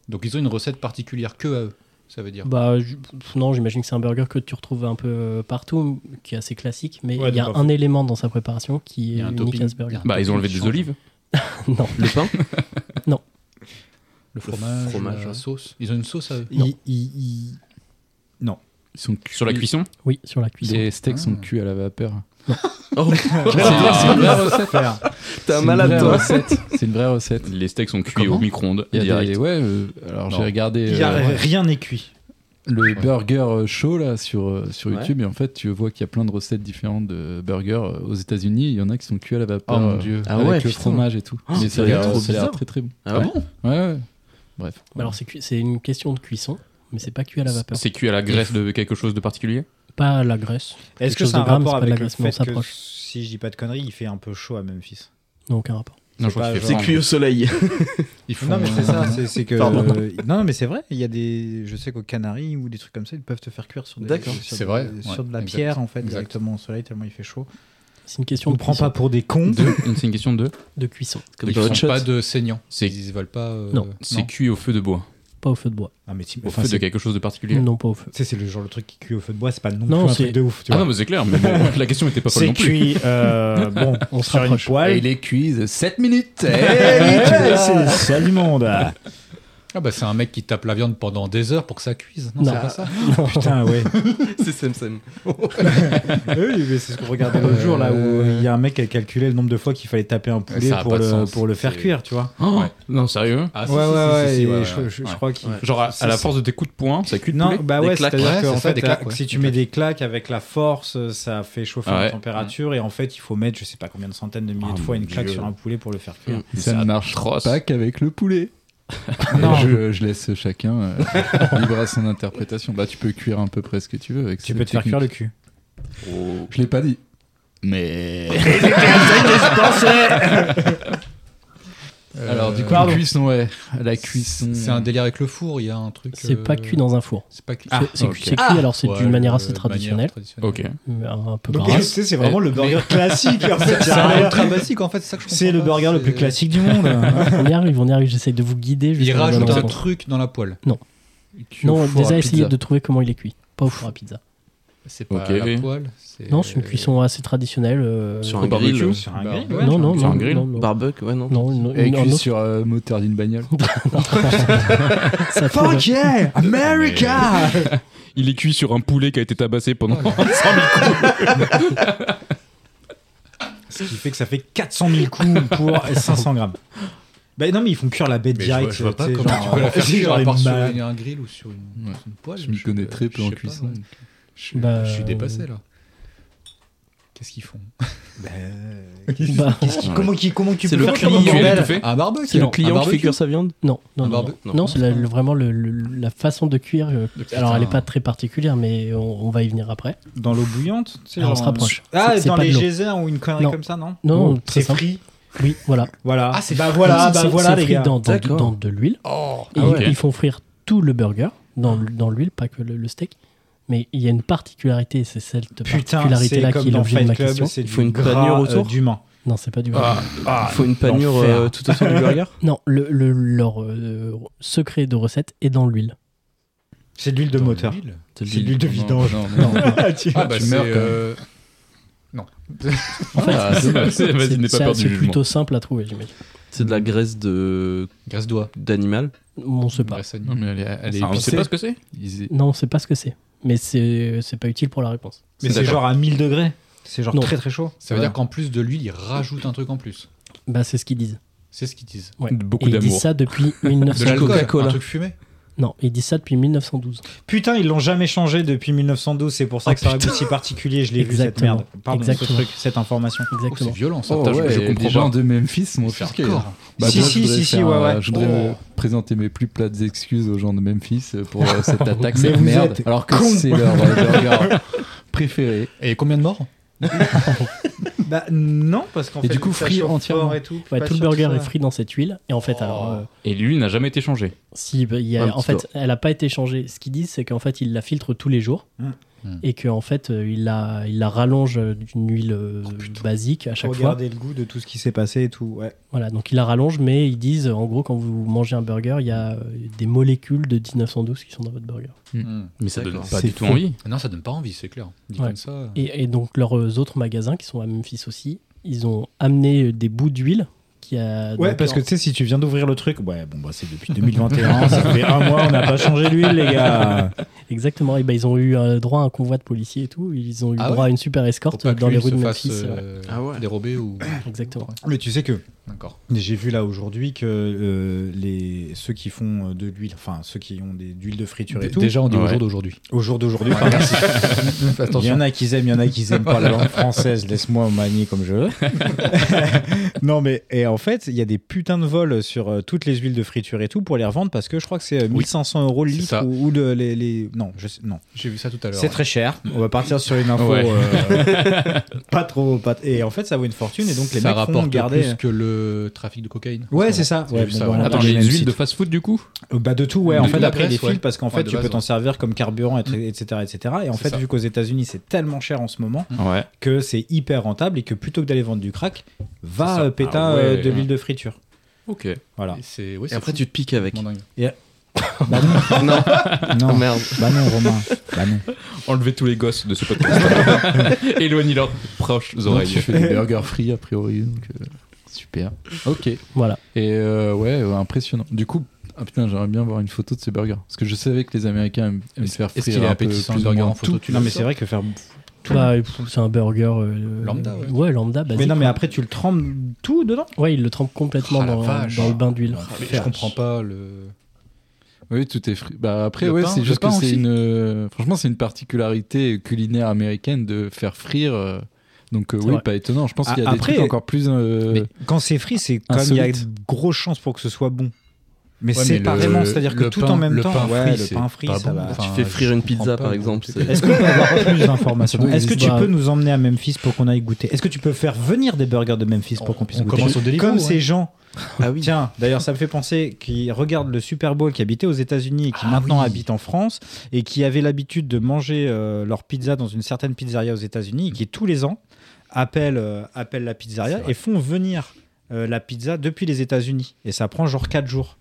Speaker 6: Donc ils ont une recette particulière que à eux, ça veut dire.
Speaker 1: Bah, je- pff, non, j'imagine que c'est un burger que tu retrouves un peu euh, partout, qui est assez classique, mais
Speaker 3: Ouais,
Speaker 1: il y a
Speaker 3: donc,
Speaker 1: un élément dans sa préparation qui
Speaker 6: Il
Speaker 1: est
Speaker 6: y a un
Speaker 1: unique
Speaker 6: topping.
Speaker 1: à ce burger.
Speaker 6: Il y a un
Speaker 2: Bah, ils ont
Speaker 6: topping
Speaker 2: enlevé
Speaker 6: qui
Speaker 2: des
Speaker 6: change.
Speaker 2: olives.
Speaker 1: non,
Speaker 4: Le pain
Speaker 6: Le fromage,
Speaker 4: fromage,
Speaker 6: la
Speaker 2: euh.
Speaker 4: ouais.
Speaker 6: sauce. Ils ont une sauce à eux.
Speaker 1: Non.
Speaker 3: Il- il- il-
Speaker 5: Ils sont cuits.
Speaker 2: Sur la cuisson
Speaker 1: oui, sur la cuisson.
Speaker 5: Les steaks sont
Speaker 6: Ah.
Speaker 5: cuits à la vapeur.
Speaker 4: Oh,
Speaker 3: Ah,
Speaker 5: c'est une vraie recette.
Speaker 3: Faire.
Speaker 4: t'es un
Speaker 5: C'est une
Speaker 4: malade
Speaker 5: vraie
Speaker 4: toi
Speaker 5: recette. C'est une vraie recette.
Speaker 2: Les steaks sont cuits au micro-ondes
Speaker 5: Il y a
Speaker 2: direct.
Speaker 5: des, ouais, euh, alors j'ai
Speaker 6: Non.
Speaker 5: regardé
Speaker 3: Il y a-
Speaker 5: euh,
Speaker 3: rien n'est cuit.
Speaker 5: le
Speaker 6: Ouais.
Speaker 5: burger euh, show là sur, euh, sur
Speaker 4: Ouais.
Speaker 5: YouTube et en fait tu vois qu'il y a plein de recettes différentes de burgers euh, aux États-Unis. Il y en a qui sont cuits à la vapeur
Speaker 6: Oh mon
Speaker 5: euh,
Speaker 6: dieu.
Speaker 4: Ah
Speaker 5: avec
Speaker 4: ouais,
Speaker 5: le
Speaker 4: putain. Oh,
Speaker 5: fromage et tout. Mais ça a
Speaker 4: c'est
Speaker 5: l'air
Speaker 4: trop
Speaker 5: ça a l'air
Speaker 4: bizarre.
Speaker 5: très très bon.
Speaker 4: Ah bon
Speaker 5: Ouais, ouais. Bref.
Speaker 1: Bah Alors c'est, cu- c'est une question de cuisson, mais c'est pas cuit à la vapeur.
Speaker 2: C'est cuit à la graisse de quelque chose de particulier
Speaker 1: Pas à la graisse.
Speaker 3: Est-ce
Speaker 1: Quelque
Speaker 3: que
Speaker 1: chose
Speaker 3: ça a un
Speaker 1: de gramme,
Speaker 3: rapport
Speaker 1: c'est pas de la
Speaker 3: avec le
Speaker 1: glace, mais on
Speaker 3: fait que,
Speaker 1: s'approche.
Speaker 3: si je dis pas de conneries, il fait un peu chaud à Memphis
Speaker 1: Non, aucun rapport.
Speaker 2: Non, je
Speaker 3: pas
Speaker 2: crois que
Speaker 3: genre-
Speaker 4: C'est cuit au soleil.
Speaker 6: Ils font-
Speaker 3: Non, mais c'est ça, c'est c'est que.
Speaker 4: Pardon.
Speaker 3: euh, non, mais c'est vrai, il y a des. Je sais qu'aux Canaries ou des trucs comme ça, ils peuvent te faire cuire sur, des,
Speaker 4: D'accord.
Speaker 3: sur,
Speaker 6: C'est vrai,
Speaker 3: sur
Speaker 6: ouais,
Speaker 3: de la
Speaker 6: exact.
Speaker 3: pierre, en fait,
Speaker 6: Exact.
Speaker 3: directement au soleil, tellement il fait chaud.
Speaker 1: C'est une question
Speaker 3: On ne
Speaker 1: de
Speaker 3: prend
Speaker 1: cuisson.
Speaker 3: pas pour des cons.
Speaker 2: C'est une question de.
Speaker 1: de cuisson,
Speaker 4: Comme
Speaker 6: ils
Speaker 4: dans
Speaker 6: font
Speaker 4: Hot Shots.
Speaker 6: pas de saignant.
Speaker 2: C'est-
Speaker 6: Ils se valent pas. euh,
Speaker 1: Non,
Speaker 2: C'est cuit au feu de bois.
Speaker 1: pas au feu de bois.
Speaker 3: Ah, mais tu
Speaker 2: Au
Speaker 3: enfin,
Speaker 2: feu de
Speaker 3: c'est- tu
Speaker 2: quelque chose de particulier
Speaker 1: Non, pas au feu.
Speaker 3: sais, c'est le genre de truc qui cuit au feu de bois, c'est pas non,
Speaker 1: Non,
Speaker 3: plus un
Speaker 1: c'est-
Speaker 3: truc de ouf, tu
Speaker 2: Ah
Speaker 3: vois.
Speaker 2: non, mais c'est clair, mais bon, la question était pas folle
Speaker 3: c'est
Speaker 2: non plus.
Speaker 3: cuit, euh, bon,
Speaker 1: On se
Speaker 3: sur une Eh,
Speaker 1: rapproche.
Speaker 3: poêle.
Speaker 5: les cuisent 7 minutes.
Speaker 3: Eh, nickel, c'est- Salut monde
Speaker 6: Ah bah c'est un mec qui tape la viande pendant des heures pour que ça cuise. Non,
Speaker 1: Non.
Speaker 6: c'est pas ça.
Speaker 3: Putain, ouais.
Speaker 4: C'est Sam Sam.
Speaker 3: oui, mais c'est ce qu'on regardait l'autre jour, là, où il y a un mec qui a calculé le nombre de fois qu'il fallait taper un poulet
Speaker 6: Euh, Ça a
Speaker 3: pour
Speaker 6: pas de
Speaker 3: le,
Speaker 6: sens.
Speaker 3: pour le faire
Speaker 6: C'est-
Speaker 3: cuire, tu vois.
Speaker 6: Ouais.
Speaker 2: Oh, Non, sérieux
Speaker 6: Ah,
Speaker 3: ouais, ouais, ouais,
Speaker 6: si,
Speaker 3: et
Speaker 6: ouais,
Speaker 3: je,
Speaker 6: ouais, ah,
Speaker 3: je- je
Speaker 6: ouais.
Speaker 3: crois qu'il.
Speaker 2: Genre, à, à la
Speaker 3: C'est-
Speaker 2: force de tes coups de poing, ça cuit de
Speaker 3: Non,
Speaker 2: poulet
Speaker 3: bah
Speaker 4: Des
Speaker 3: ouais,
Speaker 4: claques.
Speaker 6: Ouais,
Speaker 3: c'est-à-dire
Speaker 6: c'est
Speaker 3: qu'en
Speaker 6: ça,
Speaker 3: fait,
Speaker 6: des claques,
Speaker 3: la-
Speaker 6: ouais.
Speaker 3: si tu
Speaker 6: Des
Speaker 3: mets des claques avec la force, euh, ça fait chauffer
Speaker 2: Ah
Speaker 3: la
Speaker 2: ouais.
Speaker 3: température et en fait, il faut mettre je sais pas combien de centaines de milliers
Speaker 6: Ah,
Speaker 2: Oh
Speaker 3: de fois
Speaker 2: mon
Speaker 3: une claque
Speaker 2: Dieu.
Speaker 3: sur un poulet pour le faire
Speaker 6: Mmh.
Speaker 3: cuire.
Speaker 5: Ça ne marche
Speaker 2: atroce.
Speaker 5: pas qu'avec le poulet.
Speaker 3: Non.
Speaker 5: Je, je laisse chacun euh, libre à son interprétation. Bah, tu peux cuire un peu près ce que tu veux avec
Speaker 3: Tu
Speaker 5: cette
Speaker 3: peux te faire
Speaker 5: technique.
Speaker 3: cuire le cul.
Speaker 2: Oh.
Speaker 5: Je l'ai pas dit. Mais.
Speaker 6: Euh,
Speaker 5: Alors, du coup,
Speaker 3: pardon.
Speaker 5: la cuisson, ouais. La cuisson.
Speaker 6: C'est un délire avec le four, il y a un truc.
Speaker 1: C'est
Speaker 6: euh,
Speaker 1: pas cuit dans un four.
Speaker 6: C'est pas cuit.
Speaker 1: C'est- c'est
Speaker 5: ok.
Speaker 1: cu- c'est cuit, alors c'est
Speaker 6: Ouais,
Speaker 1: d'une manière
Speaker 6: euh,
Speaker 1: assez traditionnelle,
Speaker 6: traditionnelle.
Speaker 2: Ok.
Speaker 1: mais un peu
Speaker 3: Donc, tu
Speaker 1: grasse.
Speaker 3: sais, c'est vraiment le burger classique. en fait,
Speaker 6: Eh, C'est
Speaker 3: y a
Speaker 6: un
Speaker 3: rien.
Speaker 6: ultra basique en fait, c'est ça que je comprends.
Speaker 3: C'est le
Speaker 6: pas,
Speaker 3: burger le
Speaker 6: c'est-
Speaker 3: plus classique du monde.
Speaker 1: On y arrive, on y arrive. J'essaie de vous guider.
Speaker 6: Il
Speaker 1: jusqu'à
Speaker 6: rajoute
Speaker 1: dans
Speaker 6: un
Speaker 1: le fond.
Speaker 6: truc dans la poêle.
Speaker 5: cuit Ah, au
Speaker 1: Non,
Speaker 5: four à
Speaker 1: déjà essayez
Speaker 5: pizza.
Speaker 1: de trouver comment il est cuit. Pas au four à pizza.
Speaker 6: C'est pas
Speaker 2: Ok.
Speaker 6: la poêle. c'est-
Speaker 1: Non, c'est une cuisson assez traditionnelle. euh,
Speaker 4: Sur
Speaker 2: Au
Speaker 4: un
Speaker 2: barbecue
Speaker 4: grill.
Speaker 3: Sur
Speaker 5: un grill, ouais,
Speaker 1: Non, non,
Speaker 2: sur un
Speaker 1: non,
Speaker 2: grill.
Speaker 1: non, non.
Speaker 4: Barbecue, ouais, non.
Speaker 1: Non, une-
Speaker 5: Et
Speaker 1: une- un
Speaker 5: cuit
Speaker 1: autre-
Speaker 5: sur euh, moteur d'une bagnole.
Speaker 1: ça pourrait-
Speaker 3: Fuck yeah! America!
Speaker 2: Il est cuit sur un poulet qui a été tabassé pendant.
Speaker 3: Ce qui fait que ça fait 400 000 coups pour 500 grammes. Bah non, mais ils font cuire la bête
Speaker 6: Mais je vois-
Speaker 3: direct.
Speaker 6: je vois pas
Speaker 3: tu sais,
Speaker 6: comment
Speaker 3: genre,
Speaker 6: tu peux la faire
Speaker 3: c'est
Speaker 6: cuire
Speaker 3: genre
Speaker 6: à part
Speaker 3: une
Speaker 6: sur
Speaker 3: ma-
Speaker 6: une- un grill ou sur une,
Speaker 5: Ouais.
Speaker 6: sur une poêle.
Speaker 5: Je me connais très peu
Speaker 6: je
Speaker 5: en
Speaker 6: sais pas,
Speaker 5: cuisson.
Speaker 6: ouais. Je,
Speaker 1: Bah,
Speaker 6: je suis dépassé là. Qu'est-ce qu'ils font
Speaker 3: Bah,
Speaker 1: Bah,
Speaker 3: Comment, qui, comment tu
Speaker 4: C'est
Speaker 3: peux
Speaker 4: le
Speaker 3: faire
Speaker 4: client.
Speaker 3: comment tu-
Speaker 4: bordel.
Speaker 2: tout
Speaker 3: Ah,
Speaker 2: fait.
Speaker 6: Un barbecue
Speaker 4: C'est le
Speaker 6: non, un
Speaker 4: client qui fait
Speaker 6: barbecue.
Speaker 4: cuire sa viande
Speaker 1: non, non,
Speaker 6: Un
Speaker 1: non,
Speaker 6: barbe-
Speaker 1: non.
Speaker 4: non.
Speaker 1: Non, c'est la- le- vraiment le- le- la façon de cuire. euh,
Speaker 6: Putain.
Speaker 1: Alors, elle est pas très particulière, mais on, on va y venir après.
Speaker 3: Dans l'eau bouillante tu sais,
Speaker 1: Ah, on
Speaker 3: genre,
Speaker 1: se rapproche.
Speaker 3: Ah,
Speaker 1: C'est- c'est
Speaker 3: dans
Speaker 1: pas
Speaker 3: les
Speaker 1: de l'eau.
Speaker 3: geysers ou une connerie
Speaker 1: Non.
Speaker 3: comme ça, non
Speaker 6: Oh,
Speaker 1: Non, non, très
Speaker 3: C'est
Speaker 1: simple.
Speaker 3: frit.
Speaker 1: Oui, voilà.
Speaker 3: Voilà.
Speaker 6: Ah, c'est
Speaker 3: bah voilà,
Speaker 1: C'est-
Speaker 3: bah
Speaker 1: c'est-
Speaker 3: voilà
Speaker 1: c'est
Speaker 3: les
Speaker 1: frit
Speaker 3: gars.
Speaker 1: dans, dans-
Speaker 4: D'accord.
Speaker 1: dans de l'huile.
Speaker 6: Oh,
Speaker 1: Et
Speaker 2: Ah ouais.
Speaker 1: Ils font frire tout le burger dans, le- dans l'huile, pas que le, le steak. Mais il y a une particularité, et c'est cette
Speaker 3: Putain, c'est
Speaker 1: particularité-là qui
Speaker 3: comme
Speaker 1: est
Speaker 3: dans
Speaker 1: l'objet de
Speaker 3: Fight
Speaker 1: ma
Speaker 3: Club,
Speaker 1: question.
Speaker 3: c'est
Speaker 4: Il faut
Speaker 3: du
Speaker 4: une
Speaker 3: gras,
Speaker 4: panure
Speaker 3: euh,
Speaker 4: autour
Speaker 3: d'humain.
Speaker 1: Non, c'est pas du vrai.
Speaker 2: Ah, ah,
Speaker 4: Il faut une panure
Speaker 2: l'enfer.
Speaker 4: euh, tout autour du burger
Speaker 1: Non, le, le- leur euh, secret de recette est dans l'huile.
Speaker 3: C'est de l'huile de
Speaker 6: dans
Speaker 3: moteur.
Speaker 6: l'huile.
Speaker 5: C'est
Speaker 3: de l'huile de vidange.
Speaker 5: Non, non, non.
Speaker 3: Tu vois.
Speaker 6: Ah bah
Speaker 5: Tu
Speaker 6: c'est.
Speaker 5: meurs, quand même.
Speaker 6: euh,
Speaker 1: En fait,
Speaker 5: Ah,
Speaker 1: c'est-
Speaker 5: c'est-
Speaker 2: c'est- vas-y,
Speaker 1: c'est-
Speaker 2: n'aie pas
Speaker 1: c'est-
Speaker 2: peur du
Speaker 1: c'est
Speaker 2: jugement.
Speaker 1: plutôt simple à trouver, j'imagine.
Speaker 4: C'est de la graisse de
Speaker 6: Graisse d'oie.
Speaker 4: d'animal.
Speaker 1: On sait pas.
Speaker 6: Graisse animale.
Speaker 5: Non, mais elle est, elle est
Speaker 2: Ah, on sait
Speaker 5: épicée.
Speaker 2: pas ce que Bah, c'est
Speaker 5: Ils-
Speaker 1: Non, on sait pas ce que c'est. Mais c'est c'est pas utile pour la réponse.
Speaker 3: Mais c'est
Speaker 2: D'accord.
Speaker 3: genre à 1000 degrés. C'est genre
Speaker 1: Non.
Speaker 3: très très chaud.
Speaker 6: Ça veut dire qu'en plus de l'huile, ils rajoutent un truc en plus.
Speaker 1: Bah, c'est ce qu'ils disent.
Speaker 6: C'est ce qu'ils disent.
Speaker 1: Ouais.
Speaker 2: Beaucoup
Speaker 1: Et ils disent
Speaker 2: d'amour.
Speaker 1: ça depuis
Speaker 6: De
Speaker 1: 1900.
Speaker 6: l'alcool,
Speaker 4: Coca-Cola.
Speaker 6: un truc fumé.
Speaker 1: Non, ils disent ça depuis 1912.
Speaker 3: Putain, ils l'ont jamais changé depuis 1912. C'est pour ça
Speaker 1: Oh,
Speaker 3: que ça
Speaker 1: putain.
Speaker 3: reste aussi particulier. Je l'ai vu cette
Speaker 1: Exactement.
Speaker 3: merde. Pardon, ce
Speaker 1: Exactement.
Speaker 3: truc, cette information.
Speaker 6: Oh, c'est
Speaker 1: Exactement.
Speaker 6: violent ça.
Speaker 5: Oh,
Speaker 6: Putain, je-
Speaker 5: ouais,
Speaker 6: je comprends
Speaker 5: les
Speaker 6: pas.
Speaker 5: gens de Memphis sont
Speaker 6: C'est
Speaker 5: offusqués.
Speaker 6: hardcore.
Speaker 5: Bah,
Speaker 3: Si,
Speaker 5: moi,
Speaker 3: si,
Speaker 5: je voudrais
Speaker 3: si, si,
Speaker 5: faire,
Speaker 3: ouais,
Speaker 5: euh,
Speaker 3: ouais. Oh.
Speaker 5: Je voudrais présenter mes plus plates excuses aux gens de Memphis pour euh, cette attaque,
Speaker 3: Mais
Speaker 5: cette
Speaker 3: vous
Speaker 5: merde.
Speaker 3: êtes
Speaker 5: alors que
Speaker 3: cons.
Speaker 5: c'est leur euh, burger préféré.
Speaker 6: Et combien de morts
Speaker 3: Bah non, parce qu'en
Speaker 5: Et
Speaker 3: fait,
Speaker 5: du coup,
Speaker 3: ça
Speaker 5: frit
Speaker 3: chauffe fort
Speaker 5: entièrement.
Speaker 3: et tout,
Speaker 1: Ouais,
Speaker 3: pas
Speaker 1: tout le
Speaker 3: sûr que
Speaker 1: burger
Speaker 3: ça-
Speaker 1: est frit dans cette huile. Et en fait,
Speaker 6: Oh.
Speaker 1: alors, euh,
Speaker 2: Et lui n'a jamais été changé.
Speaker 1: si, bah, il y a-
Speaker 4: Un petit
Speaker 1: en fait, elle a pas été changée. Ce qu'ils disent, c'est qu'en fait, ils la filtrent tous les jours.
Speaker 3: Mm.
Speaker 6: Mm.
Speaker 1: Et qu'en fait, euh, ils la, ils la rallongent euh, d'une huile euh, basique à chaque
Speaker 3: Pour
Speaker 1: fois.
Speaker 3: garder le goût de tout ce qui s'est passé et tout. Ouais.
Speaker 1: Voilà, donc ils la rallongent, mais ils disent, euh, en gros, quand vous mangez un burger, il y a euh, des molécules de 1912 qui sont dans votre burger.
Speaker 2: Mais ça donne
Speaker 4: D'accord.
Speaker 2: pas
Speaker 5: C'est
Speaker 2: du tout
Speaker 5: faux.
Speaker 2: envie.
Speaker 6: Non, ça donne pas envie, c'est clair. Dit
Speaker 1: Ouais.
Speaker 6: comme ça.
Speaker 1: Et, et donc leurs euh, autres magasins qui sont à Memphis aussi, ils ont amené euh, des bouts d'huile qui a.
Speaker 3: Ouais,
Speaker 1: donc,
Speaker 3: parce
Speaker 1: en-
Speaker 3: que tu sais, si tu viens d'ouvrir le truc, ouais, bon, bah c'est depuis 2021, ça fait un mois, on n'a pas changé l'huile, les gars.
Speaker 1: Exactement, et ben ils ont eu euh, droit à un convoi de policiers et tout, ils ont eu
Speaker 6: Ah
Speaker 1: droit à une super escorte
Speaker 6: Pour pas que
Speaker 1: dans les
Speaker 6: l'huile
Speaker 1: rues de
Speaker 6: se fasse,
Speaker 1: Memphis. euh,
Speaker 6: euh,
Speaker 4: Ah ouais.
Speaker 6: Dérober ou.
Speaker 1: Exactement.
Speaker 3: Mais tu sais que
Speaker 6: D'accord.
Speaker 3: j'ai vu là aujourd'hui que euh, les, ceux qui font euh, de l'huile, enfin ceux qui ont des, d'huile de friture et tout,
Speaker 6: Déjà, on dit au
Speaker 2: Ouais.
Speaker 6: jour d'aujourd'hui.
Speaker 3: au jour d'aujourd'hui, pardon, Il y en a qui aiment, il y en a qui aiment pas la langue française, laisse-moi manier comme je veux. non, mais et en fait, il y a des putains de vols sur euh, toutes les huiles de friture et tout pour les revendre parce que je crois que c'est euh, 1500 euros le
Speaker 6: c'est
Speaker 3: litre
Speaker 6: ça.
Speaker 3: ou, ou le- les, les- Non, je sais- non.
Speaker 6: J'ai vu ça tout à l'heure.
Speaker 3: c'est très cher. On va partir sur une info
Speaker 2: Ouais.
Speaker 3: euh, pas trop. pas- Et en fait, ça vaut une fortune et donc les
Speaker 6: ça
Speaker 3: mecs font
Speaker 6: rapporte
Speaker 3: garder.
Speaker 6: plus que le trafic de cocaïne.
Speaker 3: Ouais, c'est ça.
Speaker 6: J'ai
Speaker 3: Ouais,
Speaker 6: vu
Speaker 3: bon,
Speaker 6: ça,
Speaker 3: bah,
Speaker 6: ouais.
Speaker 3: on a
Speaker 2: Attends,
Speaker 3: pas le
Speaker 2: les
Speaker 3: même
Speaker 2: huiles
Speaker 3: site.
Speaker 2: de fast-food du coup
Speaker 3: Euh, Bah de tout, ouais.
Speaker 6: De
Speaker 3: en
Speaker 6: la
Speaker 3: fait, après,
Speaker 6: graisse,
Speaker 3: il les fils
Speaker 6: ouais.
Speaker 3: parce qu'en
Speaker 6: Ouais,
Speaker 3: fait,
Speaker 6: de
Speaker 3: tu peux
Speaker 6: base,
Speaker 3: t'en
Speaker 6: ouais.
Speaker 3: servir comme carburant, et- etc., etc. Et en
Speaker 6: C'est
Speaker 3: fait,
Speaker 6: ça.
Speaker 3: vu qu'aux États-Unis, c'est tellement cher en ce moment
Speaker 2: Ouais.
Speaker 3: que c'est hyper rentable et que plutôt que d'aller vendre du crack,
Speaker 6: C'est
Speaker 3: va
Speaker 6: ça.
Speaker 3: euh, péter
Speaker 2: Ah ouais.
Speaker 3: euh, de l'huile de friture.
Speaker 2: Ok.
Speaker 3: Voilà.
Speaker 6: Et c'est- ouais,
Speaker 4: Et
Speaker 6: c'est
Speaker 4: après,
Speaker 6: fou.
Speaker 4: tu te piques avec.
Speaker 6: Mon dingue.
Speaker 3: Bah non,
Speaker 4: non,
Speaker 3: non,
Speaker 4: merde.
Speaker 3: bah non, Romain. Bah non.
Speaker 2: Enlevez tous les gosses de ce podcast. Éloignez leurs proches
Speaker 5: Donc, tu
Speaker 2: oreilles.
Speaker 5: fais des burgers free a priori. donc, euh, super. Ok.
Speaker 1: Voilà.
Speaker 5: Et euh, ouais, ouais, euh, impressionnant. Du coup, Ah putain, j'aimerais bien voir une photo de ces burgers. Parce que je savais que les Américains aiment aiment
Speaker 6: Est-ce-
Speaker 5: faire
Speaker 6: est-ce
Speaker 5: frire
Speaker 6: qu'il est
Speaker 5: un peu
Speaker 6: appétissant,
Speaker 5: plus
Speaker 6: le burger
Speaker 5: ou moins
Speaker 6: en photo,
Speaker 5: tout.
Speaker 6: tu
Speaker 3: Non,
Speaker 6: l'as
Speaker 3: mais c'est vrai que faire.
Speaker 1: Bah, pff, c'est un burger. euh,
Speaker 6: Lambda, ouais.
Speaker 1: Ouais, lambda, basique.
Speaker 3: Mais non, mais
Speaker 1: ouais.
Speaker 3: après, tu le trempes tout dedans
Speaker 1: Ouais, il le trempe complètement
Speaker 6: Ah, la
Speaker 1: dans,
Speaker 6: vache.
Speaker 1: dans le bain d'huile.
Speaker 6: Mais Je comprends pas le.
Speaker 5: Oui, tout est frit. Bah après,
Speaker 6: Le
Speaker 5: ouais,
Speaker 6: pain-
Speaker 5: c'est
Speaker 6: le
Speaker 5: juste que
Speaker 6: pain
Speaker 5: c'est
Speaker 6: aussi
Speaker 5: une. euh, Franchement, c'est une particularité culinaire américaine de faire frire. euh, Donc euh,
Speaker 1: C'est
Speaker 5: oui,
Speaker 1: vrai.
Speaker 5: pas étonnant. Je pense
Speaker 3: Ah,
Speaker 5: qu'il y a
Speaker 3: après-
Speaker 5: des trucs encore plus. euh,
Speaker 6: Mais-
Speaker 3: Quand c'est frit, c'est quand même. Il y a
Speaker 5: Insolite.
Speaker 3: de grosses chances pour que ce soit bon. Mais
Speaker 6: Ouais,
Speaker 3: c'est
Speaker 6: mais
Speaker 3: pas
Speaker 6: le-
Speaker 3: vraiment, c'est-à-dire que
Speaker 6: le
Speaker 3: tout
Speaker 6: pain-
Speaker 3: en même
Speaker 6: le
Speaker 3: temps.
Speaker 6: pain
Speaker 3: ouais,
Speaker 6: frit,
Speaker 3: le
Speaker 6: c'est
Speaker 3: pain frit,
Speaker 6: pas
Speaker 3: ça
Speaker 6: bon.
Speaker 3: va.
Speaker 6: Enfin,
Speaker 4: tu fais
Speaker 6: je
Speaker 4: frire une
Speaker 6: comprends
Speaker 4: pizza
Speaker 6: pas,
Speaker 4: par
Speaker 6: moi.
Speaker 4: exemple. c'est-
Speaker 3: Est-ce qu'on peut avoir plus d'informations
Speaker 5: Ça doit
Speaker 3: Est-ce que tu
Speaker 1: exister.
Speaker 3: peux nous emmener à Memphis pour qu'on aille goûter Est-ce que tu peux faire venir des burgers de Memphis pour qu'on puisse
Speaker 6: On
Speaker 3: goûter
Speaker 6: commence au délire.
Speaker 3: Comme ces gens.
Speaker 4: Ah oui.
Speaker 3: Tiens, d'ailleurs, ça me fait penser qui regardent le Super Bowl qui habitait aux États-Unis et qui
Speaker 6: Ah
Speaker 3: maintenant habite en France et qui avait l'habitude de manger euh, leur pizza dans une certaine pizzeria aux États-Unis et qui tous les ans appelle euh, appelle la pizzeria et font venir euh, la pizza depuis les États-Unis et ça prend genre 4 jours.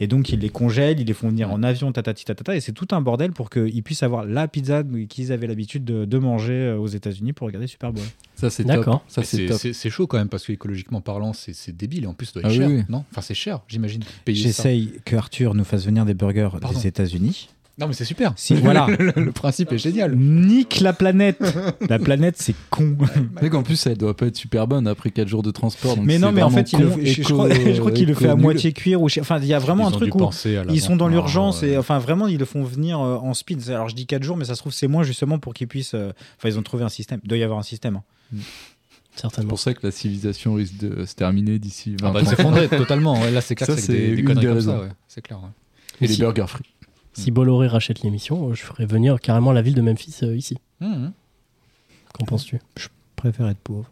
Speaker 3: Et donc, ils les congèlent, ils les font venir en avion, tatati, tatata. Et c'est tout un bordel pour qu'ils puissent avoir la pizza qu'ils avaient l'habitude de, de manger euh, aux États-Unis pour regarder le Super Bowl.
Speaker 5: Ça c'est top.
Speaker 1: D'accord.
Speaker 5: Ça
Speaker 6: Mais
Speaker 5: c'est
Speaker 6: c'est-
Speaker 5: top.
Speaker 6: C'est c'est chaud quand même parce que écologiquement parlant, c'est c'est débile. Et en plus, ça doit être
Speaker 5: Ah oui,
Speaker 6: cher,
Speaker 5: oui.
Speaker 6: non Enfin, c'est cher, j'imagine. payer ça.
Speaker 3: J'essaye que Arthur nous fasse venir des burgers
Speaker 6: Pardon.
Speaker 3: des États-Unis.
Speaker 6: Non, mais c'est super.
Speaker 3: Si, voilà.
Speaker 6: Le principe est génial.
Speaker 3: Nique la planète. La planète, c'est con.
Speaker 5: Mais qu'en plus, elle doit pas être super bonne après 4 jours de transport. donc
Speaker 3: Mais non,
Speaker 5: c'est
Speaker 3: mais en
Speaker 5: vraiment
Speaker 3: fait, il le
Speaker 5: con,
Speaker 3: fait- je, je
Speaker 5: éco-
Speaker 3: crois, je crois qu'il le fait à
Speaker 5: éco- nul.
Speaker 3: moitié cuire. Ou, je- enfin, il y a vraiment
Speaker 6: Ils
Speaker 3: un
Speaker 6: ont
Speaker 3: truc
Speaker 6: dû
Speaker 3: où
Speaker 6: penser à la
Speaker 3: ils sont dans
Speaker 6: vente.
Speaker 3: l'urgence.
Speaker 6: Ah, ouais.
Speaker 3: et Enfin, vraiment, ils le font venir euh, en speed. Alors, je dis 4 jours, mais ça se trouve, c'est moins justement pour qu'ils puissent. euh, Enfin, ils ont trouvé un système. Il doit y avoir un système. hein.
Speaker 5: C'est
Speaker 1: Certainement.
Speaker 5: pour ça que la civilisation risque de se terminer d'ici
Speaker 6: Ah
Speaker 5: 20
Speaker 6: bah,
Speaker 5: ans.
Speaker 6: elle s'effondrait totalement. ouais. Là, c'est clair
Speaker 5: Ça,
Speaker 6: que c'est
Speaker 5: c'est
Speaker 6: des, des
Speaker 5: une
Speaker 6: conneries
Speaker 5: des
Speaker 6: comme ça.
Speaker 5: raisons.
Speaker 6: ouais. C'est clair. ouais.
Speaker 5: Et les
Speaker 1: si-
Speaker 5: burgers frits.
Speaker 1: Si Bolloré rachète l'émission, euh, je ferai venir carrément la ville de Memphis euh, ici.
Speaker 6: Hum, hum.
Speaker 1: Qu'en penses-tu
Speaker 3: Je préfère être pauvre.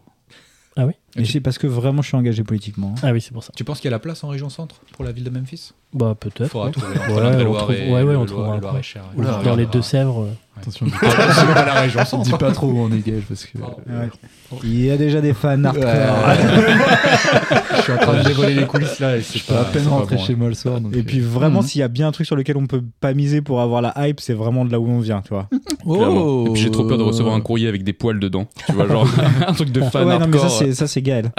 Speaker 1: Ah oui
Speaker 3: Mais c'est parce que vraiment, je suis engagé politiquement. hein.
Speaker 1: Ah oui, c'est pour ça.
Speaker 6: Tu penses qu'il y a la place en région centre pour la ville de Memphis
Speaker 1: Bah peut-être.
Speaker 6: Faudra
Speaker 1: ouais. Ouais,
Speaker 6: trouver entre la
Speaker 1: on
Speaker 6: Loire
Speaker 1: trouve-
Speaker 6: et
Speaker 1: ouais, ouais,
Speaker 6: le
Speaker 1: on
Speaker 6: Loir-
Speaker 1: trouvera
Speaker 6: le
Speaker 1: un
Speaker 6: Loir
Speaker 1: coin.
Speaker 6: et Cher.
Speaker 1: Ou dans les Deux-Sèvres. euh,
Speaker 5: Attention,
Speaker 6: pas la région
Speaker 5: dis,
Speaker 6: centre.
Speaker 5: pas trop où on est gage parce que.
Speaker 3: Ah Ouais. Il y a déjà des fans hardcore.
Speaker 6: Je suis en train de dévoiler les coulisses là. Et c'est
Speaker 5: Je peux à peine
Speaker 6: c'est pas
Speaker 5: rentrer
Speaker 6: bon,
Speaker 5: chez
Speaker 6: hein.
Speaker 5: moi le soir. donc,
Speaker 3: Et
Speaker 5: euh,
Speaker 3: puis vraiment,
Speaker 5: Mhm.
Speaker 3: s'il y a bien un truc sur lequel on peut pas miser pour avoir la hype, c'est vraiment de là où on vient, tu vois.
Speaker 5: oh
Speaker 2: clairement. Et puis j'ai trop peur de recevoir un courrier avec des poils dedans. Tu vois, genre un truc de fan
Speaker 3: ouais, non, mais ça,
Speaker 2: hardcore.
Speaker 3: c'est- ça, c'est Gaël.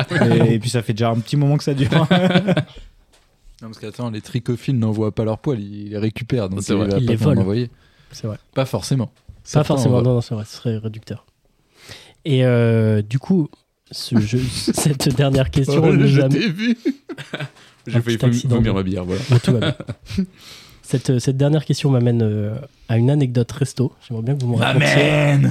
Speaker 3: et, et puis ça fait déjà un petit moment que ça dure.
Speaker 5: Non, parce qu'attends, les tricophiles n'envoient pas leurs poils, ils les récupèrent. Donc
Speaker 2: C'est
Speaker 5: il
Speaker 2: vrai.
Speaker 5: va
Speaker 1: Ils
Speaker 5: pas
Speaker 1: les
Speaker 5: t'en
Speaker 1: volent.
Speaker 5: envoyer.
Speaker 1: C'est vrai.
Speaker 5: Pas forcément.
Speaker 1: Pas
Speaker 5: Certains
Speaker 1: forcément,
Speaker 5: envoient.
Speaker 1: non, non, c'est vrai, ce serait réducteur. Et euh, du coup, ce jeu, cette dernière question,
Speaker 5: Oh,
Speaker 1: nous
Speaker 5: je
Speaker 1: am-
Speaker 5: t'ai vu.
Speaker 2: J'ai
Speaker 1: Un
Speaker 2: failli
Speaker 1: petit accident.
Speaker 2: vomir ma bière, voilà.
Speaker 1: Mais tout va bien. Cette, cette dernière question m'amène euh, à une anecdote resto. J'aimerais bien que vous me racontiez.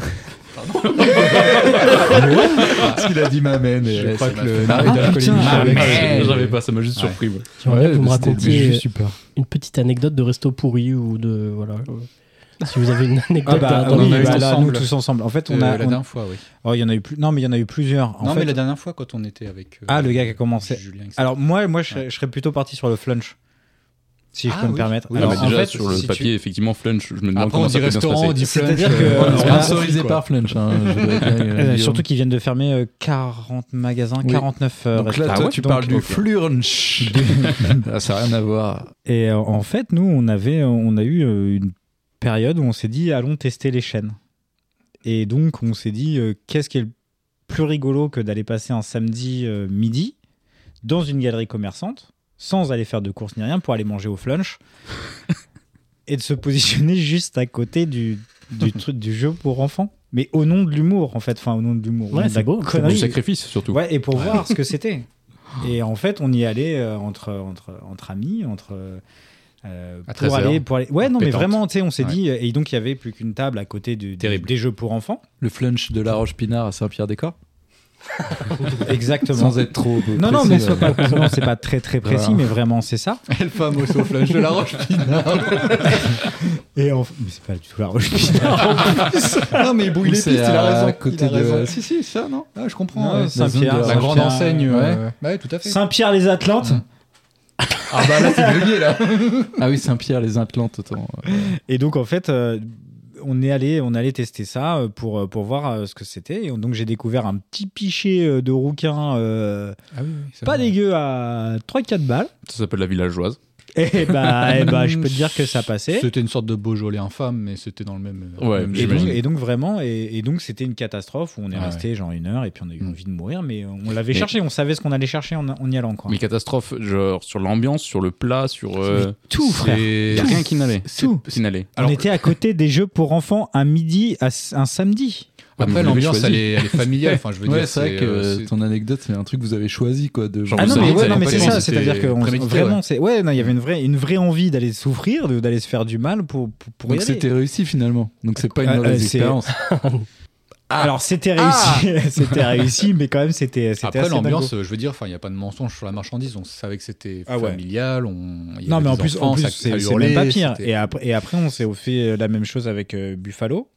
Speaker 5: Parce qu'il a dit m'amène.
Speaker 6: Je crois que le
Speaker 5: Ah, putain,
Speaker 6: d'alcool est
Speaker 5: ah,
Speaker 6: mélangé.
Speaker 5: merde.
Speaker 2: J'avais pas, ça m'a juste surpris. moi.
Speaker 1: J'aimerais bien que vous me
Speaker 5: mais c'était- mais
Speaker 1: racontiez
Speaker 5: juste super.
Speaker 1: une petite anecdote de resto pourri ou de. Voilà. euh, Si vous avez une anecdote à-
Speaker 6: on
Speaker 1: dans
Speaker 6: en
Speaker 1: le-
Speaker 6: a eu
Speaker 3: bah, là, nous
Speaker 6: ensemble.
Speaker 3: tous ensemble. En fait, on a.
Speaker 6: Euh, la
Speaker 3: on-
Speaker 6: dernière fois, oui.
Speaker 3: Oh, il y en a eu plus. Non, mais il y en a eu plusieurs. En
Speaker 6: non,
Speaker 3: fait-
Speaker 6: mais la dernière fois, quand on était avec. euh,
Speaker 3: Ah, le gars qui a commencé.
Speaker 6: Julien, etc.
Speaker 3: Alors moi, moi, je, serais- je serais plutôt parti sur le flunch, si je
Speaker 6: Ah,
Speaker 3: peux me
Speaker 6: oui.
Speaker 3: permettre.
Speaker 6: Oui,
Speaker 2: Non,
Speaker 3: Alors,
Speaker 2: mais
Speaker 3: en
Speaker 2: déjà,
Speaker 3: fait,
Speaker 2: sur le
Speaker 3: si tu-
Speaker 2: papier, effectivement, flunch, je me demande
Speaker 6: Après,
Speaker 2: comment
Speaker 6: on
Speaker 2: ça
Speaker 6: dit
Speaker 2: peut bien se
Speaker 6: restaurant, on
Speaker 2: passer.
Speaker 6: dit flunch.
Speaker 3: C'est-à-dire que-
Speaker 6: euh,
Speaker 3: on
Speaker 6: on
Speaker 3: est
Speaker 6: est
Speaker 5: Sponsorisé
Speaker 6: quoi.
Speaker 5: par Flunch. hein, je voudrais bien, euh,
Speaker 3: euh,
Speaker 5: Guillaume.
Speaker 3: surtout qu'ils viennent de fermer euh, 40 magasins,
Speaker 5: Oui.
Speaker 3: 49 euh,
Speaker 5: Donc là,
Speaker 3: restaurants.
Speaker 5: toi,
Speaker 3: Ah ouais,
Speaker 5: tu
Speaker 3: donc-
Speaker 5: parles du
Speaker 3: donc-
Speaker 5: flunch. Ah, ça n'a rien à voir.
Speaker 3: Et euh, en fait, nous, on avait, on a eu euh, une période où on s'est dit, allons tester les chaînes. Et donc, on s'est dit, euh, qu'est-ce qui est le plus rigolo que d'aller passer un samedi euh, midi dans une galerie commerçante, sans aller faire de course ni rien, pour aller manger au flunch et de se positionner juste à côté du, du truc du jeu pour enfants. Mais au nom de l'humour, en fait, enfin, au nom de l'humour. au
Speaker 1: Ouais,
Speaker 3: nom de
Speaker 1: c'est
Speaker 3: la
Speaker 1: beau, c'est
Speaker 2: Du
Speaker 3: connerie.
Speaker 2: sacrifice, surtout.
Speaker 3: Ouais, et pour voir ce que c'était. Et en fait, on y allait euh, entre, entre, entre amis, entre. euh, pour
Speaker 6: À 13
Speaker 3: aller,
Speaker 6: heures.
Speaker 3: pour aller... Ouais, non, mais
Speaker 6: Pétante.
Speaker 3: vraiment, tu sais, on s'est
Speaker 6: Ouais.
Speaker 3: dit. Et donc, il y avait plus qu'une table à côté du, du-
Speaker 6: Terrible.
Speaker 3: des jeux pour enfants.
Speaker 5: Le flunch de la Roche-Pinard à Saint-Pierre-des-Corps.
Speaker 3: Exactement.
Speaker 5: Sans être trop. euh,
Speaker 3: Non, non,
Speaker 5: précis,
Speaker 3: mais
Speaker 5: euh,
Speaker 3: sois pas- non, c'est pas très très précis,
Speaker 5: Voilà.
Speaker 3: mais vraiment, c'est ça.
Speaker 5: le fameux flunch de la Roche-Pinard.
Speaker 3: Et en... Mais c'est pas du tout la roche.
Speaker 6: Non, mais il bouille les pistes,
Speaker 5: C'est
Speaker 6: il a
Speaker 5: à
Speaker 6: raison. il
Speaker 5: côté
Speaker 6: a
Speaker 5: de-
Speaker 6: raison.
Speaker 5: Si, si, ça, non
Speaker 6: Ah, je
Speaker 3: Non,
Speaker 6: comprends. ouais.
Speaker 3: Saint-Pierre,
Speaker 6: La
Speaker 3: Saint-Pierre,
Speaker 6: grande enseigne.
Speaker 3: ouais.
Speaker 6: euh, Bah ouais, tout à fait.
Speaker 3: Saint-Pierre les Atlantes.
Speaker 6: Ah bah là, c'est grillé là.
Speaker 5: Ah oui, Saint-Pierre, les Atlantes, autant. euh,
Speaker 3: Et donc, en fait, euh, on est allé, on allait tester ça euh, pour, euh, pour voir euh, ce que c'était. Et donc, j'ai découvert un petit pichet euh, de rouquin euh,
Speaker 6: Ah oui, oui, c'est
Speaker 3: pas
Speaker 6: vrai.
Speaker 3: dégueu à 3-4 balles.
Speaker 2: Ça s'appelle la villageoise.
Speaker 3: Eh bah, eh bah, je peux te dire que ça passait.
Speaker 6: C'était une sorte de Beaujolais infâme, mais c'était dans le même. euh,
Speaker 2: Ouais,
Speaker 6: même
Speaker 3: Et
Speaker 6: genre.
Speaker 3: donc,
Speaker 2: J'imagine.
Speaker 3: et donc vraiment, et, et donc c'était une catastrophe où on est
Speaker 6: Ah
Speaker 3: resté genre une heure et puis on a eu
Speaker 6: Mm.
Speaker 3: envie de mourir, mais on l'avait
Speaker 2: Mais-
Speaker 3: cherché, on savait ce qu'on allait chercher en, en y allant quoi.
Speaker 2: Mais catastrophe, genre sur l'ambiance, sur le plat, sur. euh,
Speaker 3: tout frère.
Speaker 2: Il y a
Speaker 3: tout.
Speaker 2: rien qui n'allait.
Speaker 3: C'est- Tout.
Speaker 2: Qui n'allait.
Speaker 3: on était à côté des jeux pour enfants un midi, à s- un samedi.
Speaker 2: vous
Speaker 6: Après,
Speaker 2: l'avez
Speaker 6: l'ambiance, elle
Speaker 2: choisi.
Speaker 6: est, elle est familiale. Enfin, je veux
Speaker 5: Ouais,
Speaker 6: dire,
Speaker 5: c'est vrai que
Speaker 6: euh,
Speaker 5: euh,
Speaker 6: c'est-
Speaker 5: ton anecdote, c'est un truc que vous avez choisi, quoi. De...
Speaker 2: Genre,
Speaker 3: Ah
Speaker 2: vous
Speaker 3: non mais,
Speaker 2: savez,
Speaker 3: ouais,
Speaker 2: vous
Speaker 3: non,
Speaker 2: avez
Speaker 3: mais
Speaker 2: pas
Speaker 3: c'est
Speaker 2: aimé,
Speaker 3: ça,
Speaker 6: c'était
Speaker 3: c'est-à-dire que on-
Speaker 6: prémédité,
Speaker 3: vraiment,
Speaker 6: ouais.
Speaker 3: c'est ouais, non, il y avait une vraie, une vraie envie d'aller souffrir, de- d'aller se faire du mal pour pour, pour y
Speaker 5: Donc
Speaker 3: aller.
Speaker 5: c'était réussi finalement. Donc c'est pas
Speaker 3: Ah,
Speaker 5: une
Speaker 3: euh,
Speaker 5: mauvaise
Speaker 3: c'est-
Speaker 5: expérience.
Speaker 3: Alors c'était réussi, c'était réussi, mais quand même c'était c'était
Speaker 6: Ah Après,
Speaker 3: assez dingo.
Speaker 6: l'ambiance, euh, je veux dire, enfin, il n'y a pas de mensonge sur la marchandise. On savait que c'était
Speaker 3: Ah ouais.
Speaker 6: familial. On... il y
Speaker 3: Non
Speaker 6: avait
Speaker 3: mais en
Speaker 6: des
Speaker 3: plus, en
Speaker 6: enfants,
Speaker 3: plus
Speaker 6: ça- ça
Speaker 3: c'est c'est
Speaker 6: hurlait,
Speaker 3: même pas pire.
Speaker 6: c'était-
Speaker 3: Et après, et après on s'est fait la même chose avec euh, Buffalo.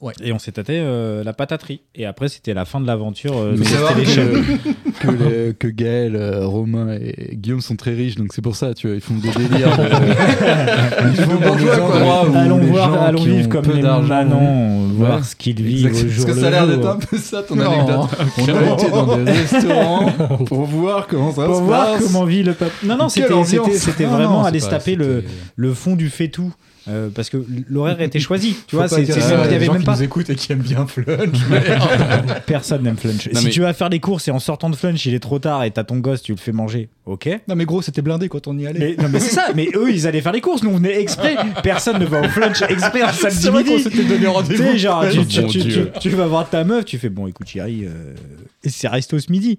Speaker 6: Ouais.
Speaker 3: Et on s'est tâté euh, la pataterie. Et après c'était la fin de l'aventure. euh,
Speaker 5: Mais
Speaker 3: de
Speaker 5: faut savoir
Speaker 3: tester les chefs.
Speaker 5: que, que, le- que Gaël, euh, Romain et Guillaume sont très riches, donc c'est pour ça, tu vois, ils font des délires. de- ils font des
Speaker 6: bourgeois, quoi.
Speaker 5: endroits où
Speaker 3: allons
Speaker 5: les
Speaker 3: voir,
Speaker 5: gens
Speaker 3: allons
Speaker 5: qui
Speaker 3: vivre
Speaker 5: ont
Speaker 3: comme
Speaker 5: peu
Speaker 3: les
Speaker 5: d'argent vont-
Speaker 3: manants, voir
Speaker 5: Ouais.
Speaker 3: ce qu'ils vivent au
Speaker 5: Exactement.
Speaker 3: jour
Speaker 5: Parce que
Speaker 3: le
Speaker 5: ça a l'air d'être
Speaker 3: jour.
Speaker 5: un peu ça ton
Speaker 6: Non.
Speaker 5: anecdote. On a été dans des restaurants pour voir comment ça
Speaker 3: Pour
Speaker 5: se
Speaker 3: voir
Speaker 5: passe.
Speaker 3: comment vit le peuple. Non, non,
Speaker 5: Quelle
Speaker 3: c'était-
Speaker 5: ambiance.
Speaker 3: c'était c'était
Speaker 6: Non,
Speaker 3: vraiment
Speaker 6: non, c'est
Speaker 3: aller se
Speaker 6: pas-
Speaker 3: taper le,
Speaker 6: c'était-
Speaker 3: le fond du fait tout. Euh, parce que l'horaire était choisi, tu
Speaker 5: Faut
Speaker 3: vois,
Speaker 5: pas
Speaker 3: c'est-
Speaker 5: dire
Speaker 3: c'est-
Speaker 5: ça,
Speaker 3: il
Speaker 5: les
Speaker 3: y avait
Speaker 5: gens
Speaker 3: même
Speaker 5: qui
Speaker 3: pas
Speaker 5: nous écoutent et qui aiment bien Flunch.
Speaker 3: personne n'aime Flunch.
Speaker 2: Non,
Speaker 3: si
Speaker 2: mais-
Speaker 3: tu vas faire les courses et en sortant de Flunch, il est trop tard et t'as ton gosse, tu le fais manger, ok.
Speaker 5: Non mais gros, c'était blindé quand on y allait.
Speaker 3: Mais, non, mais c'est ça, mais eux ils allaient faire les courses, nous on venait exprès, personne ne va au flunch exprès un samedi
Speaker 5: C'est vrai qu'on
Speaker 3: midi.
Speaker 5: s'était donné
Speaker 3: Tu
Speaker 5: rendez-vous.
Speaker 3: sais, genre, tu,
Speaker 2: Oh, Mon
Speaker 3: tu- tu-
Speaker 2: Dieu.
Speaker 3: tu- tu vas voir ta meuf, tu fais bon, écoute, chérie, euh, c'est resto ce midi.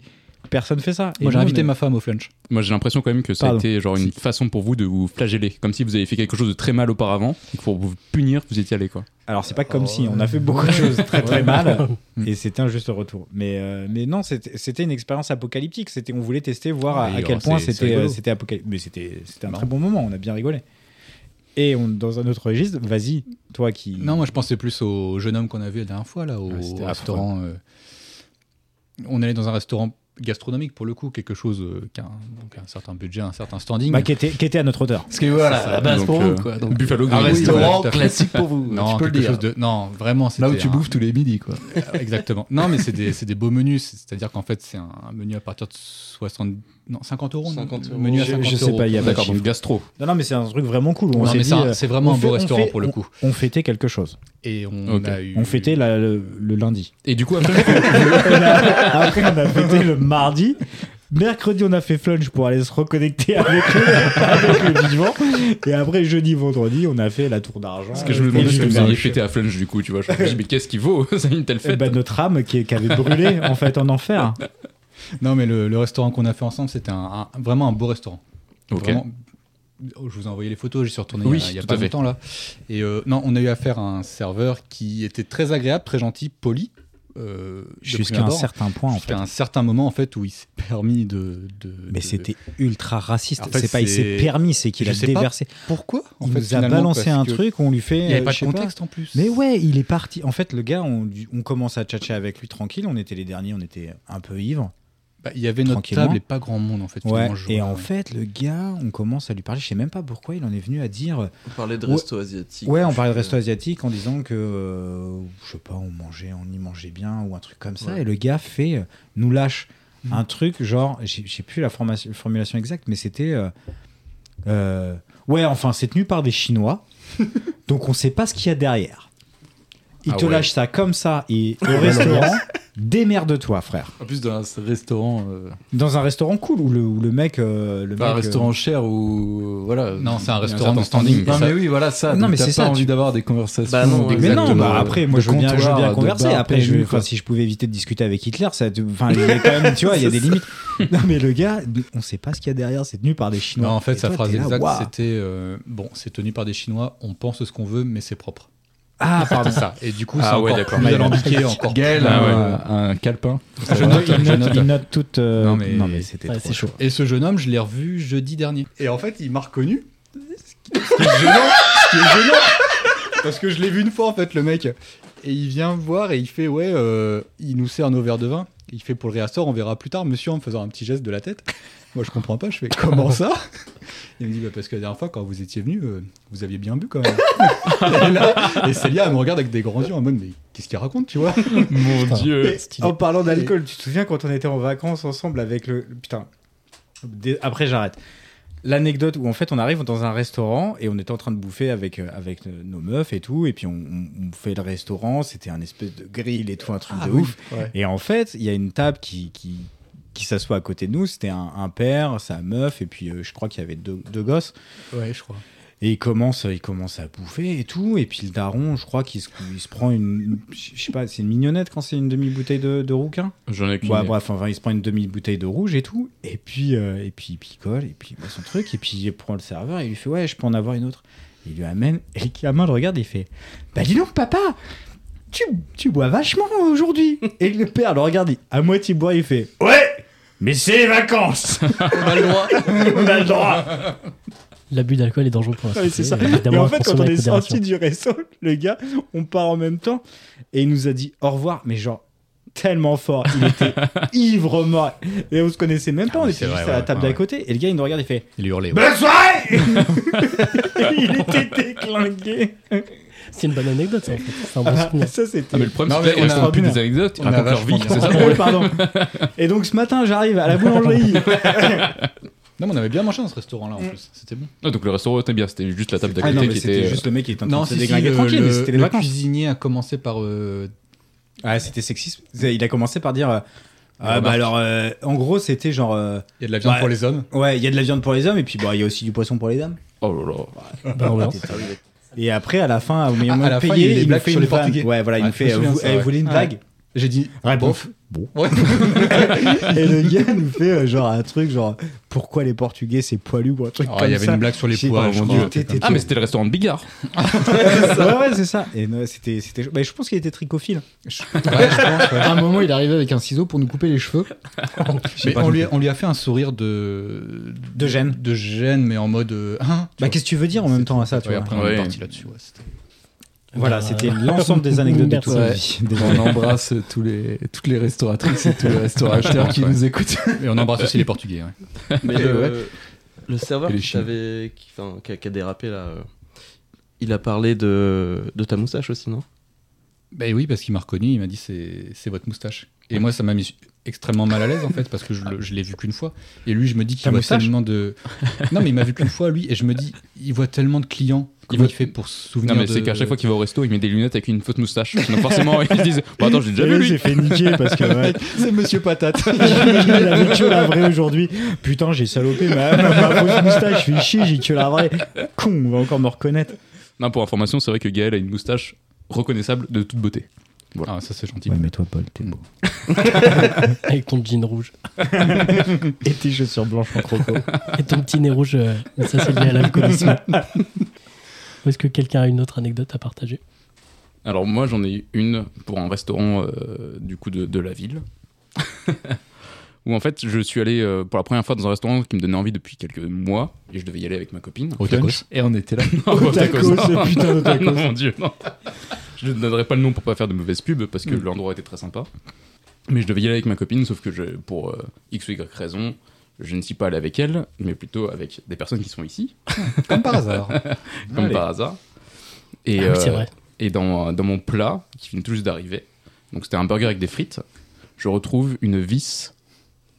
Speaker 3: Personne fait ça. Et
Speaker 6: Moi, j'ai
Speaker 3: nous,
Speaker 6: invité
Speaker 3: on est-
Speaker 6: ma femme au flunch.
Speaker 2: Moi, j'ai l'impression quand même que ça
Speaker 3: Pardon.
Speaker 2: a été genre une façon pour vous de vous flageller. Comme si vous aviez fait quelque chose de très mal auparavant. et que Pour vous punir, vous étiez allé, quoi.
Speaker 3: Alors, c'est pas
Speaker 5: Oh.
Speaker 3: comme si, on a fait beaucoup de choses très très mal et c'était un juste retour. Mais, euh, mais non, c'était c'était une expérience apocalyptique. C'était- On voulait tester, voir à,
Speaker 6: Oui,
Speaker 3: à quel
Speaker 5: oh,
Speaker 6: alors,
Speaker 3: point
Speaker 6: c'est- c'est
Speaker 3: c'était
Speaker 6: rigolo.
Speaker 3: euh, c'était apocalyptique. Mais c'était c'était un très bon moment, on a bien rigolé. Et on, dans un autre registre, vas-y, toi qui.
Speaker 6: Non, moi je pensais plus au jeune homme qu'on a vu la dernière fois, là, au
Speaker 3: Ah, c'était
Speaker 6: restaurant. euh, on allait dans un restaurant gastronomique pour le coup, quelque chose euh, qui a un, donc un certain budget, un certain standing.
Speaker 3: Bah, qui, était, qui était à notre hauteur.
Speaker 5: Parce que voilà, à la base
Speaker 2: Donc,
Speaker 5: pour
Speaker 2: euh,
Speaker 5: vous quoi. Donc,
Speaker 2: Buffalo
Speaker 5: un
Speaker 2: Grill,
Speaker 5: restaurant
Speaker 6: voilà, tout à fait.
Speaker 5: classique pour vous.
Speaker 6: non,
Speaker 5: tu peux le
Speaker 6: quelque
Speaker 5: dire.
Speaker 6: chose de. Non, vraiment, c'était.
Speaker 5: Là où tu
Speaker 6: un-
Speaker 5: bouffes tous les midis quoi.
Speaker 6: Ah, Exactement. Non, mais c'est des, c'est des beaux menus. c'est- C'est-à-dire qu'en fait, c'est un un menu à partir de 60. Non, 50 euros. non
Speaker 4: 50 euros.
Speaker 6: Menu à
Speaker 3: Je-
Speaker 6: 50
Speaker 3: je sais
Speaker 6: euros.
Speaker 3: pas, il y a pas de
Speaker 2: D'accord, donc gastro.
Speaker 3: Non, non, mais c'est un truc vraiment cool. On
Speaker 6: Non,
Speaker 3: s'est
Speaker 6: mais
Speaker 3: dit,
Speaker 6: c'est un-
Speaker 3: euh,
Speaker 6: c'est vraiment
Speaker 3: on
Speaker 6: un
Speaker 3: fait-
Speaker 6: beau
Speaker 3: on
Speaker 6: restaurant
Speaker 3: fait-
Speaker 6: pour le coup.
Speaker 3: on fêtait quelque chose.
Speaker 6: Et on
Speaker 2: Ok.
Speaker 6: a eu.
Speaker 3: On fêtait la- le, le lundi.
Speaker 2: Et du coup, après,
Speaker 3: On a- après, on a fêté le mardi. Mercredi, on a fait flunch pour aller se reconnecter avec le, avec le vivant. Et après, jeudi, vendredi, on a fait la tour d'argent.
Speaker 2: ce que je me
Speaker 3: Et bah,
Speaker 2: demandais, c'est
Speaker 3: le
Speaker 2: que vous
Speaker 3: merch.
Speaker 2: aviez fêté à Flunch, du coup, tu vois. Je me suis dit, mais qu'est-ce qui vaut, ça, une telle
Speaker 3: Eh
Speaker 2: fête
Speaker 3: ben, notre âme qui, qui avait brûlé en fait en enfer.
Speaker 6: Non, mais le, le restaurant qu'on a fait ensemble, c'était un- un- vraiment un beau restaurant.
Speaker 2: Ok.
Speaker 6: Vraiment- Oh, je vous ai envoyé les photos, j'y suis retourné
Speaker 2: Oui,
Speaker 6: il y a- il y a,
Speaker 2: tout
Speaker 6: pas
Speaker 2: à fait.
Speaker 6: longtemps là. Et euh, non, on a eu affaire à un serveur qui était très agréable, très gentil, poli. euh, de prime
Speaker 3: Jusqu'à un
Speaker 6: abord.
Speaker 3: certain point en fait.
Speaker 6: Jusqu'à un certain moment en fait où il s'est permis de. de-
Speaker 3: Mais
Speaker 6: de-
Speaker 3: c'était ultra raciste.
Speaker 6: En fait,
Speaker 3: c'est pas il s'est
Speaker 6: c'est-
Speaker 3: permis, c'est qu'il
Speaker 6: Je
Speaker 3: a
Speaker 6: sais pas
Speaker 3: déversé.
Speaker 6: Pourquoi en
Speaker 3: il
Speaker 6: fait,
Speaker 3: nous a
Speaker 6: finalement,
Speaker 3: balancé
Speaker 6: parce
Speaker 3: un
Speaker 6: que
Speaker 3: truc, on lui fait.
Speaker 6: Il n'y avait
Speaker 3: euh,
Speaker 6: pas
Speaker 3: je
Speaker 6: de
Speaker 3: sais
Speaker 6: contexte en plus.
Speaker 3: Mais ouais, il est parti. En fait, le gars, on, on commence à tchatcher avec lui tranquille. On était les derniers, on était un peu ivres.
Speaker 6: Bah, il y avait notre
Speaker 3: Tranquillement.
Speaker 6: table et pas grand monde en fait.
Speaker 3: Ouais.
Speaker 6: finalement, je-
Speaker 3: Et en fait, le gars, on commence à lui parler. Je sais même pas pourquoi il en est venu à dire.
Speaker 4: On parlait de
Speaker 3: Ouais.
Speaker 4: resto asiatique. euh.
Speaker 3: Ouais, on parlait de resto asiatique en disant que, euh, je sais pas, on mangeait, on y mangeait bien ou un truc comme ça.
Speaker 4: Ouais.
Speaker 3: Et le gars fait, euh, nous lâche un truc genre, j'ai j'ai plus la formation- formulation exacte, mais c'était. euh, euh, ouais, enfin, c'est tenu par des Chinois. donc on sait pas ce qu'il y a derrière. Il
Speaker 6: Ah
Speaker 3: te
Speaker 6: ouais.
Speaker 3: lâche ça comme ça et au restaurant, démerde-toi, frère.
Speaker 5: En plus dans un restaurant, euh,
Speaker 3: Dans un restaurant cool où le, où le mec. euh, le
Speaker 5: pas un
Speaker 3: mec, euh,
Speaker 5: restaurant cher ou voilà.
Speaker 6: Non, c'est un
Speaker 5: Il y a
Speaker 6: restaurant
Speaker 5: certain
Speaker 6: de standing.
Speaker 5: Non
Speaker 6: Et
Speaker 5: mais
Speaker 6: ça-
Speaker 5: oui, voilà ça.
Speaker 3: Non,
Speaker 5: Donc
Speaker 3: mais
Speaker 5: t'as
Speaker 3: c'est
Speaker 5: pas
Speaker 3: ça,
Speaker 5: envie
Speaker 3: tu-
Speaker 5: d'avoir des conversations.
Speaker 4: Bah non,
Speaker 5: des-
Speaker 3: Mais non,
Speaker 4: Exactement.
Speaker 3: bah après, moi
Speaker 5: De
Speaker 3: je veux bien, je veux bien
Speaker 5: comptoir, de
Speaker 3: converser.
Speaker 5: bar
Speaker 3: Après, je,
Speaker 5: connu,
Speaker 3: enfin,
Speaker 5: quoi.
Speaker 3: si je pouvais éviter de discuter avec Hitler, ça, enfin, il y a quand même, tu vois, il y a des limites. Non, mais le gars, on sait pas ce qu'il y a derrière, c'est tenu par des Chinois.
Speaker 6: Non, en fait,
Speaker 3: Et
Speaker 6: sa
Speaker 3: toi,
Speaker 6: phrase
Speaker 3: t'es là,
Speaker 6: exacte,
Speaker 3: waouh.
Speaker 6: c'était euh, Bon, c'est tenu par des Chinois, on pense ce qu'on veut, mais c'est propre.
Speaker 3: Ah, pardon.
Speaker 6: Ça. Et du coup,
Speaker 2: Ah
Speaker 6: c'est
Speaker 2: ouais,
Speaker 6: encore
Speaker 2: d'accord.
Speaker 6: plus alambiqué, encore.
Speaker 5: Gaël,
Speaker 2: Ah ouais.
Speaker 5: un, un calepin.
Speaker 3: Je note, il, note, il note toute. euh,
Speaker 6: Non, mais-
Speaker 3: c'était
Speaker 1: Ouais,
Speaker 3: trop
Speaker 1: c'est chaud.
Speaker 6: Et ce jeune homme, je l'ai revu jeudi dernier. Et en fait, il m'a reconnu. Ce qui est gênant. ce qui est gênant. Parce que je l'ai vu une fois, en fait, le mec. Et il vient me voir et il fait Ouais, euh, il nous sert nos verres de vin. Il fait pour le réassort, on verra plus tard, monsieur, en me faisant un petit geste de la tête. Moi, je comprends pas, je fais Comment ça Il me dit bah, Parce que la dernière fois, quand vous étiez venu, euh, vous aviez bien bu quand même. et, là, et Célia, elle me regarde avec des grands yeux en mode Mais qu'est-ce qu'il raconte, tu vois
Speaker 2: Mon Dieu.
Speaker 3: Et en parlant d'alcool, tu te souviens quand on était en vacances ensemble avec le. Putain. Dé- Après, j'arrête. l'anecdote où en fait on arrive dans un restaurant et on était en train de bouffer avec, euh, avec euh, nos meufs et tout, et puis on, on- on fait le restaurant, c'était un espèce de grill et tout, un truc de ouf.
Speaker 6: ouais.
Speaker 3: Et en fait, il y a une table qui, qui, qui s'assoit à côté de nous, c'était un, un père, sa meuf, et puis euh, je crois qu'il y avait deux, deux gosses.
Speaker 4: Euh,
Speaker 6: Ouais, je crois.
Speaker 3: Et il commence, il commence à bouffer et tout. Et puis le daron, je crois qu'il se, il se prend une. Je sais pas, c'est une mignonnette quand c'est une demi-bouteille de, de rouquin
Speaker 2: J'en ai qu'une.
Speaker 3: Ouais, bref, enfin, il se prend une demi-bouteille de rouge et tout. Et puis, euh, et puis il picole, et puis il boit son truc. Et puis il prend le serveur et il lui fait Ouais, je peux en avoir une autre. Il lui amène. Et le gamin le regarde et il fait Bah dis donc, papa tu, tu bois vachement aujourd'hui. et le père le regarde, il- à moitié boit, il fait Ouais Mais c'est les vacances
Speaker 4: On a le droit.
Speaker 3: On a le droit
Speaker 1: L'abus d'alcool est dangereux pour la santé.
Speaker 3: Ouais, c'est ça.
Speaker 1: Évidemment,
Speaker 3: Et en
Speaker 1: à
Speaker 3: fait, quand
Speaker 1: consommer
Speaker 3: on est
Speaker 1: avec modération.
Speaker 3: sorti du resto, le gars, on part en même temps et il nous a dit au revoir, mais genre tellement fort. Il était ivre mort. Et on se connaissait même pas,
Speaker 6: Ah
Speaker 3: on
Speaker 6: oui,
Speaker 3: était
Speaker 6: c'est
Speaker 3: juste
Speaker 6: vrai,
Speaker 3: à la
Speaker 6: ouais,
Speaker 3: table
Speaker 6: ouais,
Speaker 3: d'à côté. Et le gars, il nous regarde, il fait
Speaker 5: Il hurlait.
Speaker 6: Bah.
Speaker 5: ouais.
Speaker 3: Bonne soirée Il était déclingué.
Speaker 1: C'est une bonne anecdote, ça, en fait. C'est un bon
Speaker 3: Ah bah,
Speaker 1: souvenir.
Speaker 3: ça, c'était.
Speaker 2: Ah, mais le problème,
Speaker 6: Non,
Speaker 2: c'est
Speaker 6: mais
Speaker 2: qu'ils
Speaker 6: on a-
Speaker 2: racontent plus
Speaker 3: on a-
Speaker 2: des anecdotes, ils
Speaker 6: on a
Speaker 2: racontent leur vie.
Speaker 6: vachement
Speaker 2: C'est ça
Speaker 3: Ah
Speaker 2: le
Speaker 3: oui,
Speaker 2: problème.
Speaker 3: pardon. Et donc ce matin, j'arrive à la boulangerie.
Speaker 6: Non, mais on avait bien mangé dans ce restaurant-là en plus. C'était bon.
Speaker 2: Ah, donc le restaurant était bien, c'était juste la table d'à
Speaker 3: Ah
Speaker 2: côté
Speaker 3: non, mais
Speaker 2: qui
Speaker 3: c'était
Speaker 2: était. euh,
Speaker 3: juste le mec qui était en train
Speaker 6: Non,
Speaker 3: de se
Speaker 6: si, si,
Speaker 3: déglinguer
Speaker 6: le,
Speaker 3: tranquille, mais c'était les
Speaker 6: le
Speaker 3: vacances.
Speaker 6: cuisinier a commencé par. euh,
Speaker 3: Ah, c'était sexiste. Il a commencé par dire euh, Ah, bah
Speaker 6: Remarque.
Speaker 3: alors, euh, en gros, c'était genre. euh,
Speaker 6: Il y a de la viande
Speaker 3: Ouais.
Speaker 6: pour les hommes.
Speaker 3: Ouais, il y a de la viande pour les hommes et puis bah, il y a aussi du poisson pour les dames.
Speaker 2: Oh là là.
Speaker 3: Ah, bah,
Speaker 1: Bonne ambiance.
Speaker 3: Et après, à la fin, au meilleur
Speaker 6: Ah, à
Speaker 3: moment
Speaker 6: la
Speaker 3: de
Speaker 6: fin, il y a eu
Speaker 3: payer,
Speaker 6: des
Speaker 3: il nous
Speaker 6: blagues
Speaker 3: fait
Speaker 6: sur
Speaker 3: une
Speaker 6: les
Speaker 3: vanne.
Speaker 6: Portugais.
Speaker 3: Ouais, voilà, il
Speaker 6: Ouais,
Speaker 3: nous
Speaker 6: je
Speaker 3: fait
Speaker 6: me
Speaker 3: euh,
Speaker 6: souviens de
Speaker 3: vous,
Speaker 6: ça,
Speaker 3: eh, vous
Speaker 6: ouais. Ah.
Speaker 3: voulez une
Speaker 6: Ouais.
Speaker 3: blague
Speaker 6: J'ai dit.
Speaker 3: Ouais,
Speaker 6: bon.
Speaker 3: bof.
Speaker 6: Ouais.
Speaker 3: Et le gars nous fait euh, genre un truc genre pourquoi les Portugais c'est poilu ou un truc
Speaker 6: Ah,
Speaker 3: comme
Speaker 6: Il y avait
Speaker 3: ça.
Speaker 6: une blague sur les
Speaker 3: J'ai-
Speaker 6: pois.
Speaker 3: oh,
Speaker 6: je
Speaker 3: mon
Speaker 6: crois.
Speaker 3: Dieu,
Speaker 6: Ah,
Speaker 3: t'es- t'es-
Speaker 2: Ah, mais c'était le restaurant de Bigard.
Speaker 3: Ouais, ouais, c'est ça. Et non, c'était c'était bah, je pense qu'il était tricophile.
Speaker 6: Ouais, je pense, ouais.
Speaker 7: À un moment, il arrivait avec un ciseau pour nous couper les cheveux.
Speaker 6: Mais on lui, a- on lui a fait un sourire de.
Speaker 3: De gêne.
Speaker 6: De gêne, mais en mode. euh, hein, tu
Speaker 3: Bah
Speaker 6: vois.
Speaker 3: qu'est-ce que tu veux hein. dire en même
Speaker 6: C'est
Speaker 3: temps à ça, tu
Speaker 6: Ouais,
Speaker 3: vois
Speaker 6: après, on est
Speaker 2: Ouais.
Speaker 6: parti là-dessus. ouais, c'était-
Speaker 3: Voilà,
Speaker 1: Alors,
Speaker 3: c'était
Speaker 1: euh,
Speaker 3: l'ensemble des anecdotes de
Speaker 1: Merci.
Speaker 3: toute sa
Speaker 5: Ouais.
Speaker 3: vie.
Speaker 5: On embrasse tous les, toutes les restauratrices et tous les restaurateurs qui nous écoutent.
Speaker 6: Et on embrasse aussi les Portugais. ouais.
Speaker 4: Mais
Speaker 5: Euh,
Speaker 4: le, le serveur
Speaker 5: Et les
Speaker 4: qui,
Speaker 5: Chinois.
Speaker 4: t'avait- qui, enfin, qui a, qui a dérapé là, euh, il a parlé de, de ta moustache aussi, non
Speaker 6: Ben oui, parce qu'il m'a reconnu, il m'a dit c'est c'est votre moustache. Et moi, ça m'a mis extrêmement mal à l'aise en fait, parce que je, le- je l'ai vu qu'une fois. Et lui, je me dis
Speaker 3: Ta
Speaker 6: qu'il voit
Speaker 3: moustache
Speaker 6: tellement de. Non, mais il m'a vu qu'une fois, lui, et je me dis, il voit tellement de clients. Comment
Speaker 2: voit-
Speaker 6: il fait pour se
Speaker 2: Non,
Speaker 6: souvenir
Speaker 2: mais
Speaker 6: de-
Speaker 2: c'est qu'à chaque fois qu'il va au resto, il met des lunettes avec une fausse moustache. Donc forcément, ils se disent Bon, attends, j'ai déjà vu lui.
Speaker 3: fait niquer parce que ouais,
Speaker 6: C'est Monsieur Patate.
Speaker 3: Il avait que la vraie aujourd'hui. Putain, j'ai salopé ma, ma, ma fausse moustache, je suis chier, j'ai que la vraie. Con, on va encore me reconnaître.
Speaker 2: Non, pour information, c'est vrai que Gaël a une moustache reconnaissable de toute beauté.
Speaker 6: Ah, ça c'est gentil.
Speaker 3: mais toi, Paul, t'es
Speaker 6: beau.
Speaker 1: Avec ton jean rouge.
Speaker 3: Et tes chaussures blanches en croco.
Speaker 1: Et ton petit nez rouge, euh, mais ça c'est lié à l'alcoolisme. Ou est-ce que quelqu'un a une autre anecdote à partager
Speaker 2: Alors, moi, j'en ai eu une pour un restaurant euh, du coup de, de la ville. Où en fait, je suis allé euh, pour la première fois dans un restaurant qui me donnait envie depuis quelques mois. Et je devais y aller avec ma copine.
Speaker 6: Au tacos.
Speaker 5: Et on était là.
Speaker 2: Non,
Speaker 3: Au
Speaker 2: au tacos,
Speaker 3: tacos,
Speaker 2: non.
Speaker 3: ce putain de tacos.
Speaker 2: Non, mon dieu, non. Je ne donnerai pas le nom pour pas faire de mauvaise pub parce que l'endroit était très sympa. Mais je devais y aller avec ma copine, sauf que je, pour euh, x ou y raison, je ne suis pas allé avec elle, mais plutôt avec des personnes qui sont ici,
Speaker 6: Comme par hasard.
Speaker 2: comme
Speaker 3: Allez.
Speaker 2: par hasard. Et,
Speaker 1: Ah oui, c'est
Speaker 2: euh,
Speaker 1: vrai.
Speaker 2: et dans, dans mon plat, qui vient tout juste d'arriver, donc c'était un burger avec des frites, je retrouve une vis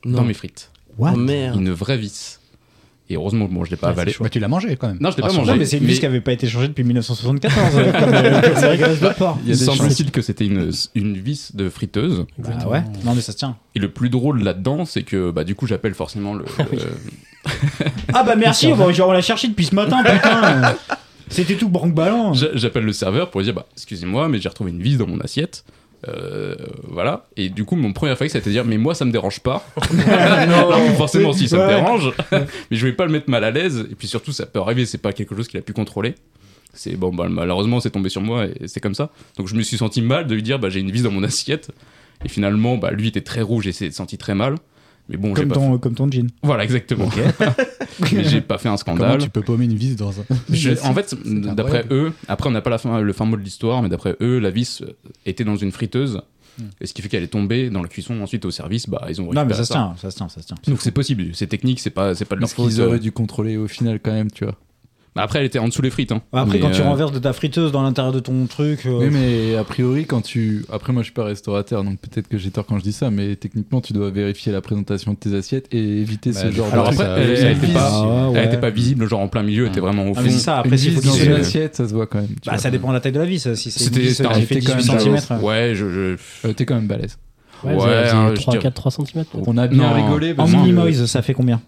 Speaker 2: dans mes frites.
Speaker 3: What
Speaker 4: Oh, merde.
Speaker 2: Une vraie vis. Et heureusement, bon, je l'ai pas
Speaker 1: Ah, c'est
Speaker 2: avalée.
Speaker 6: Bah, tu l'as mangé quand même.
Speaker 2: Non, je l'ai pas
Speaker 6: Ah,
Speaker 2: mangé.
Speaker 3: Non, mais c'est une
Speaker 2: Mais-
Speaker 3: vis qui avait pas été changée depuis 1974. euh, comme, euh, comme la graisse de porc.
Speaker 2: Il
Speaker 5: des
Speaker 2: semble-t-il que c'était une, une vis de friteuse.
Speaker 3: Bah
Speaker 1: Exactement.
Speaker 3: ouais, non, mais ça se tient.
Speaker 2: Et le plus drôle là-dedans, c'est que bah, du coup, j'appelle forcément le. euh,
Speaker 3: Ah bah merci, on, va- genre, on l'a cherché depuis ce matin, putain. euh, C'était tout branque-ballant.
Speaker 2: j'a- j'appelle le serveur pour lui dire bah, Excusez-moi, mais j'ai retrouvé une vis dans mon assiette. Euh, voilà. Et du coup, mon premier réflexe, c'était de dire Mais moi, ça me dérange pas. Alors que forcément, si ça me
Speaker 3: Ouais.
Speaker 2: dérange, mais je vais pas le mettre mal à l'aise. Et puis surtout, ça peut arriver, c'est pas quelque chose qu'il a pu contrôler. C'est bon, bah, malheureusement, c'est tombé sur moi et c'est comme ça. Donc, je me suis senti mal de lui dire bah, J'ai une vis dans mon assiette. Et finalement, bah, lui était très rouge et s'est senti très mal. Mais bon, j'ai
Speaker 3: Comme
Speaker 2: pas.
Speaker 3: ton, comme ton jean.
Speaker 2: Voilà, exactement. Mais j'ai pas fait un
Speaker 5: Comment
Speaker 2: scandale.
Speaker 5: tu peux paumer une vis dans un.
Speaker 2: Je- en fait,
Speaker 5: incroyable.
Speaker 2: d'après eux, après on n'a pas la fin, le fin mot de l'histoire, mais d'après eux, la vis était dans une friteuse,
Speaker 5: Hmm.
Speaker 2: et ce qui fait qu'elle est tombée dans la cuisson. Ensuite, au service, bah ils ont
Speaker 3: Non, mais
Speaker 2: récupéré
Speaker 3: ça se tient, ça se tient, ça se tient.
Speaker 2: Donc c'est possible, c'est technique, c'est pas, c'est pas de leur
Speaker 5: Parce
Speaker 2: faute.
Speaker 5: qu'ils
Speaker 2: euh.
Speaker 5: auraient dû contrôler au final quand même, tu vois.
Speaker 2: Bah, après, elle était en dessous les frites. hein.
Speaker 3: Après,
Speaker 2: Mais,
Speaker 3: quand tu
Speaker 2: euh,
Speaker 3: renverses de ta friteuse dans l'intérieur de ton truc, euh,
Speaker 5: Oui, mais a priori, quand tu. Après, moi, je suis pas restaurateur, donc peut-être que j'ai tort quand je dis ça, mais techniquement, tu dois vérifier la présentation de tes assiettes et éviter
Speaker 6: Bah,
Speaker 5: ce
Speaker 6: des
Speaker 5: genre
Speaker 2: Alors
Speaker 5: de.
Speaker 2: après,
Speaker 5: truc.
Speaker 2: elle,
Speaker 5: Ça
Speaker 2: elle était
Speaker 5: vise-
Speaker 2: pas,
Speaker 3: Ah ouais.
Speaker 2: elle était pas visible, genre en plein milieu, elle était vraiment au
Speaker 3: Ah,
Speaker 2: fond.
Speaker 3: mais c'est ça,
Speaker 5: Une
Speaker 3: après, s'il faut
Speaker 5: vis
Speaker 3: qu'il
Speaker 5: dans
Speaker 3: y
Speaker 5: une
Speaker 3: ait-
Speaker 5: assiette, ça se voit quand même. tu
Speaker 3: Bah,
Speaker 5: vois.
Speaker 3: ça dépend de la taille de la vis. ça. Si c'est une vis,
Speaker 2: c'était
Speaker 3: euh,
Speaker 2: un-
Speaker 3: qui fait
Speaker 5: c'était quand
Speaker 3: 18
Speaker 5: même
Speaker 3: cm.
Speaker 2: Ouais, je, je-
Speaker 5: Elle était Euh, quand même balèze.
Speaker 1: Ouais,
Speaker 2: Ouais,
Speaker 1: vous avez- vous avez
Speaker 2: hein, je
Speaker 1: 3,
Speaker 2: dirais-
Speaker 1: 4, 3 cm.
Speaker 5: On a bien
Speaker 2: Non.
Speaker 5: rigolé
Speaker 3: En
Speaker 5: parce que-
Speaker 3: minimoise, ça fait combien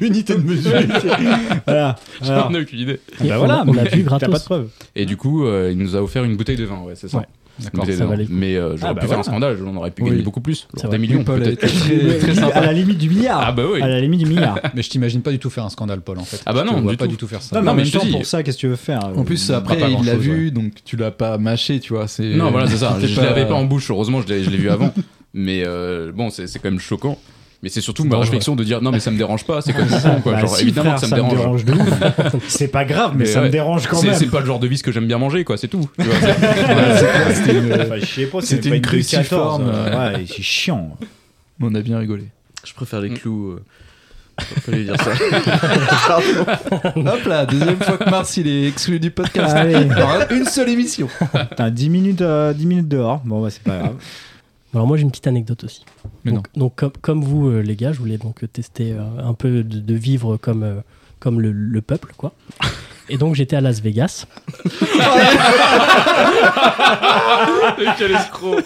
Speaker 6: L'unité de mesure.
Speaker 3: Voilà. Alors,
Speaker 2: j'en ai aucune idée.
Speaker 3: bah voilà,
Speaker 1: on a pu
Speaker 3: T'as pas de
Speaker 1: gratos.
Speaker 3: preuve.
Speaker 2: Et du coup, euh, il nous a offert une bouteille de vin, ouais, c'est ça.
Speaker 1: Ouais.
Speaker 2: Une
Speaker 5: D'accord,
Speaker 2: bouteille de
Speaker 1: ça
Speaker 2: vin.
Speaker 1: valait le coup.
Speaker 2: Mais euh, j'aurais pu
Speaker 3: Ah, bah
Speaker 2: faire
Speaker 3: voilà.
Speaker 2: un scandale, on aurait pu
Speaker 5: Oui.
Speaker 2: gagner beaucoup plus, genre
Speaker 1: C'est
Speaker 2: des
Speaker 1: vrai.
Speaker 2: millions
Speaker 5: Paul a
Speaker 2: peut-être.
Speaker 5: été très, très
Speaker 3: à
Speaker 5: sympa.
Speaker 3: la limite du milliard.
Speaker 2: Ah bah oui.
Speaker 3: À la limite du milliard.
Speaker 6: Mais je t'imagine pas du tout faire un scandale, Paul, en fait.
Speaker 2: Ah bah
Speaker 6: Je te
Speaker 2: non,
Speaker 6: vois
Speaker 2: du
Speaker 6: pas
Speaker 2: tout.
Speaker 6: du tout faire ça.
Speaker 3: Non,
Speaker 2: Non,
Speaker 3: mais en
Speaker 2: mais
Speaker 3: même
Speaker 2: je te
Speaker 3: temps,
Speaker 2: dis-
Speaker 3: pour ça, qu'est-ce que tu veux faire euh
Speaker 5: En plus,
Speaker 6: pas
Speaker 5: après, il
Speaker 6: grand-chose,
Speaker 5: l'a
Speaker 6: ouais.
Speaker 5: vu, donc tu l'as pas mâché, tu vois. c'est-
Speaker 2: Non, voilà, c'est ça.
Speaker 5: c'était
Speaker 2: Je l'avais pas en bouche, heureusement, je l'ai je l'ai vu avant. Mais euh, bon, c'est c'est quand même choquant. Mais c'est surtout
Speaker 5: C'est
Speaker 2: ma
Speaker 5: dangereux.
Speaker 2: réflexion de dire non, mais ça me dérange pas, c'est comme ça, quoi.
Speaker 3: Bah,
Speaker 2: Genre,
Speaker 3: si,
Speaker 2: évidemment
Speaker 3: frère,
Speaker 2: que ça me dérange.
Speaker 3: de ouf. c'est pas grave,
Speaker 2: Mais
Speaker 3: mais, ça me
Speaker 2: ouais.
Speaker 3: dérange quand
Speaker 2: C'est
Speaker 3: même.
Speaker 2: c'est pas le genre de vis que j'aime bien manger, quoi, c'est tout. Tu vois, c'est-
Speaker 3: Bah, C'était une, enfin, je sais pas, c'est
Speaker 5: C'était
Speaker 3: pas
Speaker 5: une
Speaker 3: une cruciforme.
Speaker 5: cruciforme,
Speaker 3: euh, Ouais, c'est chiant.
Speaker 5: On a bien rigolé.
Speaker 4: Je préfère les
Speaker 2: Mm.
Speaker 4: clous. euh, on peut lui dire ça.
Speaker 5: Hop là, deuxième fois que Mars, il est exclu du podcast.
Speaker 3: Allez,
Speaker 5: Alors, une seule émission.
Speaker 3: t'as 10 minutes, euh, 10 minutes dehors. Bon, bah, c'est pas grave.
Speaker 1: Alors moi j'ai une petite anecdote aussi.
Speaker 5: Mais
Speaker 1: donc, donc, comme, comme vous euh, les gars, je voulais donc tester euh, un peu de, de vivre comme, euh, comme le, le peuple quoi. Et donc j'étais à Las Vegas.
Speaker 2: Quel escroc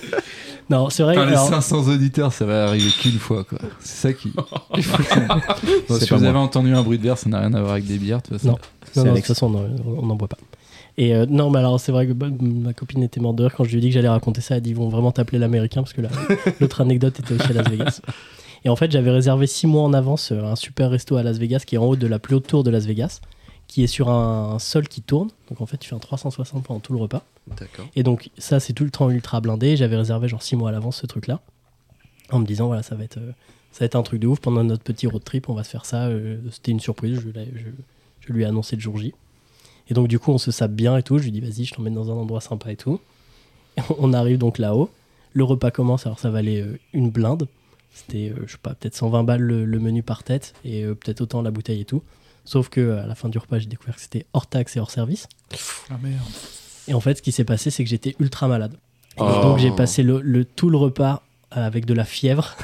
Speaker 1: Non, c'est vrai.
Speaker 5: Enfin, les
Speaker 1: alors,
Speaker 5: 500 auditeurs, ça va arriver qu'une fois, quoi. C'est ça qui. Il faut le comprendre. Bon,
Speaker 3: C'est
Speaker 5: si
Speaker 3: pas
Speaker 5: vous
Speaker 3: moi.
Speaker 5: avez entendu un bruit de verre, ça n'a rien à voir avec des bières, de toute façon.
Speaker 1: Non. non,
Speaker 3: C'est
Speaker 1: non, de
Speaker 3: Alex.
Speaker 1: toute façon on- on n'en boit pas. Et euh, non mais alors c'est vrai que bah, ma copine était morte de rire quand je lui ai dit que j'allais raconter ça. Elle dit ils vont vraiment t'appeler l'américain parce que la- l'autre anecdote était aussi à Las Vegas. Et en fait j'avais réservé six mois en avance euh, un super resto à Las Vegas qui est en haut de la plus haute tour de Las Vegas, qui est sur un, un sol qui tourne. Donc en fait tu fais un 360 pendant tout le repas.
Speaker 4: D'accord.
Speaker 1: Et donc, ça, c'est tout le temps ultra blindé. J'avais réservé genre 6 mois à l'avance ce truc-là. En me disant, voilà, ça va être, euh, ça va être un truc de ouf. Pendant notre petit road trip, on va se faire ça. euh, C'était une surprise. Je, l'ai- je, je lui ai annoncé le jour J. Et donc, du coup, on se sape bien et tout. Je lui dis, vas-y, je t'emmène dans un endroit sympa et tout. Et on- on arrive donc là-haut. Le repas commence. Alors, ça valait euh, une blinde. C'était, euh, je sais pas, peut-être 120 balles le, le menu par tête et euh, peut-être autant la bouteille et tout. Sauf que euh, à la fin du repas, j'ai découvert que c'était hors taxe et hors service.
Speaker 5: Ah merde.
Speaker 1: Et en fait, ce qui s'est passé, c'est que j'étais ultra malade. Et
Speaker 2: Oh.
Speaker 1: donc, j'ai passé le, le- tout le repas euh, avec de la fièvre.